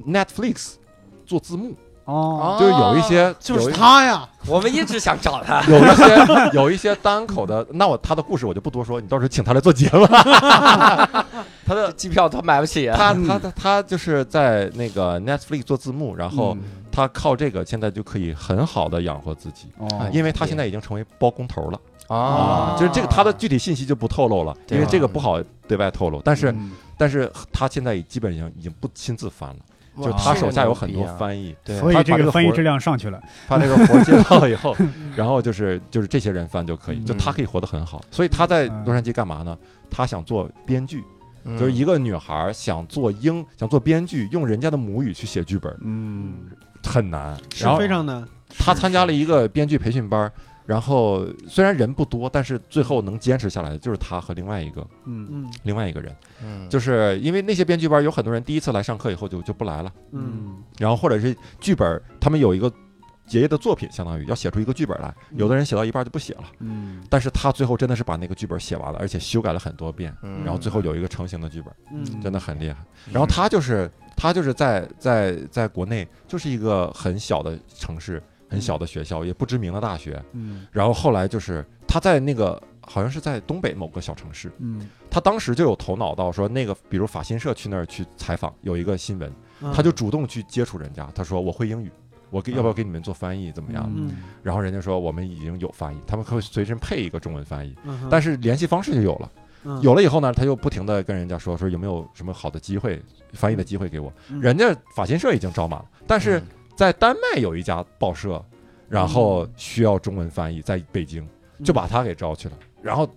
S4: Netflix 做字幕，
S2: 哦
S1: 啊
S4: 就是有一些。
S3: 就是，他呀，
S1: 我们一直想找他
S4: 有一有一些有一些单口的，那我她的故事我就不多说，你到时候请她来做节目。她的
S1: 机票他买不起啊，
S4: 她她她她就是在那个 Netflix 做字幕，然后
S2: 嗯
S4: 她靠这个现在就可以很好的养活自己。
S2: 哦
S4: 因为她现在已经成为包工头了，
S1: 哦
S2: 啊
S4: 就是这个他的具体信息就不透露了，
S1: 对
S4: 因为这个不好对外透露。但是，
S2: 嗯
S4: 但是他现在基本上已经不亲自翻了，
S1: 哇
S4: 就是他手下有很多
S1: 这个牛逼啊
S4: 翻译，
S1: 对
S2: 所
S4: 他把
S2: 以这
S4: 这
S2: 个
S4: 个
S2: 翻译
S4: 活儿
S2: 质量上去了，
S4: 他那个活接到了以 后，然后就是就是这些人翻就可以，
S1: 嗯
S4: 就他可以活得很好。所以他在
S2: 嗯
S4: 洛杉矶干嘛呢？他想做编剧，
S1: 嗯
S4: 就是一个女孩儿想做英，想做编剧，用人家的母语去写剧本
S2: 嗯，
S4: 很难，
S3: 是
S4: 然后
S3: 非常难，
S4: 他参加了一个编剧培训班儿，然后虽然人不多，但是最后能坚持下来的就是他和另外一个
S2: 嗯
S3: 嗯
S4: 另外一个人，
S1: 嗯
S4: 就是因为那些编剧班儿有很多人第一次来上课以后就就不来了，
S3: 嗯
S4: 然后或者是剧本儿他们有一个爷爷的作品，相当于要写出一个剧本来，
S3: 嗯
S4: 有的人写到一半儿就不写了，
S2: 嗯
S4: 但是他最后真的是把那个剧本写完了，而且修改了很多遍，
S1: 嗯
S4: 然后最后有一个成型的剧本，
S3: 嗯
S4: 真的很厉害。然后他就是他就是在在在国内就是一个很小的城市，很小的学校，也不知名的大学。
S2: 嗯
S4: 然后后来就是他在那个好像是在东北某个小城市，
S2: 嗯，
S4: 他当时就有头脑到说那个，比如法新社去那儿去采访，有一个新闻，
S3: 嗯
S4: 他就主动去接触人家，他说我会英语。我给要不要给你们做翻译怎么样？
S3: 嗯
S4: 然后人家说我们已经有翻译，他们会随身配一个中文翻译，
S3: 嗯哼
S4: 但是联系方式就有了。
S3: 嗯
S4: 有了以后呢，他就不停的跟人家说说有没有什么好的机会翻译的机会给我。
S3: 嗯
S4: 人家法新社已经招满了，但是在丹麦有一家报社，然后需要中文翻译，在北京就把他给招去了。然后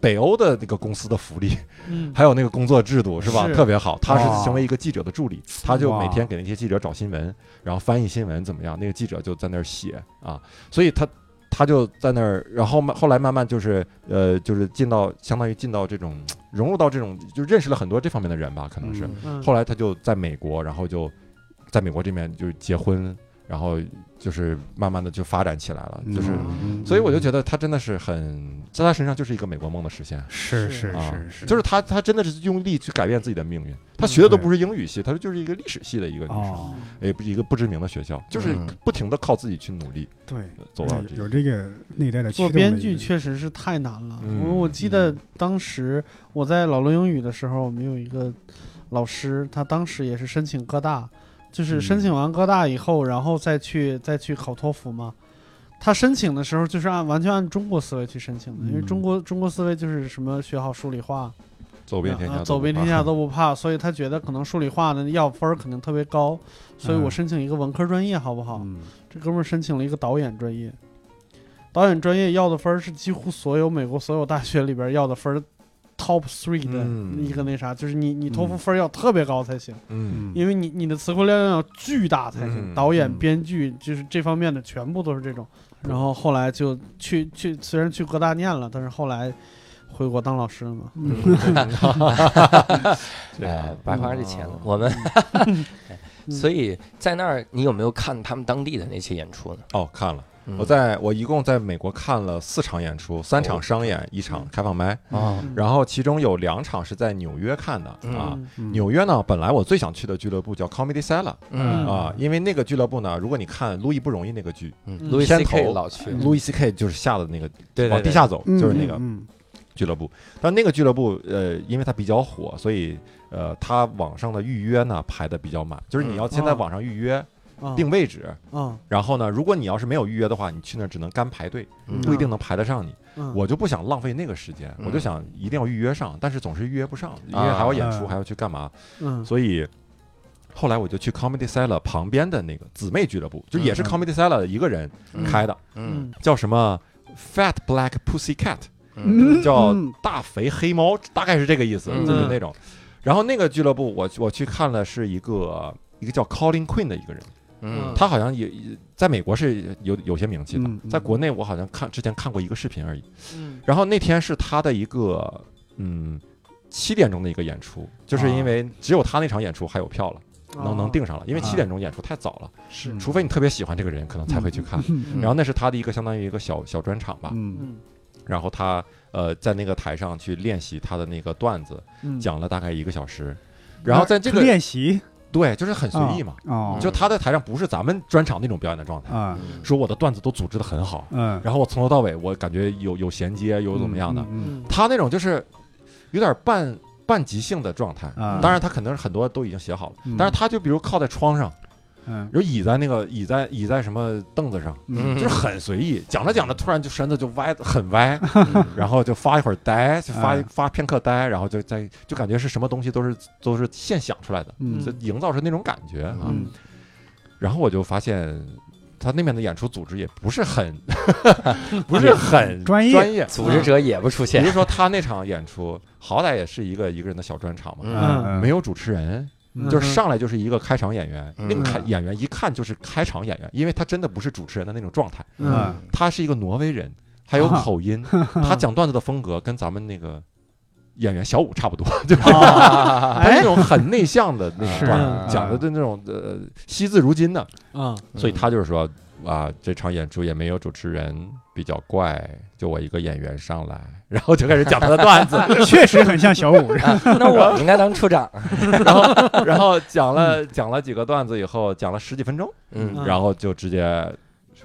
S4: 北欧的那个公司的福利
S3: 嗯
S4: 还有那个工作制度是吧，
S3: 是
S4: 特别好。他
S2: 哇
S4: 是成为一个记者的助理，他就
S2: 哇
S4: 每天给那些记者找新闻，然后翻译新闻怎么样，那个记者就在那儿写啊，所以他。他就在那儿，然后慢后来慢慢就是，呃，就是进到相当于进到这种融入到这种，就认识了很多这方面的人吧，可能是。
S1: 嗯
S3: 嗯
S4: 后来他就在美国，然后就在美国这边就是结婚，然后就是慢慢的就发展起来了，就是，
S2: 嗯
S4: 所以我就觉得他真的是很在他身上就是一个美国梦的实现。
S2: 是
S3: 是
S2: 是
S4: 啊
S2: 是是，
S3: 嗯
S4: 就是他，他真的是用力去改变自己的命运。他学的都不是英语系，他就是一个历史系的一个女生，
S2: 哦，
S4: 也不一个不知名的学校，就是
S3: 嗯
S4: 不停的靠自己去努力
S2: 对，
S4: 走到这
S2: 有有
S4: 个。
S2: 这个内在的驱
S3: 做
S2: 动
S3: 编
S2: 的
S3: 剧
S2: 一个
S3: 确实是太难了。
S4: 嗯
S3: 我我记得当时我在老论英语的时候，我们有一个老师，他当时也是申请哥大，
S2: 嗯
S3: 就是申请完哥大以后，然后再去再去考托福嘛。他申请的时候就是按完全按中国思维去申请的，因为
S2: 嗯
S3: 中国中国思维就是什么学好数理化，
S4: 走遍天
S3: 啊
S4: 下，
S3: 走遍天下都不怕，所以他觉得可能数理化呢要分儿肯定特别高，所以我
S2: 嗯
S3: 申请一个文科专业好不好？
S2: 嗯
S3: 这哥们儿申请了一个导演专业，导演专业要的分儿是几乎所有美国所有大学里边要的分儿 top three 的
S4: 嗯
S3: 一个那啥，就是你你托福
S2: 嗯
S3: 分儿要特别高才行，
S4: 嗯，
S3: 因为你你的词汇量要巨大才行。
S4: 嗯
S3: 导演、
S2: 嗯
S3: 编剧就是这方面的全部都是这种。然后后来就去去，虽然去哥大念了，但是后来回国当老师了嘛。
S1: 哎，白花这钱
S4: 嗯
S1: 了。我们， 所以在那儿，你有没有看他们当地的那些演出呢？
S4: 哦，看了，
S1: 嗯
S4: 我在我一共在美国看了四场演出，三
S3: 哦
S4: 场商演，一场开放麦，
S2: 啊
S1: 哦
S3: 嗯
S4: 然后其中有两场是在纽约看的啊。
S3: 嗯
S4: 纽约呢，本来我最想去的俱乐部叫 Comedy Cellar
S1: 嗯
S4: 啊，因为那个俱乐部呢，如果你看《路易不容易》那个剧，
S1: 嗯
S3: 嗯
S1: ，Louis
S4: 片
S1: C.K.
S4: 头
S1: 老去，
S2: 嗯
S4: 路易 C K 就是下的那个
S1: 对
S4: 往地下走，就是那个
S3: 嗯
S4: 俱乐部。但那个俱乐部，呃，因为它比较火，所以呃，它网上的预约呢排的比较满，就是你要先在
S3: 哦
S4: 网上预约
S3: 啊
S4: 定位置，
S3: 啊，
S4: 然后呢，如果你要是没有预约的话，你去那儿只能干排队，
S1: 嗯
S4: 不一定能排得上你。
S3: 嗯
S4: 我就不想浪费那个时间，
S1: 嗯
S4: 我就想一定要预约上，但是总是预约不上，因为还要演出，
S2: 啊
S4: 还要去干嘛，
S3: 嗯
S4: 所以。后来我就去 Comedy Cellar 旁边的那个姊妹俱乐部，就也是
S2: 嗯
S4: Comedy Cellar 一个人
S1: 嗯
S4: 开的，
S1: 嗯
S4: 叫什么 Fat Black Pussy Cat，
S1: 嗯
S4: 叫
S2: 嗯
S4: 大肥黑猫，大概是这个意思，
S1: 嗯
S4: 就是那种。然后那个俱乐部我，我去看了，是一个一个叫 Colin Quinn 的一个人，
S1: 嗯
S4: 他好像也也在美国是有有些名气的，
S2: 嗯嗯
S4: 在国内我好像看之前看过一个视频而已。
S3: 嗯
S4: 然后那天是他的一个嗯七点钟的一个演出，就是因
S2: 啊
S4: 为只有他那场演出还有票了，能
S3: 啊
S4: 能定上了，因为七点钟演出太早了，
S2: 是
S4: 除非你特别喜欢这个人，可能才会去看。
S2: 嗯
S4: 然后那是他的一个相当于一个小小专场吧，
S2: 嗯
S3: 嗯
S4: 然后他呃在那个台上去练习他的那个段子，
S2: 嗯
S4: 讲了大概一个小时，然后在这个
S2: 练习
S4: 对就是很随意嘛，
S2: 哦
S4: 就他在台上不是咱们专场那种表演的状态，
S2: 啊
S1: 嗯
S4: 说我的段子都组织的很好，
S2: 嗯，
S4: 然后我从头到尾我感觉有有衔接有怎么样的，
S2: 嗯
S3: 嗯
S4: 他那种就是有点半半即兴的状态，
S2: 啊
S4: 当然他可能是很多都已经写好了，
S2: 嗯
S4: 但是他就比如靠在窗上，
S2: 嗯
S4: 比如倚在那个倚在倚在什么凳子上。
S1: 嗯
S4: 就是很随意，讲着讲着，突然就身子就歪，很歪， 然后就发一会儿呆，就发、
S2: 嗯
S4: 发片刻呆，然后就在就感觉是什么东西都是都是现想出来的，
S2: 嗯
S4: 就营造出那种感觉啊。
S2: 嗯
S4: 然后我就发现他那边的演出组织也不是很不是很
S2: 专业
S4: 专业
S1: 组织者也不出
S4: 比
S1: 现
S4: 如，说他那场演出，好歹也是一个一个人的小专场嘛，
S2: 嗯
S4: 没有主持人，
S2: 嗯
S4: 就是上来就是一个开场演员。
S1: 嗯
S4: 那个开演员一看就是开场演员，因为他真的不是主持人的那种状态，
S3: 嗯
S4: 他是一个挪威人，还有
S2: 啊
S4: 口 音，他讲段子的风格跟咱们那个演员小五差 不多，就是
S3: 嗯
S1: 啊
S4: 他那
S3: 哎
S4: 种很内向的那
S2: 哎是啊
S4: 种段子，
S1: 嗯
S4: 讲的的那种呃惜字如金的，
S3: 啊
S4: 所以他就是说啊，这场演出也没有主持人，比较怪，就我一个演员上来，然后就开始讲他 的段子，
S2: 确实很像小 五，
S1: 啊 那我应该当处长，
S4: 然后讲了
S2: 嗯
S4: 讲了几个段子以后，讲了十几分钟，
S1: 嗯
S4: 然后就直接。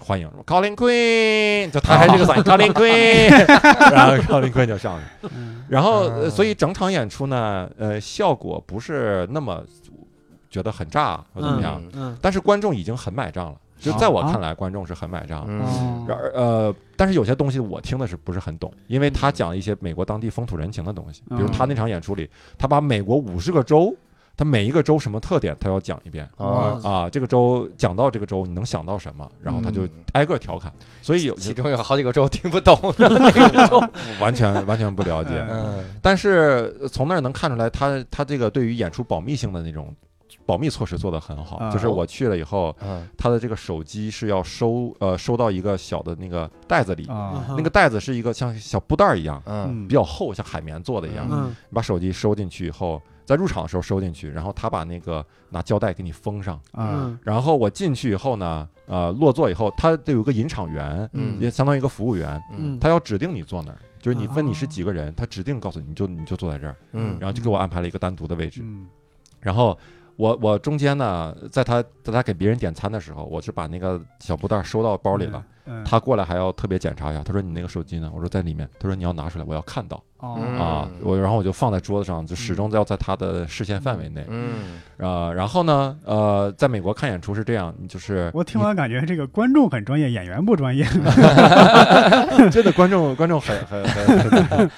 S4: 欢迎 Colin Queen，就
S2: 啊
S4: 他还是这个嗓音，Colin Queen，然 后 Colin Queen 就上去了，
S2: 嗯
S4: 然后、呃所以整场演出呢，呃，效果不是那么觉得很炸或怎么样，
S3: 嗯
S4: 但是观众已经很买账了。就在我
S2: 啊
S4: 看来，观众是很买账的。
S1: 嗯
S4: 然而呃，但是有些东西我听的是不是很懂，因为他讲一些美国当地风土人情的东西，比如他那场演出里，他把美国五十个州，他每一个州什么特点，他要讲一遍。
S1: 啊，
S4: 啊，这个州讲到这个州，你能想到什么？然后他
S1: 嗯
S4: 就挨个调侃，所以有
S1: 其中有好几个州听不 懂的那个州，
S4: 完全完全不了解。
S1: 嗯
S4: 但是呃从那儿能看出来他，他这个对于演出保密性的那种保密措施做得很好。
S2: 啊
S4: 就是我去了以后，
S1: 嗯
S4: 他的这个手机是要收呃收到一个小的那个袋子里，
S2: 啊，
S4: 那个袋子是一个像小布袋儿一样，
S1: 嗯
S2: 嗯
S4: 比较厚，像海绵做的一样。
S1: 嗯
S3: 嗯
S4: 你把手机收进去以后，在入场的时候收进去，然后他把那个拿胶带给你封上。
S2: 啊，
S4: 然后我进去以后呢，呃，落座以后，他得有一个引场员，
S1: 嗯
S4: 也相当于一个服务员，
S1: 嗯
S4: 他要指定你坐哪儿，就是你问你是几个人，他指定告诉你，你就你就坐在这儿，
S1: 嗯
S4: 然后就给我安排了一个单独的位置。
S2: 嗯
S4: 然后我我中间呢，在他在他给别人点餐的时候，我是把那个小布袋儿收到包里了。
S2: 嗯，
S4: 他过来还要特别检查一下，他说你那个手机呢？我说在里面。他说你要拿出来，我要看到
S2: 哦，
S4: 啊
S1: 嗯。
S4: 我然后我就放在桌子上，就始终要在他的视线范围内。
S1: 嗯
S4: 呃，然后呢，呃，在美国看演出是这样，你就是
S2: 我听完感觉这个观众很专业，演员不专 业。
S4: 真的观众观众很很很嗯很。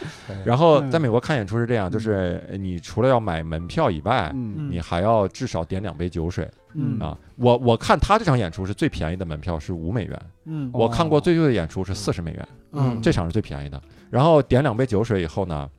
S4: 然后在美国看演出是这样，
S2: 嗯
S4: 就是你除了要买门票以外，
S2: 嗯
S4: 你还要至少点两杯酒水
S3: 嗯
S4: 啊。我我看他这场演出是最便宜的门票是五美元，
S3: 嗯
S2: 哦
S4: 我看过最贵的演出是四十美元，
S3: 嗯
S4: 这场是最便宜的。然后点两杯酒水以后呢？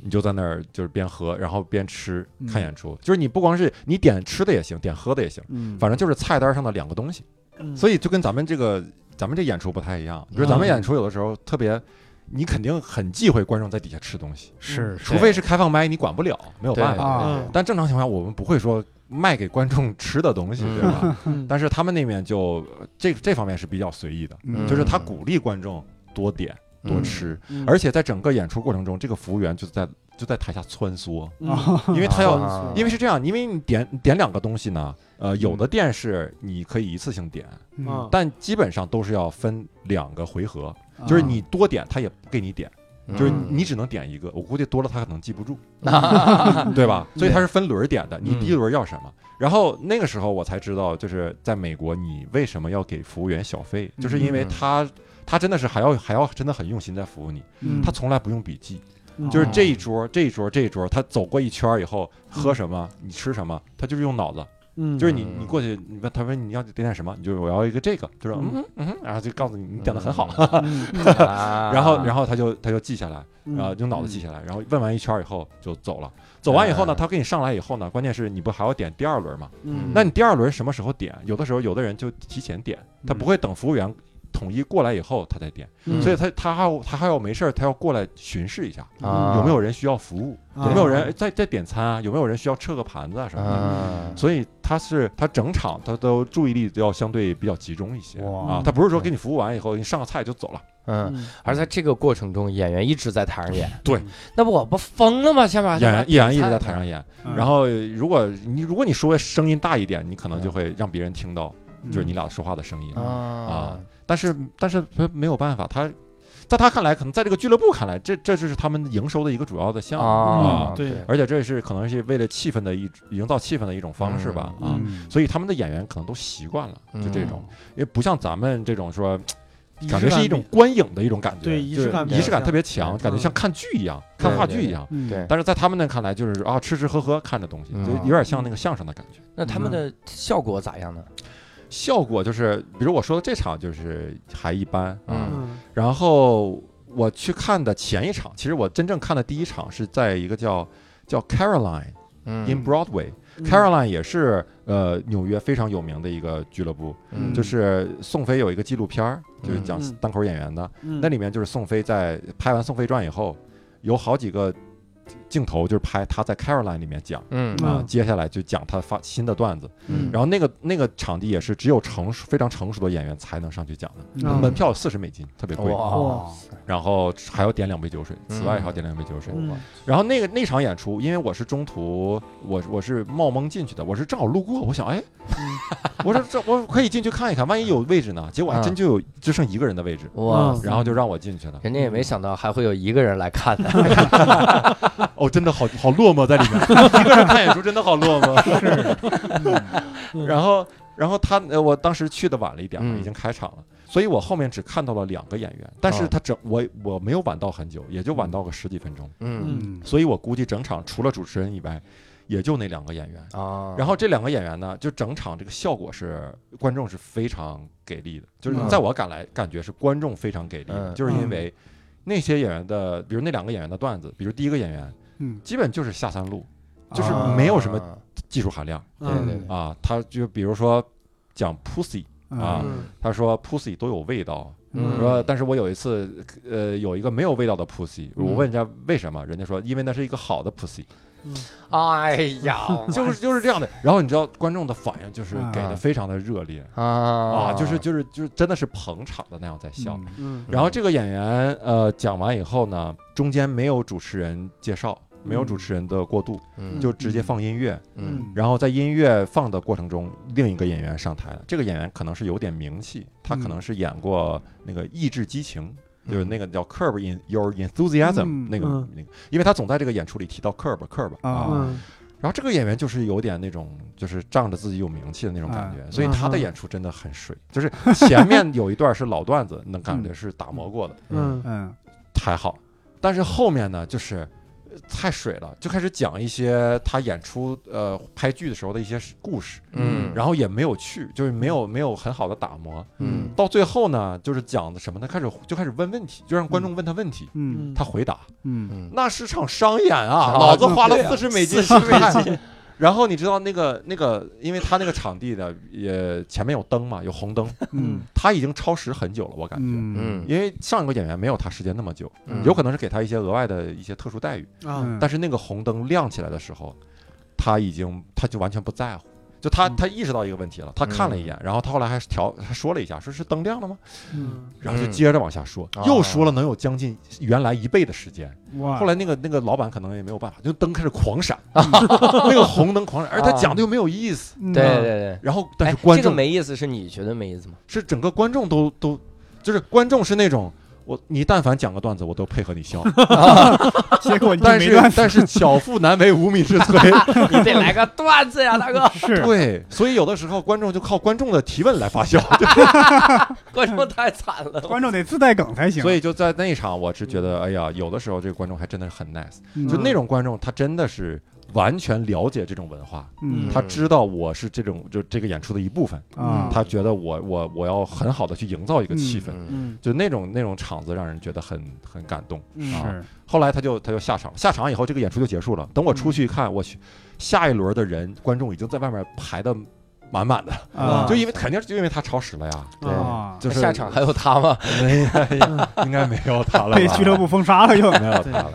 S4: 你就在那儿就是边喝，然后边吃看演出，就是你不光是你点吃的也行，点喝的也行，
S2: 嗯，
S4: 反正就是菜单上的两个东西。
S3: 嗯
S1: 嗯
S2: 嗯
S4: 所以就跟咱们这个咱们这演出不太一样，比如咱们演出有的时候特别你肯定很忌讳观众在底下吃东西，
S2: 是，
S4: 除非是开放麦，你管不了，没有办
S1: 对
S4: 法。
S2: 啊
S3: 嗯，
S4: 但正常情况下，我们不会说卖给观众吃的东西，对吧？
S3: 嗯
S4: 但是他们那边就呃这这方面是比较随意的，
S2: 嗯
S4: 就是他鼓励观众多点多
S1: 嗯
S4: 吃，
S3: 嗯
S4: 而且在整个演出过程中，这个服务员就在就在台下 穿梭，
S3: 嗯
S2: 啊
S4: 因为他要
S1: 啊
S4: 因为是这样，因为你点你点两个东西呢，呃，有的店是你可以一次性点，
S3: 嗯
S4: 但基本上都是要分两个回合，就是
S3: 嗯
S4: 你多点他也不给你点，
S1: 嗯
S4: 就是你只能点一个，我估计多了他可能记不 住，对吧？所以他是分轮儿点的，你第一轮要什么？然后那个时候我才知道，就是在美国你为什么要给服务员小费，就是因为
S1: 嗯
S4: 他他真的是还要还要真的很用心在服务你，
S2: 嗯
S4: 他从来不用笔记。
S3: 嗯
S4: 就是这一桌、这一桌、这一桌，他走过一圈儿以后，喝什么，你吃什么，他就是用脑子。
S3: 嗯
S4: 就是你，
S1: 嗯
S4: 你过去，你问他问你要点点什么，你就我要一个这个，就是嗯嗯嗯，然后就告诉你你点的很好，
S1: 嗯
S4: 然
S1: 然
S4: 后然
S1: 后
S4: 后他就他就记下来，然
S3: 嗯
S4: 后呃用脑子记下来，然后问完一圈儿以后就走了。走完以后呢，
S1: 嗯
S4: 他给你上来以后呢，关键是你不还要点第二轮吗？
S3: 嗯
S4: 那你第二轮什么时候点？有的时候有的人就提前点，他
S2: 嗯
S4: 不会等服务员统一过来以后他再点，
S3: 嗯
S4: 所以他他还要他还要没事儿他要过来巡视一下，
S1: 啊
S4: 有没有人需要服务？
S3: 啊
S4: 有没有人哎在在点餐啊？有没有人需要撤个盘子啊什么的？
S1: 啊
S4: 所以他是他整场他都注意力都要相对比较集中一些
S1: 哦
S2: 哇
S4: 啊，他不是说给你服务完以后你上个菜就走了，
S1: 嗯，
S3: 嗯
S1: 而在这个过程中，演员一直在台上演，
S4: 对，
S1: 那不我不疯了吗？下面啊
S4: 演员演员一直在台上演，
S2: 嗯
S4: 然后如果你如果你说声音大一点，你可能就会让别人听到
S2: 嗯
S4: 就是你俩说话的声音
S1: 啊
S4: 啊，但是但是没没有办法，他在他看来，可能在这个俱乐部看来，这这就是他们营收的一个主要的项目
S1: 啊
S4: 啊，
S3: 对
S4: 而且这是可能是为了气氛的一营造气氛的一种方式吧，啊，
S2: 嗯
S4: 所以他们的演员可能都习惯了，就这种，
S2: 嗯
S4: 因为不像咱们这种说，
S3: 仪
S4: 感
S3: 式
S4: 觉是一种观影的一种感觉，
S3: 对仪式感
S4: 就
S3: 比
S4: 是
S3: 较
S4: 仪式感特别强，
S3: 强
S4: 感觉像看剧一样，看话剧一样。
S3: 嗯
S1: 对。
S4: 但是在他们那看来，就是啊，吃吃喝喝看着东西，
S1: 嗯
S4: 就有点像那个相声的感觉。
S1: 那他们的效果咋样呢？
S4: 效果就是，比如我说的这场就是还一般啊，
S1: 嗯
S3: 嗯
S4: 然后我去看的前一场，其实我真正看的第一场是在一个叫叫 Caroline
S1: 嗯
S4: in Broadway。
S3: 嗯
S4: Caroline 也是呃纽约非常有名的一个俱乐部，
S1: 嗯
S4: 就是宋飞有一个纪录片儿，
S1: 嗯
S4: 就是讲
S3: 嗯
S4: 单口演员的，
S3: 嗯
S4: 那里面就是宋飞在拍完《宋飞传》以后，有好几个镜头就是拍他在 Caroline 里面讲。
S1: 嗯
S4: 啊，
S3: 嗯
S4: 接下来就讲他发新的段子，
S1: 嗯
S4: 然后那个那个场地也是只有成熟非常成熟的演员才能上去讲的，
S3: 嗯
S4: 门票四十美金，特别贵，
S1: 哇
S2: 哇
S4: 然后还要点两杯酒水，
S1: 哦嗯
S4: 此外还要点两杯酒水。
S3: 嗯
S4: 然后那个那场演出，因为我是中途，我我是冒蒙进去的，我是正好路过，我想，哎，
S1: 嗯
S4: 我说这我可以进去看一看，万一有位置呢？结果还真就有，只剩一个人的位置，
S1: 哇
S3: 嗯，
S4: 然后就让我进去了。
S1: 嗯人家也没想到还会有一个人来看的，
S4: 哦，真的好好落寞在里面，一个人看演出真的好落寞。
S3: 嗯
S4: 然后，然后他，呃我当时去的晚了一点嘛，
S1: 嗯
S4: 已经开场了，所以我后面只看到了两个演员，但是他整我我没有晚到很久，也就晚到个十几分钟，
S1: 嗯
S2: 嗯
S4: 所以我估计整场除了主持人以外，也就那两个演员。
S1: 啊，
S4: 然后这两个演员呢，就整场这个效果是观众是非常给力的，就是
S3: 嗯
S4: 在我感来感觉是观众非常给力的，
S1: 嗯
S4: 就是因为那些演员的，比如那两个演员的段子，比如第一个演员
S2: 嗯，
S4: 基本就是下三路，就是
S2: 啊
S4: 没有什么技术含量
S1: 对对对
S2: 嗯
S4: 啊，他就比如说讲 pussy，啊
S3: 嗯
S4: 他说 pussy 都有味道，
S1: 嗯
S4: 说但是我有一次呃有一个没有味道的 pussy，我问人家为什么，人家说因为那是一个好的 pussy。
S1: 哎呀，
S4: 就是就是这样的。然后你知道观众的反应就是给
S1: 啊
S4: 的非常的热烈
S1: 啊
S4: 啊，就是就是就是真的是捧场的那样在笑。
S2: 嗯
S3: 嗯
S4: 然后这个演员呃讲完以后呢，中间没有主持人介绍，没有主持人的过渡，
S1: 嗯
S4: 就直接放音乐。
S1: 嗯
S4: 然后在音乐放的过程中，另一个演员上台了。这个演员可能是有点名气，他可能是演过那个《意志激情》。
S1: 嗯
S4: 就是那个叫 Curb in Your Enthusiasm、
S2: 嗯
S4: 那个、
S3: 嗯
S4: 那个，因为他总在这个演出里提到 Curb Curb
S2: 啊
S3: 嗯
S4: 然后这个演员就是有点那种，就是仗着自己有名气的那种感觉，所以他的演出真的很水。就是前面有一段是老段子，能感觉是打磨过的，
S1: 嗯
S3: 嗯
S2: 嗯
S4: 啊还好。但是后面呢，就是呃太水了，就开始讲一些他演出呃拍剧的时候的一些故事，
S1: 嗯，
S4: 然后也没有去，就是没有没有很好的打磨。
S1: 嗯
S4: 到最后呢，就是讲的什么呢？开始就开始问问题，就让观众问他问题，
S2: 嗯
S4: 他回答。
S2: 嗯
S1: 嗯
S4: 那是场商演啊，
S1: 啊
S4: 老子花了
S1: 对啊
S4: 四十美金，四十美金。然后你知道那个那个，因为他那个场地呢，也前面有灯嘛，有红灯，
S2: 嗯
S4: 他已经超时很久了，我感觉。
S2: 嗯
S1: 嗯，
S4: 因为上一个演员没有他时间那么久，
S1: 嗯
S4: 有可能是给他一些额外的一些特殊待遇，
S3: 啊，
S2: 嗯
S4: 但是那个红灯亮起来的时候，他已经他就完全不在乎，就他
S2: 嗯
S4: 他意识到一个问题了，他看了一眼，然后他后来还是调还说了一下，说是灯亮了吗？
S3: 嗯
S4: 然后就
S1: 嗯
S4: 接着往下说，
S1: 啊
S4: 又说了能有将近原来一倍的时间。
S2: 哇，
S4: 后来那个那个老板可能也没有办法，就灯开始 狂闪，那个红灯狂闪，而他讲的又没有意思。
S2: 嗯
S1: 对对对。
S4: 然后，但
S1: 啊哎
S4: 是观
S1: 这个
S4: 众、
S1: 没意思，是你觉得没意思吗？
S4: 是整个观众都都，就是观众是那种我你但凡讲个段子，我都配合 你笑，
S2: 结果你
S4: 但
S2: 没 断
S4: 是但是巧妇难为无米之 炊，
S1: 你得来个段子呀，大哥！
S2: 是
S4: 对，所以有的时候观众就靠观众的提问来发笑，
S1: 哎观众太惨了，
S2: 观众得自带梗才行，
S4: 所以就在那一场，我是觉得，哎呀，有的时候这个观众还真的是很 nice，
S2: 嗯
S4: 就那种观众他真的是完全了解这种文化，
S2: 嗯
S4: 他知道我是这种就这个演出的一部分，
S3: 嗯
S2: 啊，
S4: 他觉得我我我要很好的去营造一个气氛，
S1: 嗯
S3: 嗯
S4: 就那种那种场子让人觉得很很感动。
S3: 嗯，
S2: 是
S4: 后来他就他就下场，下场以后这个演出就结束了。等我
S1: 嗯
S4: 出去一看，我去，下一轮的人观众已经在外面排的满满的，
S2: 啊，
S4: 就因为肯定是就因为他超时了呀，
S1: 对
S2: 啊
S4: 就是
S1: 下场还有他吗？
S4: 没，应该没有他了吧，
S2: 被俱乐部封杀了又，
S4: 没有他 了。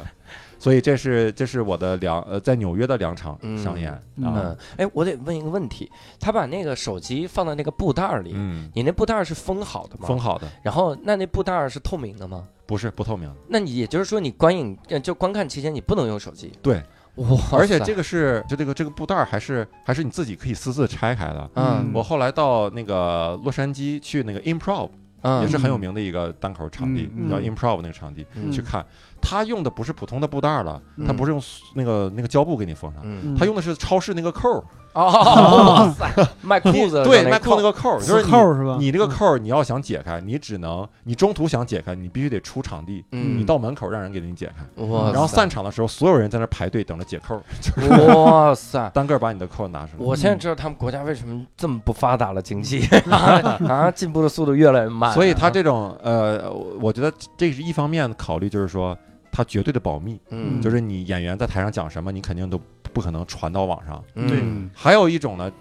S4: 所以这是这是我的两呃在纽约的两场上演
S2: 嗯
S4: 啊
S1: 嗯，哎，我得问一个问题，他把那个手机放到那个布袋儿里，
S4: 嗯，
S1: 你那布袋儿是封好的吗？
S4: 封。好的
S1: 然后，那那布袋儿是透明的吗？
S4: 不是不透明的，
S1: 那你也就是说，你观影呃就观看期间你不能用手机。
S4: 对，
S1: 哇塞，
S4: 而且这个是就这个这个布袋儿还是还是你自己可以私自拆开的。
S1: 嗯
S4: 我后来到那个洛杉矶去那个 improv 也
S1: 嗯
S4: 是很有名的一个单口场地，
S2: 嗯嗯
S4: 叫 Improv 那个场地、
S1: 嗯
S4: 去看，他用的不是普通的布袋儿了，
S1: 嗯
S4: 他不是用塑那个那个胶布给你封上。
S1: 嗯
S4: 他用的是超市那个扣儿，
S1: 哦，哇塞，卖裤子的
S4: 对，
S1: 那
S4: 卖裤那个扣儿，就是
S3: 是
S4: 你
S3: 扣是吧？
S4: 你这
S1: 嗯
S4: 个扣儿，你要想解开，你只能你中途想解开，你必须得出场地，
S1: 嗯
S4: 你到门口让人给你解开，
S1: 哇塞，
S4: 嗯然后散场的时候，所有人在那排队等着解扣儿，
S1: 哇塞，
S4: 单个儿把你的扣儿拿出来。
S1: 我现在知道他们国家为什么这么不发达了，经济 啊，进步的速度越来越慢啊。
S4: 所以他这种呃，我我觉得这是一方面考虑，就是说他绝对的保密，
S1: 嗯，
S4: 就是你演员在台上讲什么，你肯定都不可能传到网上。
S1: 嗯
S4: 还有一种 呢，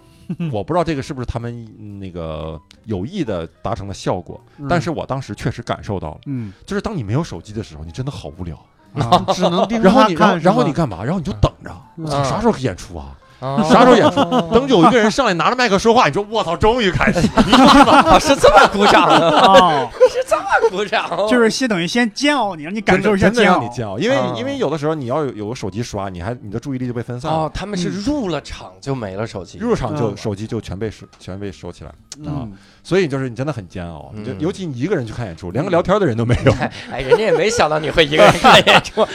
S4: 我不知道这个是不是他们嗯那个有意的达成的效果，
S3: 嗯
S4: 但是我当时确实感受到了，
S2: 嗯，
S4: 就是当你没有手机的时候，你真的好无聊。
S2: 啊
S3: 只能盯着
S4: 然后
S3: 他
S4: 你，然后
S3: 哎看，
S4: 然后你干嘛？然后你就等着，
S3: 嗯
S4: 我操，啥时候演出啊？
S1: 哦
S4: 啥时候演 出？等有一个人上来拿着麦克说话，你说我操，终于开始。
S1: 啊是这么鼓掌的，
S2: 哦，
S1: 是这么鼓掌，
S2: 就是先等于先煎熬你，让你感受一下
S4: 真的
S2: 煎
S4: 真的让你
S2: 熬，
S4: 煎熬，因为、
S1: 嗯
S4: 因为有的时候你要有有个手机刷，你还你的注意力就被分散了。
S1: 哦，他们是入了场就没了手机，
S4: 入场就、
S3: 嗯
S4: 手机就全被收全被收起来，
S3: 嗯
S4: 所以就是你真的很煎熬，
S1: 嗯
S4: 就尤其你一个人去看演出，连个聊天的人都没 有。
S1: 哎，人家也没想到你会一个人看演 出，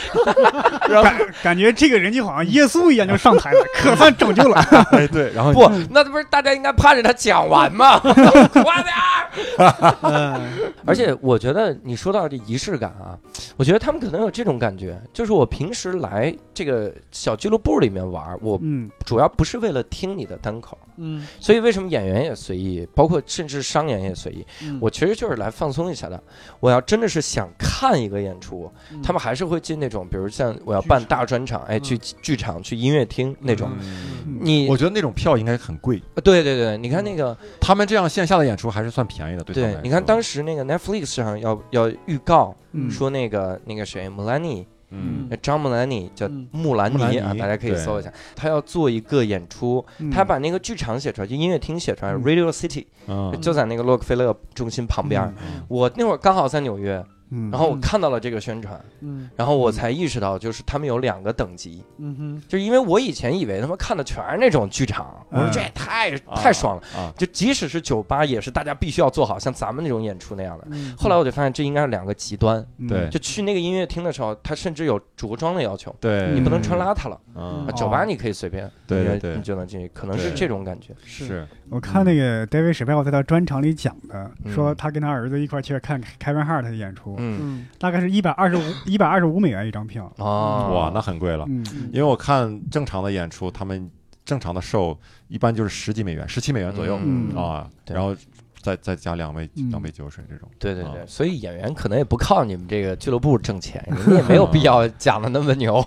S2: 感感觉这个人就好像耶稣一样就上台了，可算拯救了，
S4: 哎，对，然后
S1: 不，那不是大家应该盼着他讲完 吗？快点儿！
S3: 嗯
S1: 而且我觉得你说到这仪式感啊，我觉得他们可能有这种感觉，就是我平时来这个小俱乐部里面玩儿，我
S2: 嗯
S1: 主要不是为了听你的单口，
S3: 嗯，
S1: 所以为什么演员也随意，包括甚至商演也随意，
S3: 嗯
S1: 我其实就是来放松一下的。我要真的是想看一个演出，他们还是会进那种，比如像我要办大专场，哎，
S3: 嗯
S1: 去剧场、去音乐厅那种。
S4: 嗯
S1: 你
S4: 我觉得那种票应该很贵，
S1: 对对对，你看那个，
S4: 他们这样线下的演出还是算便宜的，对他们
S1: 对
S4: 来，说
S1: 你看当时那个 Netflix 上要要预告
S2: 嗯
S1: 说那个那个谁穆兰妮，
S4: 嗯
S1: 呃张穆兰妮叫
S3: 嗯
S1: 穆兰
S4: 穆兰
S1: 妮
S4: 妮
S1: 啊，大家可以
S4: 对
S1: 搜一下，他要做一个演出，
S2: 嗯
S1: 他把那个剧场写出来，就音乐厅写出来
S2: 嗯
S1: ，Radio City
S4: 嗯
S1: 就在那个洛克菲勒中心旁边儿。
S4: 嗯
S1: 我那会儿刚好在纽约，
S2: 嗯
S1: 然后我看到了这个宣传，
S3: 嗯
S1: 然后我才意识到，就是他们有两个等级，
S3: 嗯哼
S1: 就是因为我以前以为他们看的全是那种剧场，我
S2: 嗯
S1: 说这也太
S4: 啊
S1: 太爽了，
S4: 啊，
S1: 就即使是酒吧，也是大家必须要做好像咱们那种演出那样的。
S3: 嗯，
S1: 后来我就发现这应该是两个极端，
S2: 嗯
S4: 对
S1: 就去那个音乐厅的时候，他甚至有着装的要求，
S4: 对，
S1: 你不能穿邋遢了。
S4: 嗯
S1: 啊
S2: 哦
S1: 酒吧你可以随便，
S4: 对对
S1: 你
S4: 对
S1: 你就能进去，可能
S4: 对
S1: 是这种感觉。
S4: 是
S2: 我看那个 David s h a p p e l 在他专场里讲的，
S1: 嗯
S2: 说他跟他儿子一块儿去看凯文哈尔特的演出，
S1: 嗯，
S3: 嗯
S2: 大概是一百二十五一百二十五美元一张票。
S1: 哦，
S4: 哇，那很贵了，
S2: 嗯
S4: 因为我看正常的演出，他们正常的售一般就是十几美元，十七美元左右
S1: 嗯
S4: 啊，
S1: 对
S4: 然后再再加两杯
S2: 嗯
S4: 两杯酒水这种。
S1: 对对对，
S4: 啊
S1: 所以演员可能也不靠你们这个俱乐部挣钱，人家也没有必要讲的那么牛。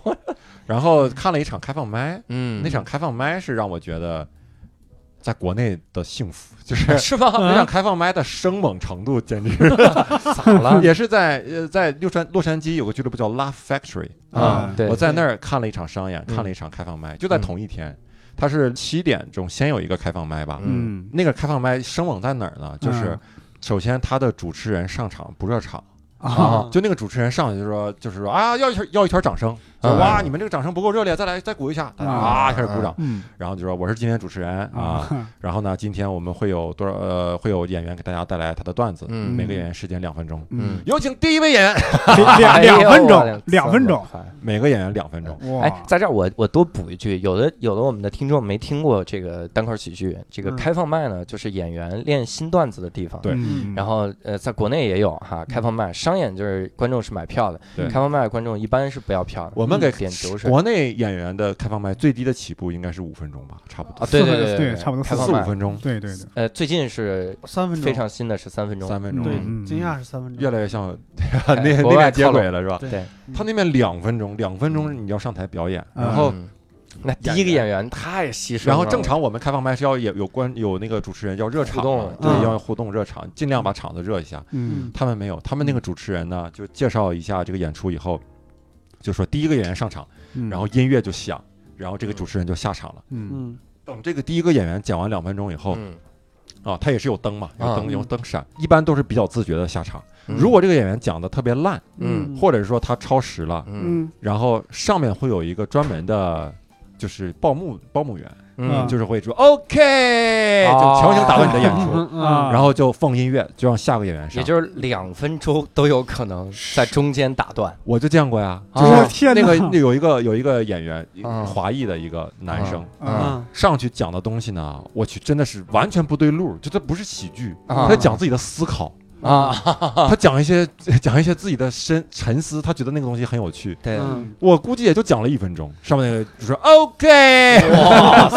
S4: 然后看了一场开放麦，
S1: 嗯，
S4: 那 场开放麦是让我觉得在国内的幸福， 就是
S1: 是吗？
S2: 嗯
S4: 那场开放麦的生猛程度简直
S1: 咋
S2: 啊
S1: 了？
S4: 也是在呃，在洛杉洛杉矶有个俱乐部叫 Laugh Factory
S1: 啊，对，
S4: 我在那儿看了一场商演，
S1: 嗯
S4: 看了一场开放麦，就在同一天，它是七点钟先有一个开放麦吧。
S2: 嗯
S4: 那个开放麦生猛在哪儿呢？就是
S2: 嗯
S4: 首先他的主持人上场不热场，
S1: 啊
S4: 就那个主持人上去就说，就是说啊，要一圈要一圈掌声，就
S1: 嗯
S4: 哇，你们这个掌声不够热烈，再来再鼓一下，大家
S2: 嗯
S4: 啊开始鼓掌，
S2: 嗯
S4: 然后就说我是今天主持人啊，然后呢，今天我们会有多少呃会有演员给大家带来他的段子，
S1: 嗯
S4: 每个演员时间两分钟，
S1: 嗯
S2: 嗯，
S4: 有请第一位演员，
S2: 两
S1: 哎呦
S2: 两两分
S1: 我的
S2: 钟，两分钟，
S1: 这么快
S4: 每个演员两分钟。
S1: 哎
S2: 哇，，
S1: 在这儿我我多补一句，有的有的我们的听众没听过这个单口喜剧，这个
S3: 嗯
S1: 开放麦呢，就是演员练新段子的地方。
S4: 对
S2: 嗯
S1: 然后呃，在国内也有哈，开放麦商演就是观众是买票的，
S4: 对
S1: 开放麦观众一般是不要票的。
S4: 我们给
S1: 点酒水
S4: 国内演员的开放麦最低的起步应该是五分钟吧，差不多
S1: 啊，对对
S2: 四
S1: 对
S2: 分
S1: 对，
S2: 对差不多
S1: 开
S4: 四
S1: 放
S4: 五
S1: 麦。
S4: 分钟，
S2: 对对对，
S1: 呃，最近是
S3: 三分钟，
S1: 非常新的是三分钟，
S4: 三分钟，
S3: 对
S2: 嗯，
S3: 惊讶是三分钟，
S4: 越来越像那 那
S1: 国外
S4: 边接
S1: 靠拢
S4: 轨了是吧？
S3: 对
S1: 对。
S4: 他那边两分钟，两分钟你要上台表演，
S2: 嗯
S4: 然后
S1: 嗯那第一个演员太牺牲了，
S4: 然后正常我们开放麦是要有有关有那个主持人要热场
S1: 互
S4: 嘛
S1: 动，
S4: 对，
S3: 嗯
S4: 要互动热场，尽量把场子热一下。
S2: 嗯
S4: 他们没有，他们那个主持人呢，就介绍一下这个演出以后，就说第一个演员上场，
S2: 嗯，
S4: 然后音乐就响，然后这个主持人就下场了。
S2: 嗯
S3: 嗯
S4: 等这个第一个演员讲完两分钟以后，
S1: 嗯，
S4: 啊，他也是有灯嘛，有
S1: 啊
S4: 灯
S3: 嗯
S4: 有灯闪，一般都是比较自觉的下场。
S1: 嗯
S4: 如果这个演员讲的特别烂，
S1: 嗯
S4: 或者是说他超时了，
S1: 嗯
S3: 嗯
S4: 然后上面会有一个专门的。就是报幕报幕员，
S1: 嗯
S2: 啊
S4: 就是会说 OK，就
S1: 哦
S4: 强行打断你的演出，
S3: 嗯
S2: 啊
S3: 嗯
S4: 然后就放音乐，就让下个演员上
S1: 也。就是两分钟都有可能在中间打 断，
S4: 我就见过呀，
S1: 啊
S4: 就是
S2: 我天哪
S4: 那个那有一个有一个演员
S1: 啊，
S4: 华裔的一个男生，
S2: 啊
S3: 嗯
S4: 上去讲的东西呢，我去，真的是完全不对路，就这不是喜剧，
S1: 啊
S4: 他在讲自己的思考，
S1: 啊，
S4: 他讲一些 讲一些自己的深沉思，他觉得那个东西很有趣。
S1: 对，
S3: 嗯
S4: 我估计也就讲了一分钟，上面那个就说 OK，
S1: 哇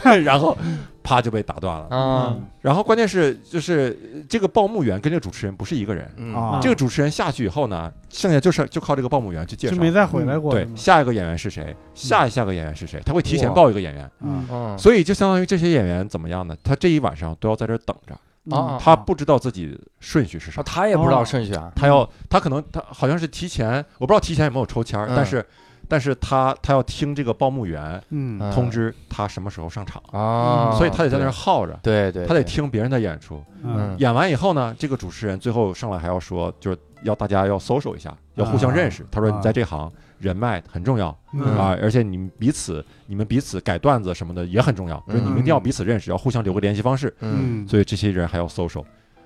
S1: 塞，
S4: 然后啪就被打断了。
S1: 啊，
S4: 然后关键是就是呃这个报幕员跟这个主持人不是一个人，
S1: 嗯
S2: 啊，
S4: 这个主持人下去以后呢，剩下就是就靠这个报幕员去介
S3: 就
S4: 绍。
S3: 没再回来过
S4: 对
S3: 是，吗
S4: 下一个演员是谁，下下个演员是谁，他会提
S1: 嗯
S4: 前
S1: 哇
S4: 报一个演员。
S2: 嗯
S1: 嗯
S4: 所以就相当于这些演员怎么样呢？他这一晚上都要在这儿等着，
S1: 啊，
S4: 他不知道自己顺序是
S1: 啊
S4: 什么，
S1: 他也不知道顺序啊，
S4: 他要他可能他好像是提前，我不知道提前有没有抽签儿，
S1: 嗯
S4: 但是但是他他要听这个报幕员
S2: 嗯
S1: 嗯
S4: 通知他什么时候上场，
S1: 啊，
S4: 所以他得在那儿耗着，
S1: 对，对对，
S4: 他得听别人的演出。
S1: 嗯
S4: 演完以后呢，这个主持人最后上来还要说，就是要大家要 social 一下，要互相认识。他说
S2: 啊
S4: 你在这行人脉很重要
S1: 嗯
S4: 啊，而且你们彼此你们彼此改段子什么的也很重要，就是你们一定要彼此认识，要互相留个联系方式。
S1: 嗯，
S4: 所以这些人还要 social，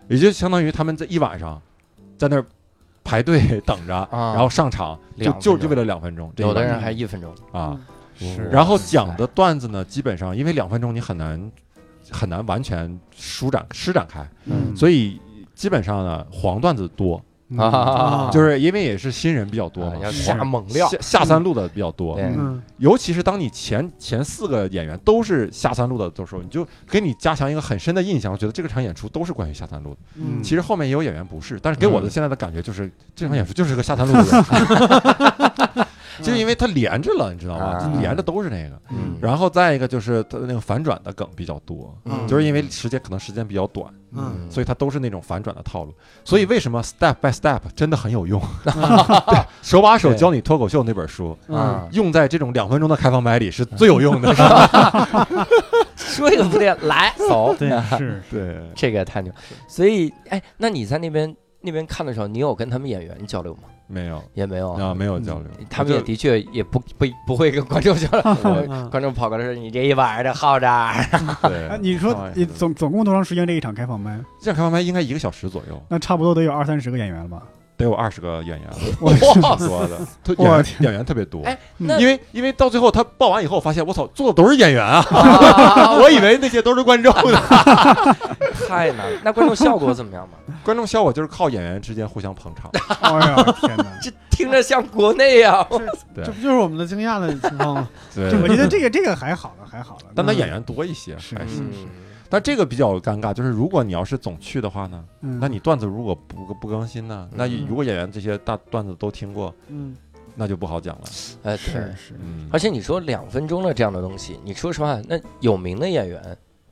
S4: 也就相当于他们在一晚上在那儿排队 等着，
S1: 啊
S4: 然后上场就
S1: 两分
S4: 就
S1: 钟
S4: 就为了两分钟，这一
S1: 有的
S4: 晚
S1: 人还一分钟，
S4: 上啊，
S1: 嗯
S2: 是
S4: 然后讲的段子呢，基本上因为两分钟你很难很难完全舒展施展开，
S2: 嗯
S4: 所以基本上呢黄段子多，
S2: 以
S1: 啊，
S4: 就是因为也是新人比较多
S1: 啊
S4: 嘛，
S1: 要
S4: 黄
S1: 加猛料
S4: 下，下三路的比较多，
S1: 对
S3: 嗯
S4: 尤其是当你前前四个演员都是下三路的的时候，你就给你加强一个很深的印象，觉得这个场演出都是关于下三路的。
S3: 嗯
S2: 嗯
S4: 其实后面也有演员不是，但是给我的
S1: 嗯
S4: 现在的感觉就是、这场演出就是个下三路的演 出，
S1: 嗯
S4: 就是因为它连着了，你知道吗？
S1: 啊
S4: 就连着都是那个。
S1: 嗯，
S4: 然后再一个就是它那个反转的梗比较多，
S1: 嗯
S4: 就是因为时间可能时间比较短，
S3: 嗯
S4: 所以它都是那种反转的套
S1: 嗯
S4: 路。所以为什么 step by step 真的很有用？
S1: 嗯
S4: 对，手把手
S1: 对
S4: 教你脱口秀那本书，
S3: 嗯
S1: 以啊，
S4: 用在这种两分钟的开放麦里是最有 用的。
S1: 说一个不对，来走，
S3: 对
S2: 是
S4: 对，
S1: 这个太牛。所以，哎，那你在那边那边看的时候，你有跟他们演员交流吗？
S4: 没有
S1: 也没有。
S4: 啊，没有交流，
S1: 哦嗯他们也的确也不不不会跟观众交流，
S3: 嗯
S1: 观众跑过来说：“你这一晚上这耗着啊，
S2: 哎，
S4: 对，
S2: 你说你总总共多长时间这一场开放麦？
S4: 这场开放麦应该一个小时左右，
S2: 那差不多得有二三十个演员了吧？
S4: 得有二十个演员 了，
S1: 哇
S4: 多的，特
S2: 我
S4: 演员
S2: 天
S4: 演员特别多。
S1: 哎，
S2: 嗯
S1: 那
S4: 因为因为到最后他报完以后，发现我操，坐的都是演员啊！
S1: 啊
S4: 我以为那些都是观众呢。
S1: 太难。”了。那观众效果怎么样嘛？
S4: 观众效果就是靠演员之间互相捧场。
S2: 哎呀，天哪！
S1: 这听着像国内啊呀，
S4: 对
S3: 这不就是我们的惊讶的情况吗？
S2: 这我
S4: 对，
S2: 觉得这个这个还好了，还好了。
S4: 但他演员多一些，
S2: 是
S4: 还行。
S1: 嗯
S4: 但这个比较尴尬，就是如果你要是总去的话呢，
S2: 嗯，
S4: 那你段子如果不不更新呢，那
S1: 嗯
S4: 如果演员这些大段子都听过，
S3: 嗯
S4: 那就不好讲了。
S1: 哎，对
S2: 是。是，
S4: 嗯，
S1: 而且你说两分钟的这样的东西，你说实话，那有名的演员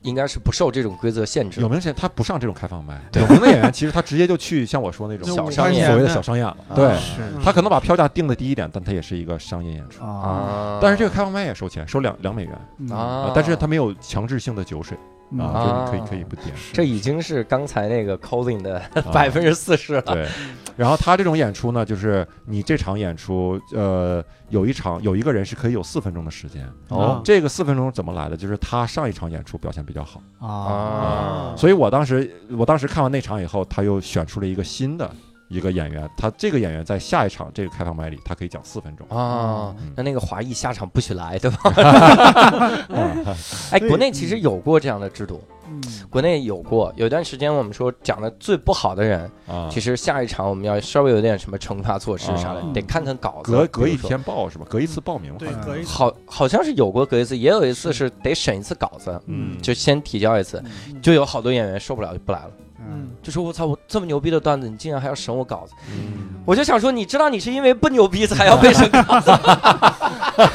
S1: 应该是不受这种规则限制
S4: 有。名的演员他不上这种开放麦，有名的演员其实他直接就去像我说那种
S3: 就
S1: 小
S3: 五
S1: 商
S3: 块
S1: 演
S3: 钱
S4: 所谓的小商演了。对
S2: 是
S3: 嗯
S4: 他可能把票价定的低一点，但他也是一个商业演出。
S2: 啊
S1: 啊，
S4: 但是这个开放麦也收钱，收两两美元
S2: 嗯
S1: 啊，
S4: 但是他没有强制性的酒水
S2: 嗯
S4: 啊，就是你可以可以不点。
S1: 这已经是刚才那个 Colin 的
S4: 啊
S1: 百分之四十了。
S4: 对，然后他这种演出呢，就是你这场演出，呃，有一场有一个人是可以有四分钟的时间。
S3: 啊
S1: 哦
S4: 这个四分钟怎么来的？就是他上一场演出表现比较好，
S2: 啊
S1: 啊，
S4: 所以我当时我当时看完那场以后，他又选出了一个新的一个演员，他这个演员在下一场这个开放麦里，他可以讲四分钟。
S1: 啊，那那个华裔下场不许来，对 吧？哎，
S2: 对
S1: 国内其实有过这样的制度，
S2: 嗯
S1: 国内有过，有段时间我们说讲的最不好的人，
S4: 啊，
S1: 其实下一场我们要稍微有点什么惩罚措施啥的，
S2: 啊
S1: 得看看稿子。
S4: 隔隔
S1: 比
S4: 一
S1: 如说，
S4: 天报是吧？隔一次报名。
S3: 对
S2: 嗯，
S3: 可以。
S1: 好，好像是有过隔一次，也有一次是得审一次稿子，
S4: 嗯，
S1: 就先提交一次，
S3: 嗯
S1: 就有好多演员受不了就不来了，
S2: 嗯
S1: 就说我操，我这么牛逼的段子，你竟然还要审我稿子。
S4: 嗯
S1: 我就想说，你知道你是因为不牛逼才要被审 稿，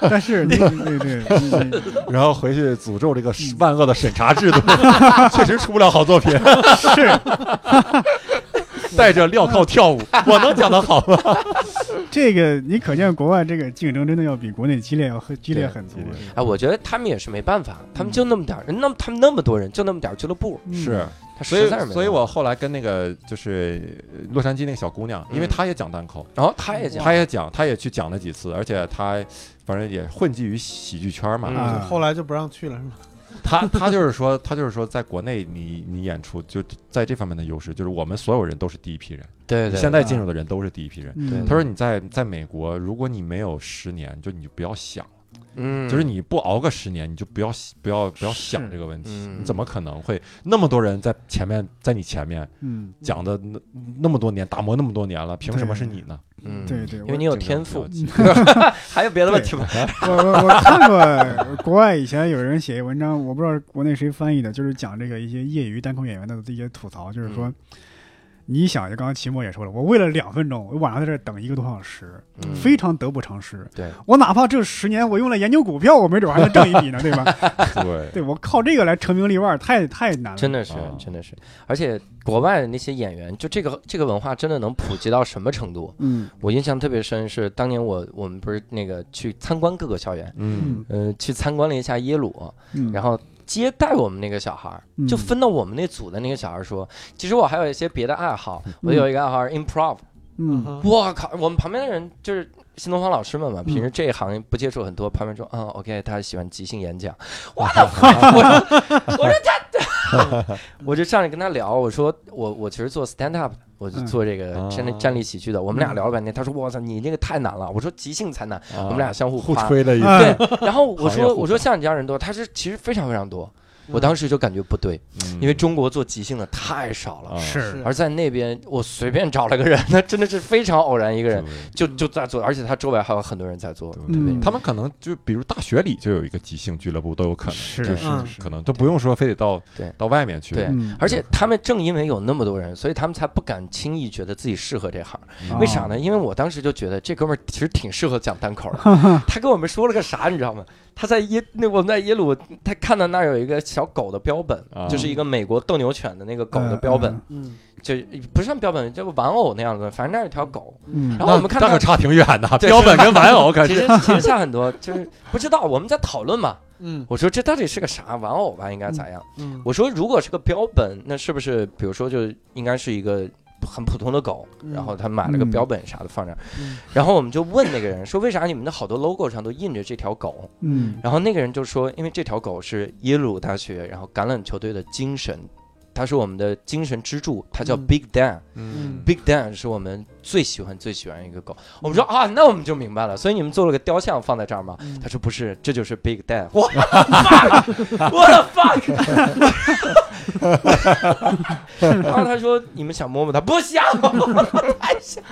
S2: 但是对对对，你
S4: 嗯然后回去诅咒这个万恶的审查制度， 确实出不了好作品。 是，戴着镣铐跳舞，我能讲得好吗？
S2: 这个你可见国外这个竞争真的要比国内激烈要很激烈很多
S4: 对激。
S1: 哎，我觉得他们也是没办法，他们就那么点儿，那么他们那么多人，就那么点儿俱乐部，
S2: 嗯，
S4: 是，
S1: 他
S4: 所
S1: 实在是
S4: 以
S1: 没
S4: 所以
S1: 办法
S4: 我后来跟那个就是呃洛杉矶那个小姑娘，因为
S1: 嗯
S4: 她也讲单口，
S1: 然后哦他也这样，
S4: 她也讲，她也去讲了几次，而且她反正也混迹于喜剧圈嘛，
S1: 嗯
S2: 啊
S3: 后来就不让去了，是吗？
S4: 他他就是说，他就是说，在国内你你演出就在这方面的优势，就是我们所有人都是第一批人，
S1: 对
S4: 你
S1: 对，
S4: 现在进入的人都是第一批人。
S2: 嗯
S4: 他说你在在美国，如果你没有十年，就你就不要想，
S1: 嗯，
S4: 就是你不熬个十年，你就不要不要不要想
S2: 是
S4: 这个问题。
S1: 嗯
S4: 你怎么可能会那么多人在前面，在你前面
S2: 嗯，
S4: 讲的那那么多年，打磨那么多年了，凭什么是你 呢？
S1: 嗯
S2: 对对，
S1: 因
S2: 我
S1: 为你有
S4: 这个
S1: 天
S4: 比较
S1: 赋，
S4: 奇怪
S1: 还有别的问题吗？
S2: 我我我看过国外以前有人写一文章，我不知道国内谁翻译的，就是讲这个一些业余单口演员的一些吐槽，就是说，你想，就刚刚齐墨也说了，我为了两分钟，我晚上在这儿等一个多小时，
S1: 嗯
S2: 非常得不偿失。
S1: 对，
S2: 我哪怕这十年我用来研究股票，我没准还能挣一笔呢，对 吧？
S4: 对，
S2: 对我靠这个来成名立万，太太难了。
S1: 真的是
S4: 啊
S1: 真的是，而且国外的那些演员，就这个这个文化真的能普及到什么程度？
S2: 嗯
S1: 我印象特别深是当年我我们不是那个去参观各个校园，
S4: 嗯，
S1: 呃，去参观了一下耶鲁，
S2: 嗯，
S1: 然后。接待我们那个小孩儿，就
S2: 嗯
S1: 分到我们那组的那个小孩儿说，其实我还有一些别的爱好，我有一个爱好是 improv，
S2: 嗯
S1: 我靠！我们旁边的人就是新东方老师们嘛，平时
S2: 嗯
S1: 这一行不接触很多，旁边说，嗯，OK，他喜欢即兴演 讲。我的我说，我说他，我就上去跟他聊，我说我我其实做 stand up，我就
S2: 嗯
S1: 做这个
S4: 啊
S1: 站立站立喜剧的。我们俩聊了半天，他说，我操，你那个太难了。我说即兴才难，
S4: 我
S1: 我们俩相互
S4: 啊互
S1: 夸。
S4: 吹了一
S2: 哎
S1: 对，然后我
S4: 行业互
S1: 说
S4: 夸
S1: 我说像你这样人多，他是其实非常非常多。
S2: 嗯
S1: 我当时就感觉不对，
S4: 嗯
S1: 因为中国做即兴的太少了。
S4: 啊
S2: 是
S1: 而在那边，我随便找了个人， 那真的是非常偶然一个人，
S4: 对
S1: 就就在做，而且他周围还有很多人在做。
S4: 对
S2: 嗯
S4: 他们可能就比如大学里就有一个即兴俱乐部都有
S1: 哦
S4: 可能，
S2: 是
S4: 就是
S2: 是
S4: 可能都不用说非得到
S1: 对
S4: 到外面去，
S1: 对
S2: 嗯
S1: 而且他们正因为有那么多人，所以他们才不敢轻易觉得自己适合这行。
S4: 嗯
S1: 为啥呢？因为我当时就觉得这哥们儿其实挺适合讲单口的。他跟我们说了个啥，你知道吗？他在耶那我们在耶鲁，他看到那儿有一个小狗的标本
S4: 啊，
S1: 就是一个美国斗牛犬的那个
S2: 哦
S1: 狗的标本，
S3: 嗯，
S1: 就不是像标本，就玩偶那样的，反正那儿有条狗。
S2: 嗯
S1: 然后我们看
S4: 那
S1: 到
S4: 可差挺远的，
S1: 对
S4: 标本跟玩偶可
S1: 其
S4: 是
S1: 实其实像很多就是不知道，我们在讨论 嘛。
S3: 嗯
S1: 我说这到底是个啥玩偶吧？应该咋样？
S3: 嗯，
S1: 我说，如果是个标本，那是不是比如说就应该是一个很普通的狗，
S3: 嗯
S1: 然后他买了个标本啥的放那儿，
S3: 嗯
S1: 然后我们就问那个人说，为啥你们的好多 logo 上都印着这条狗？
S2: 嗯
S1: 然后那个人就说，因为这条狗是耶鲁大学然后橄榄球队的精神，它是我们的精神支柱，它叫
S3: 嗯
S1: Big Dan。
S3: 嗯
S1: Big Dan 是我们最喜欢最喜欢一个狗。我们说啊，那我们就明白了，所以你们做了个雕像放在这儿吗？
S3: 嗯
S1: 他说不是，这就是 Big Dan。我 fuck，我的 fuck。然后他说你们想摸摸它，不想，太想。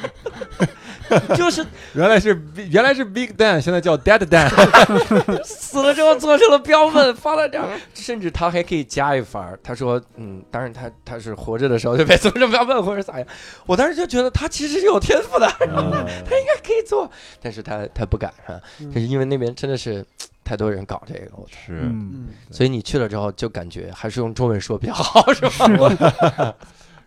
S1: 就是
S4: 原来是原来是 Big Dan，现在叫 Dead Dan，
S1: 死了之后做成了标本，放在这儿，甚至他还可以加一番儿。他说，嗯，当然他他是活着的时候就被做成标本或者咋样。我当时就觉得他其实是有天赋的，
S4: 嗯
S1: 他应该可以 做，但是他他不敢啊，
S3: 嗯
S1: 就是因为那边真的是太多人搞这个，我
S4: 是
S2: 嗯，
S3: 嗯，
S1: 所以你去了之后就感觉还是用中文说比较好，是吧？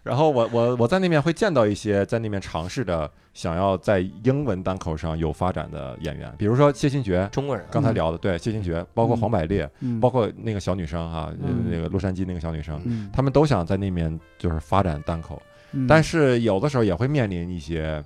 S4: 然后我我我在那边会见到一些在那边尝试着想要在英文单口上有发展的演员，比如说谢新觉，
S1: 中国人啊
S4: 刚才聊的对谢新觉，包括黄百列，
S2: 嗯
S4: 包括那个小女生哈，呃
S2: 嗯
S4: 那个洛杉矶那个小女生，
S2: 嗯，
S4: 他们都想在那边就是发展单口，但是有的时候也会面临一些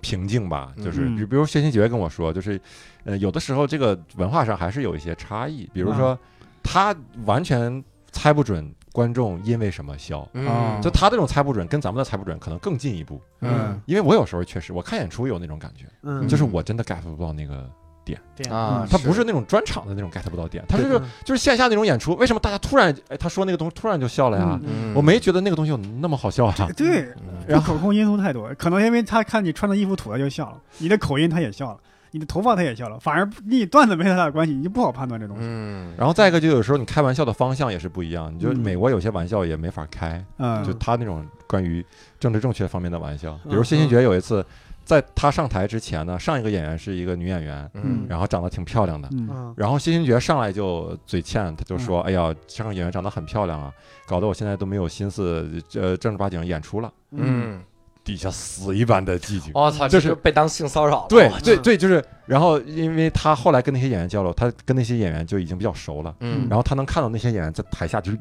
S4: 瓶颈吧，就是
S2: 嗯
S4: 比比如薛新杰跟我说，就是呃，有的时候这个文化上还是有一些差异，比如说他完全猜不准观众因为什么笑。
S1: 嗯
S4: 就他这种猜不准，跟咱们的猜不准可能更进一步，
S2: 嗯
S4: 因为我有时候确实，我看演出有那种感觉，
S3: 嗯，
S4: 就是我真的 get 不到那个，
S3: 点
S1: 啊
S2: 嗯，
S4: 他不是那种专场的那种 get 不到点，他
S1: 对
S4: 是就是就是线下那种演出，为什么大家突然哎他说那个东西突然就笑了呀？
S1: 嗯
S4: 我没觉得那个东西有那么好 笑啊，
S2: 对，
S1: 嗯
S2: 不可控因素太多，可能因为他看你穿的衣服土，他就笑了；你的口音他也笑了，你的头发他也笑了，反而你段子没太大关系，你就不好判断这东西。
S1: 嗯，
S4: 然后再一个，就有时候你开玩笑的方向也是不一样。你就
S2: 嗯
S4: 美国有些玩笑也没法开，
S2: 嗯，
S4: 就他那种关于政治正确方面的玩笑，比如
S3: 嗯
S4: 谢新觉有一次，在他上台之前呢，上一个演员是一个女演员，
S1: 嗯
S4: 然后长得挺漂亮的。
S2: 嗯
S3: 嗯
S4: 然后谢新觉上来就嘴欠，他就
S1: 嗯
S4: 说：“哎呀，上个演员长得很漂亮啊，搞得我现在都没有心思呃正儿八经演出了。
S2: 嗯
S1: 嗯，”
S4: 底下死一般的寂静。
S1: 我操，
S4: 就
S1: 这
S4: 是
S1: 就被当性骚扰了，
S4: 对
S1: 我
S4: 对
S3: 嗯
S4: 对，就是，然后因为他后来跟那些演员交流，他跟那些演员就已经比较熟了。
S1: 嗯，
S4: 然后他能看到那些演员在台下就是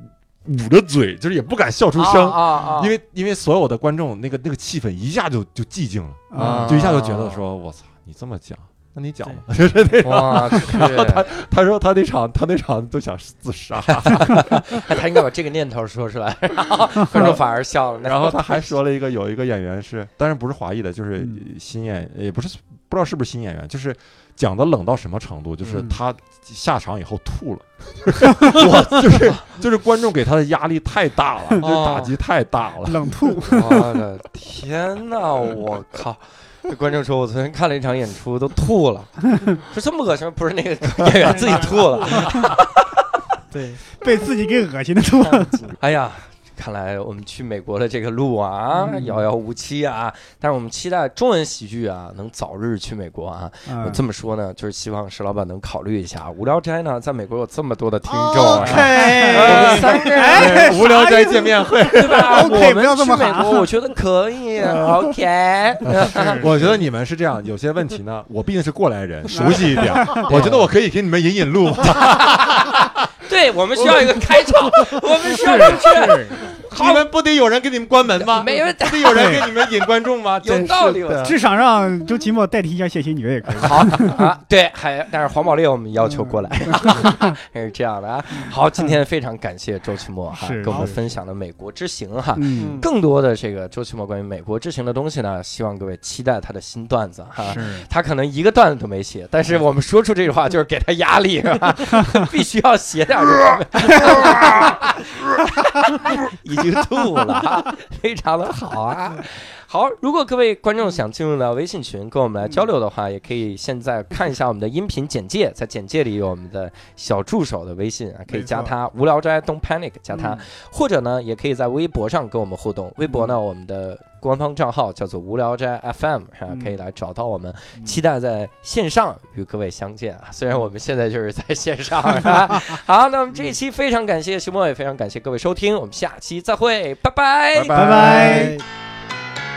S4: 捂着嘴，就是也不敢笑出声，
S1: 啊啊，
S4: 因为因为所有的观众那个那个气氛一下就就寂静了，
S2: 嗯
S1: 啊
S4: 嗯就一下就觉得说我操，你这么讲，那你讲吧。
S1: 哇，去
S4: 他说他那场他那场都想自杀，
S1: 哎他应该把这个念头说出来，然 后观众反而笑了。
S4: 然后他还说了一个有一个演员是，当然不是华裔的，就是
S2: 嗯
S4: 新演也不是不知道是不是新演员，就是讲的冷到什么程度，就是
S2: 嗯
S4: 他下场以后吐了， 我就是就是观众给他的压力太大了，就是打击太大了。
S2: 冷吐，
S1: 哦我的天哪！我靠！这观众说，我昨天看了一场演出，都吐了，说这么恶心，不是那个演员自己吐了。
S3: 对，
S2: 被自己给恶心的 吐。
S1: 哎呀，看来我们去美国的这个路啊，
S2: 嗯
S1: 遥遥无期啊。但是我们期待中文喜剧啊，能早日去美国啊。我
S2: 嗯
S1: 这么说呢，就是希望石老板能考虑一下。无聊斋呢，在美国有这么多的听众啊。我们
S2: 哎
S1: 三个人
S2: 哎
S4: 无聊斋见面会，
S1: 对吧？我们
S2: OK，不要这么
S1: 去美
S2: 喊
S1: 国，我觉得可以。OK，啊
S4: 我觉得你们是这样，有些问题呢，我毕竟是过来人，熟悉一 点，我觉得我可以给你们引引 路。
S1: 对我们需要一个开 场，我们需要正确。
S4: 你们不得有人给你们关门吗？
S1: 没问题
S4: 不得有人给你们引观众吗？
S1: 有道理
S4: 真是的
S2: 至少让周奇墨代替一下谢欣觉也可以。
S1: 好 啊，对，还但是黄宝烈我们要求过来，
S2: 嗯
S1: 是这样的啊。好，今天非常感谢周奇墨哈，
S2: 是
S1: 给我们
S2: 是
S1: 分享了美国之行哈。
S2: 嗯，
S1: 更多的这个周奇墨关于美国之行的东西呢，希望各位期待他的新段子哈。
S2: 是，
S1: 他可能一个段子都没写，但是我们说出这句话就是给他压力，是吧？必须要写点什么，已经吐了啊，非常的好啊。好，如果各位观众想进入到微信群跟我们来交流的话，也可以现在看一下我们的音频简介，在简介里有我们的小助手的微信啊，可以加他“无聊斋 Don't Panic” 加
S2: 嗯
S1: 他，或者呢，也可以在微博上跟我们互动。微博呢，我们的官方账号叫做“无聊斋 FM”，啊
S2: 嗯，
S1: 可以来找到我们。
S2: 嗯
S1: 期待在线上与各位相见啊！虽然我们现在就是在线上啊。好，那我们这一期非常感谢徐墨，也非常感谢各位收听，我们下期再会，拜拜。
S2: 拜拜。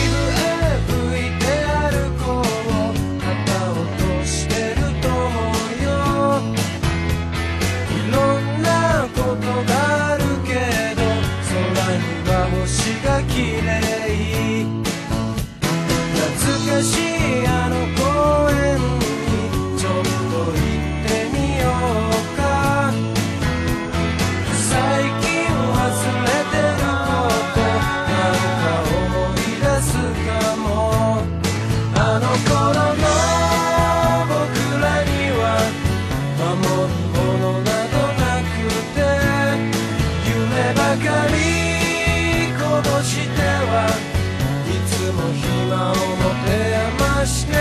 S6: へ向いて歩こう旗を落としてると思うよいろんなことがあるけど空には星が綺麗懐かしいあの公園にちょっと行ってみようか最近忘れてることなんか思い出すかもあの頃の僕らには守るものなどなくて夢ばかり殺してはいつも暇を持てして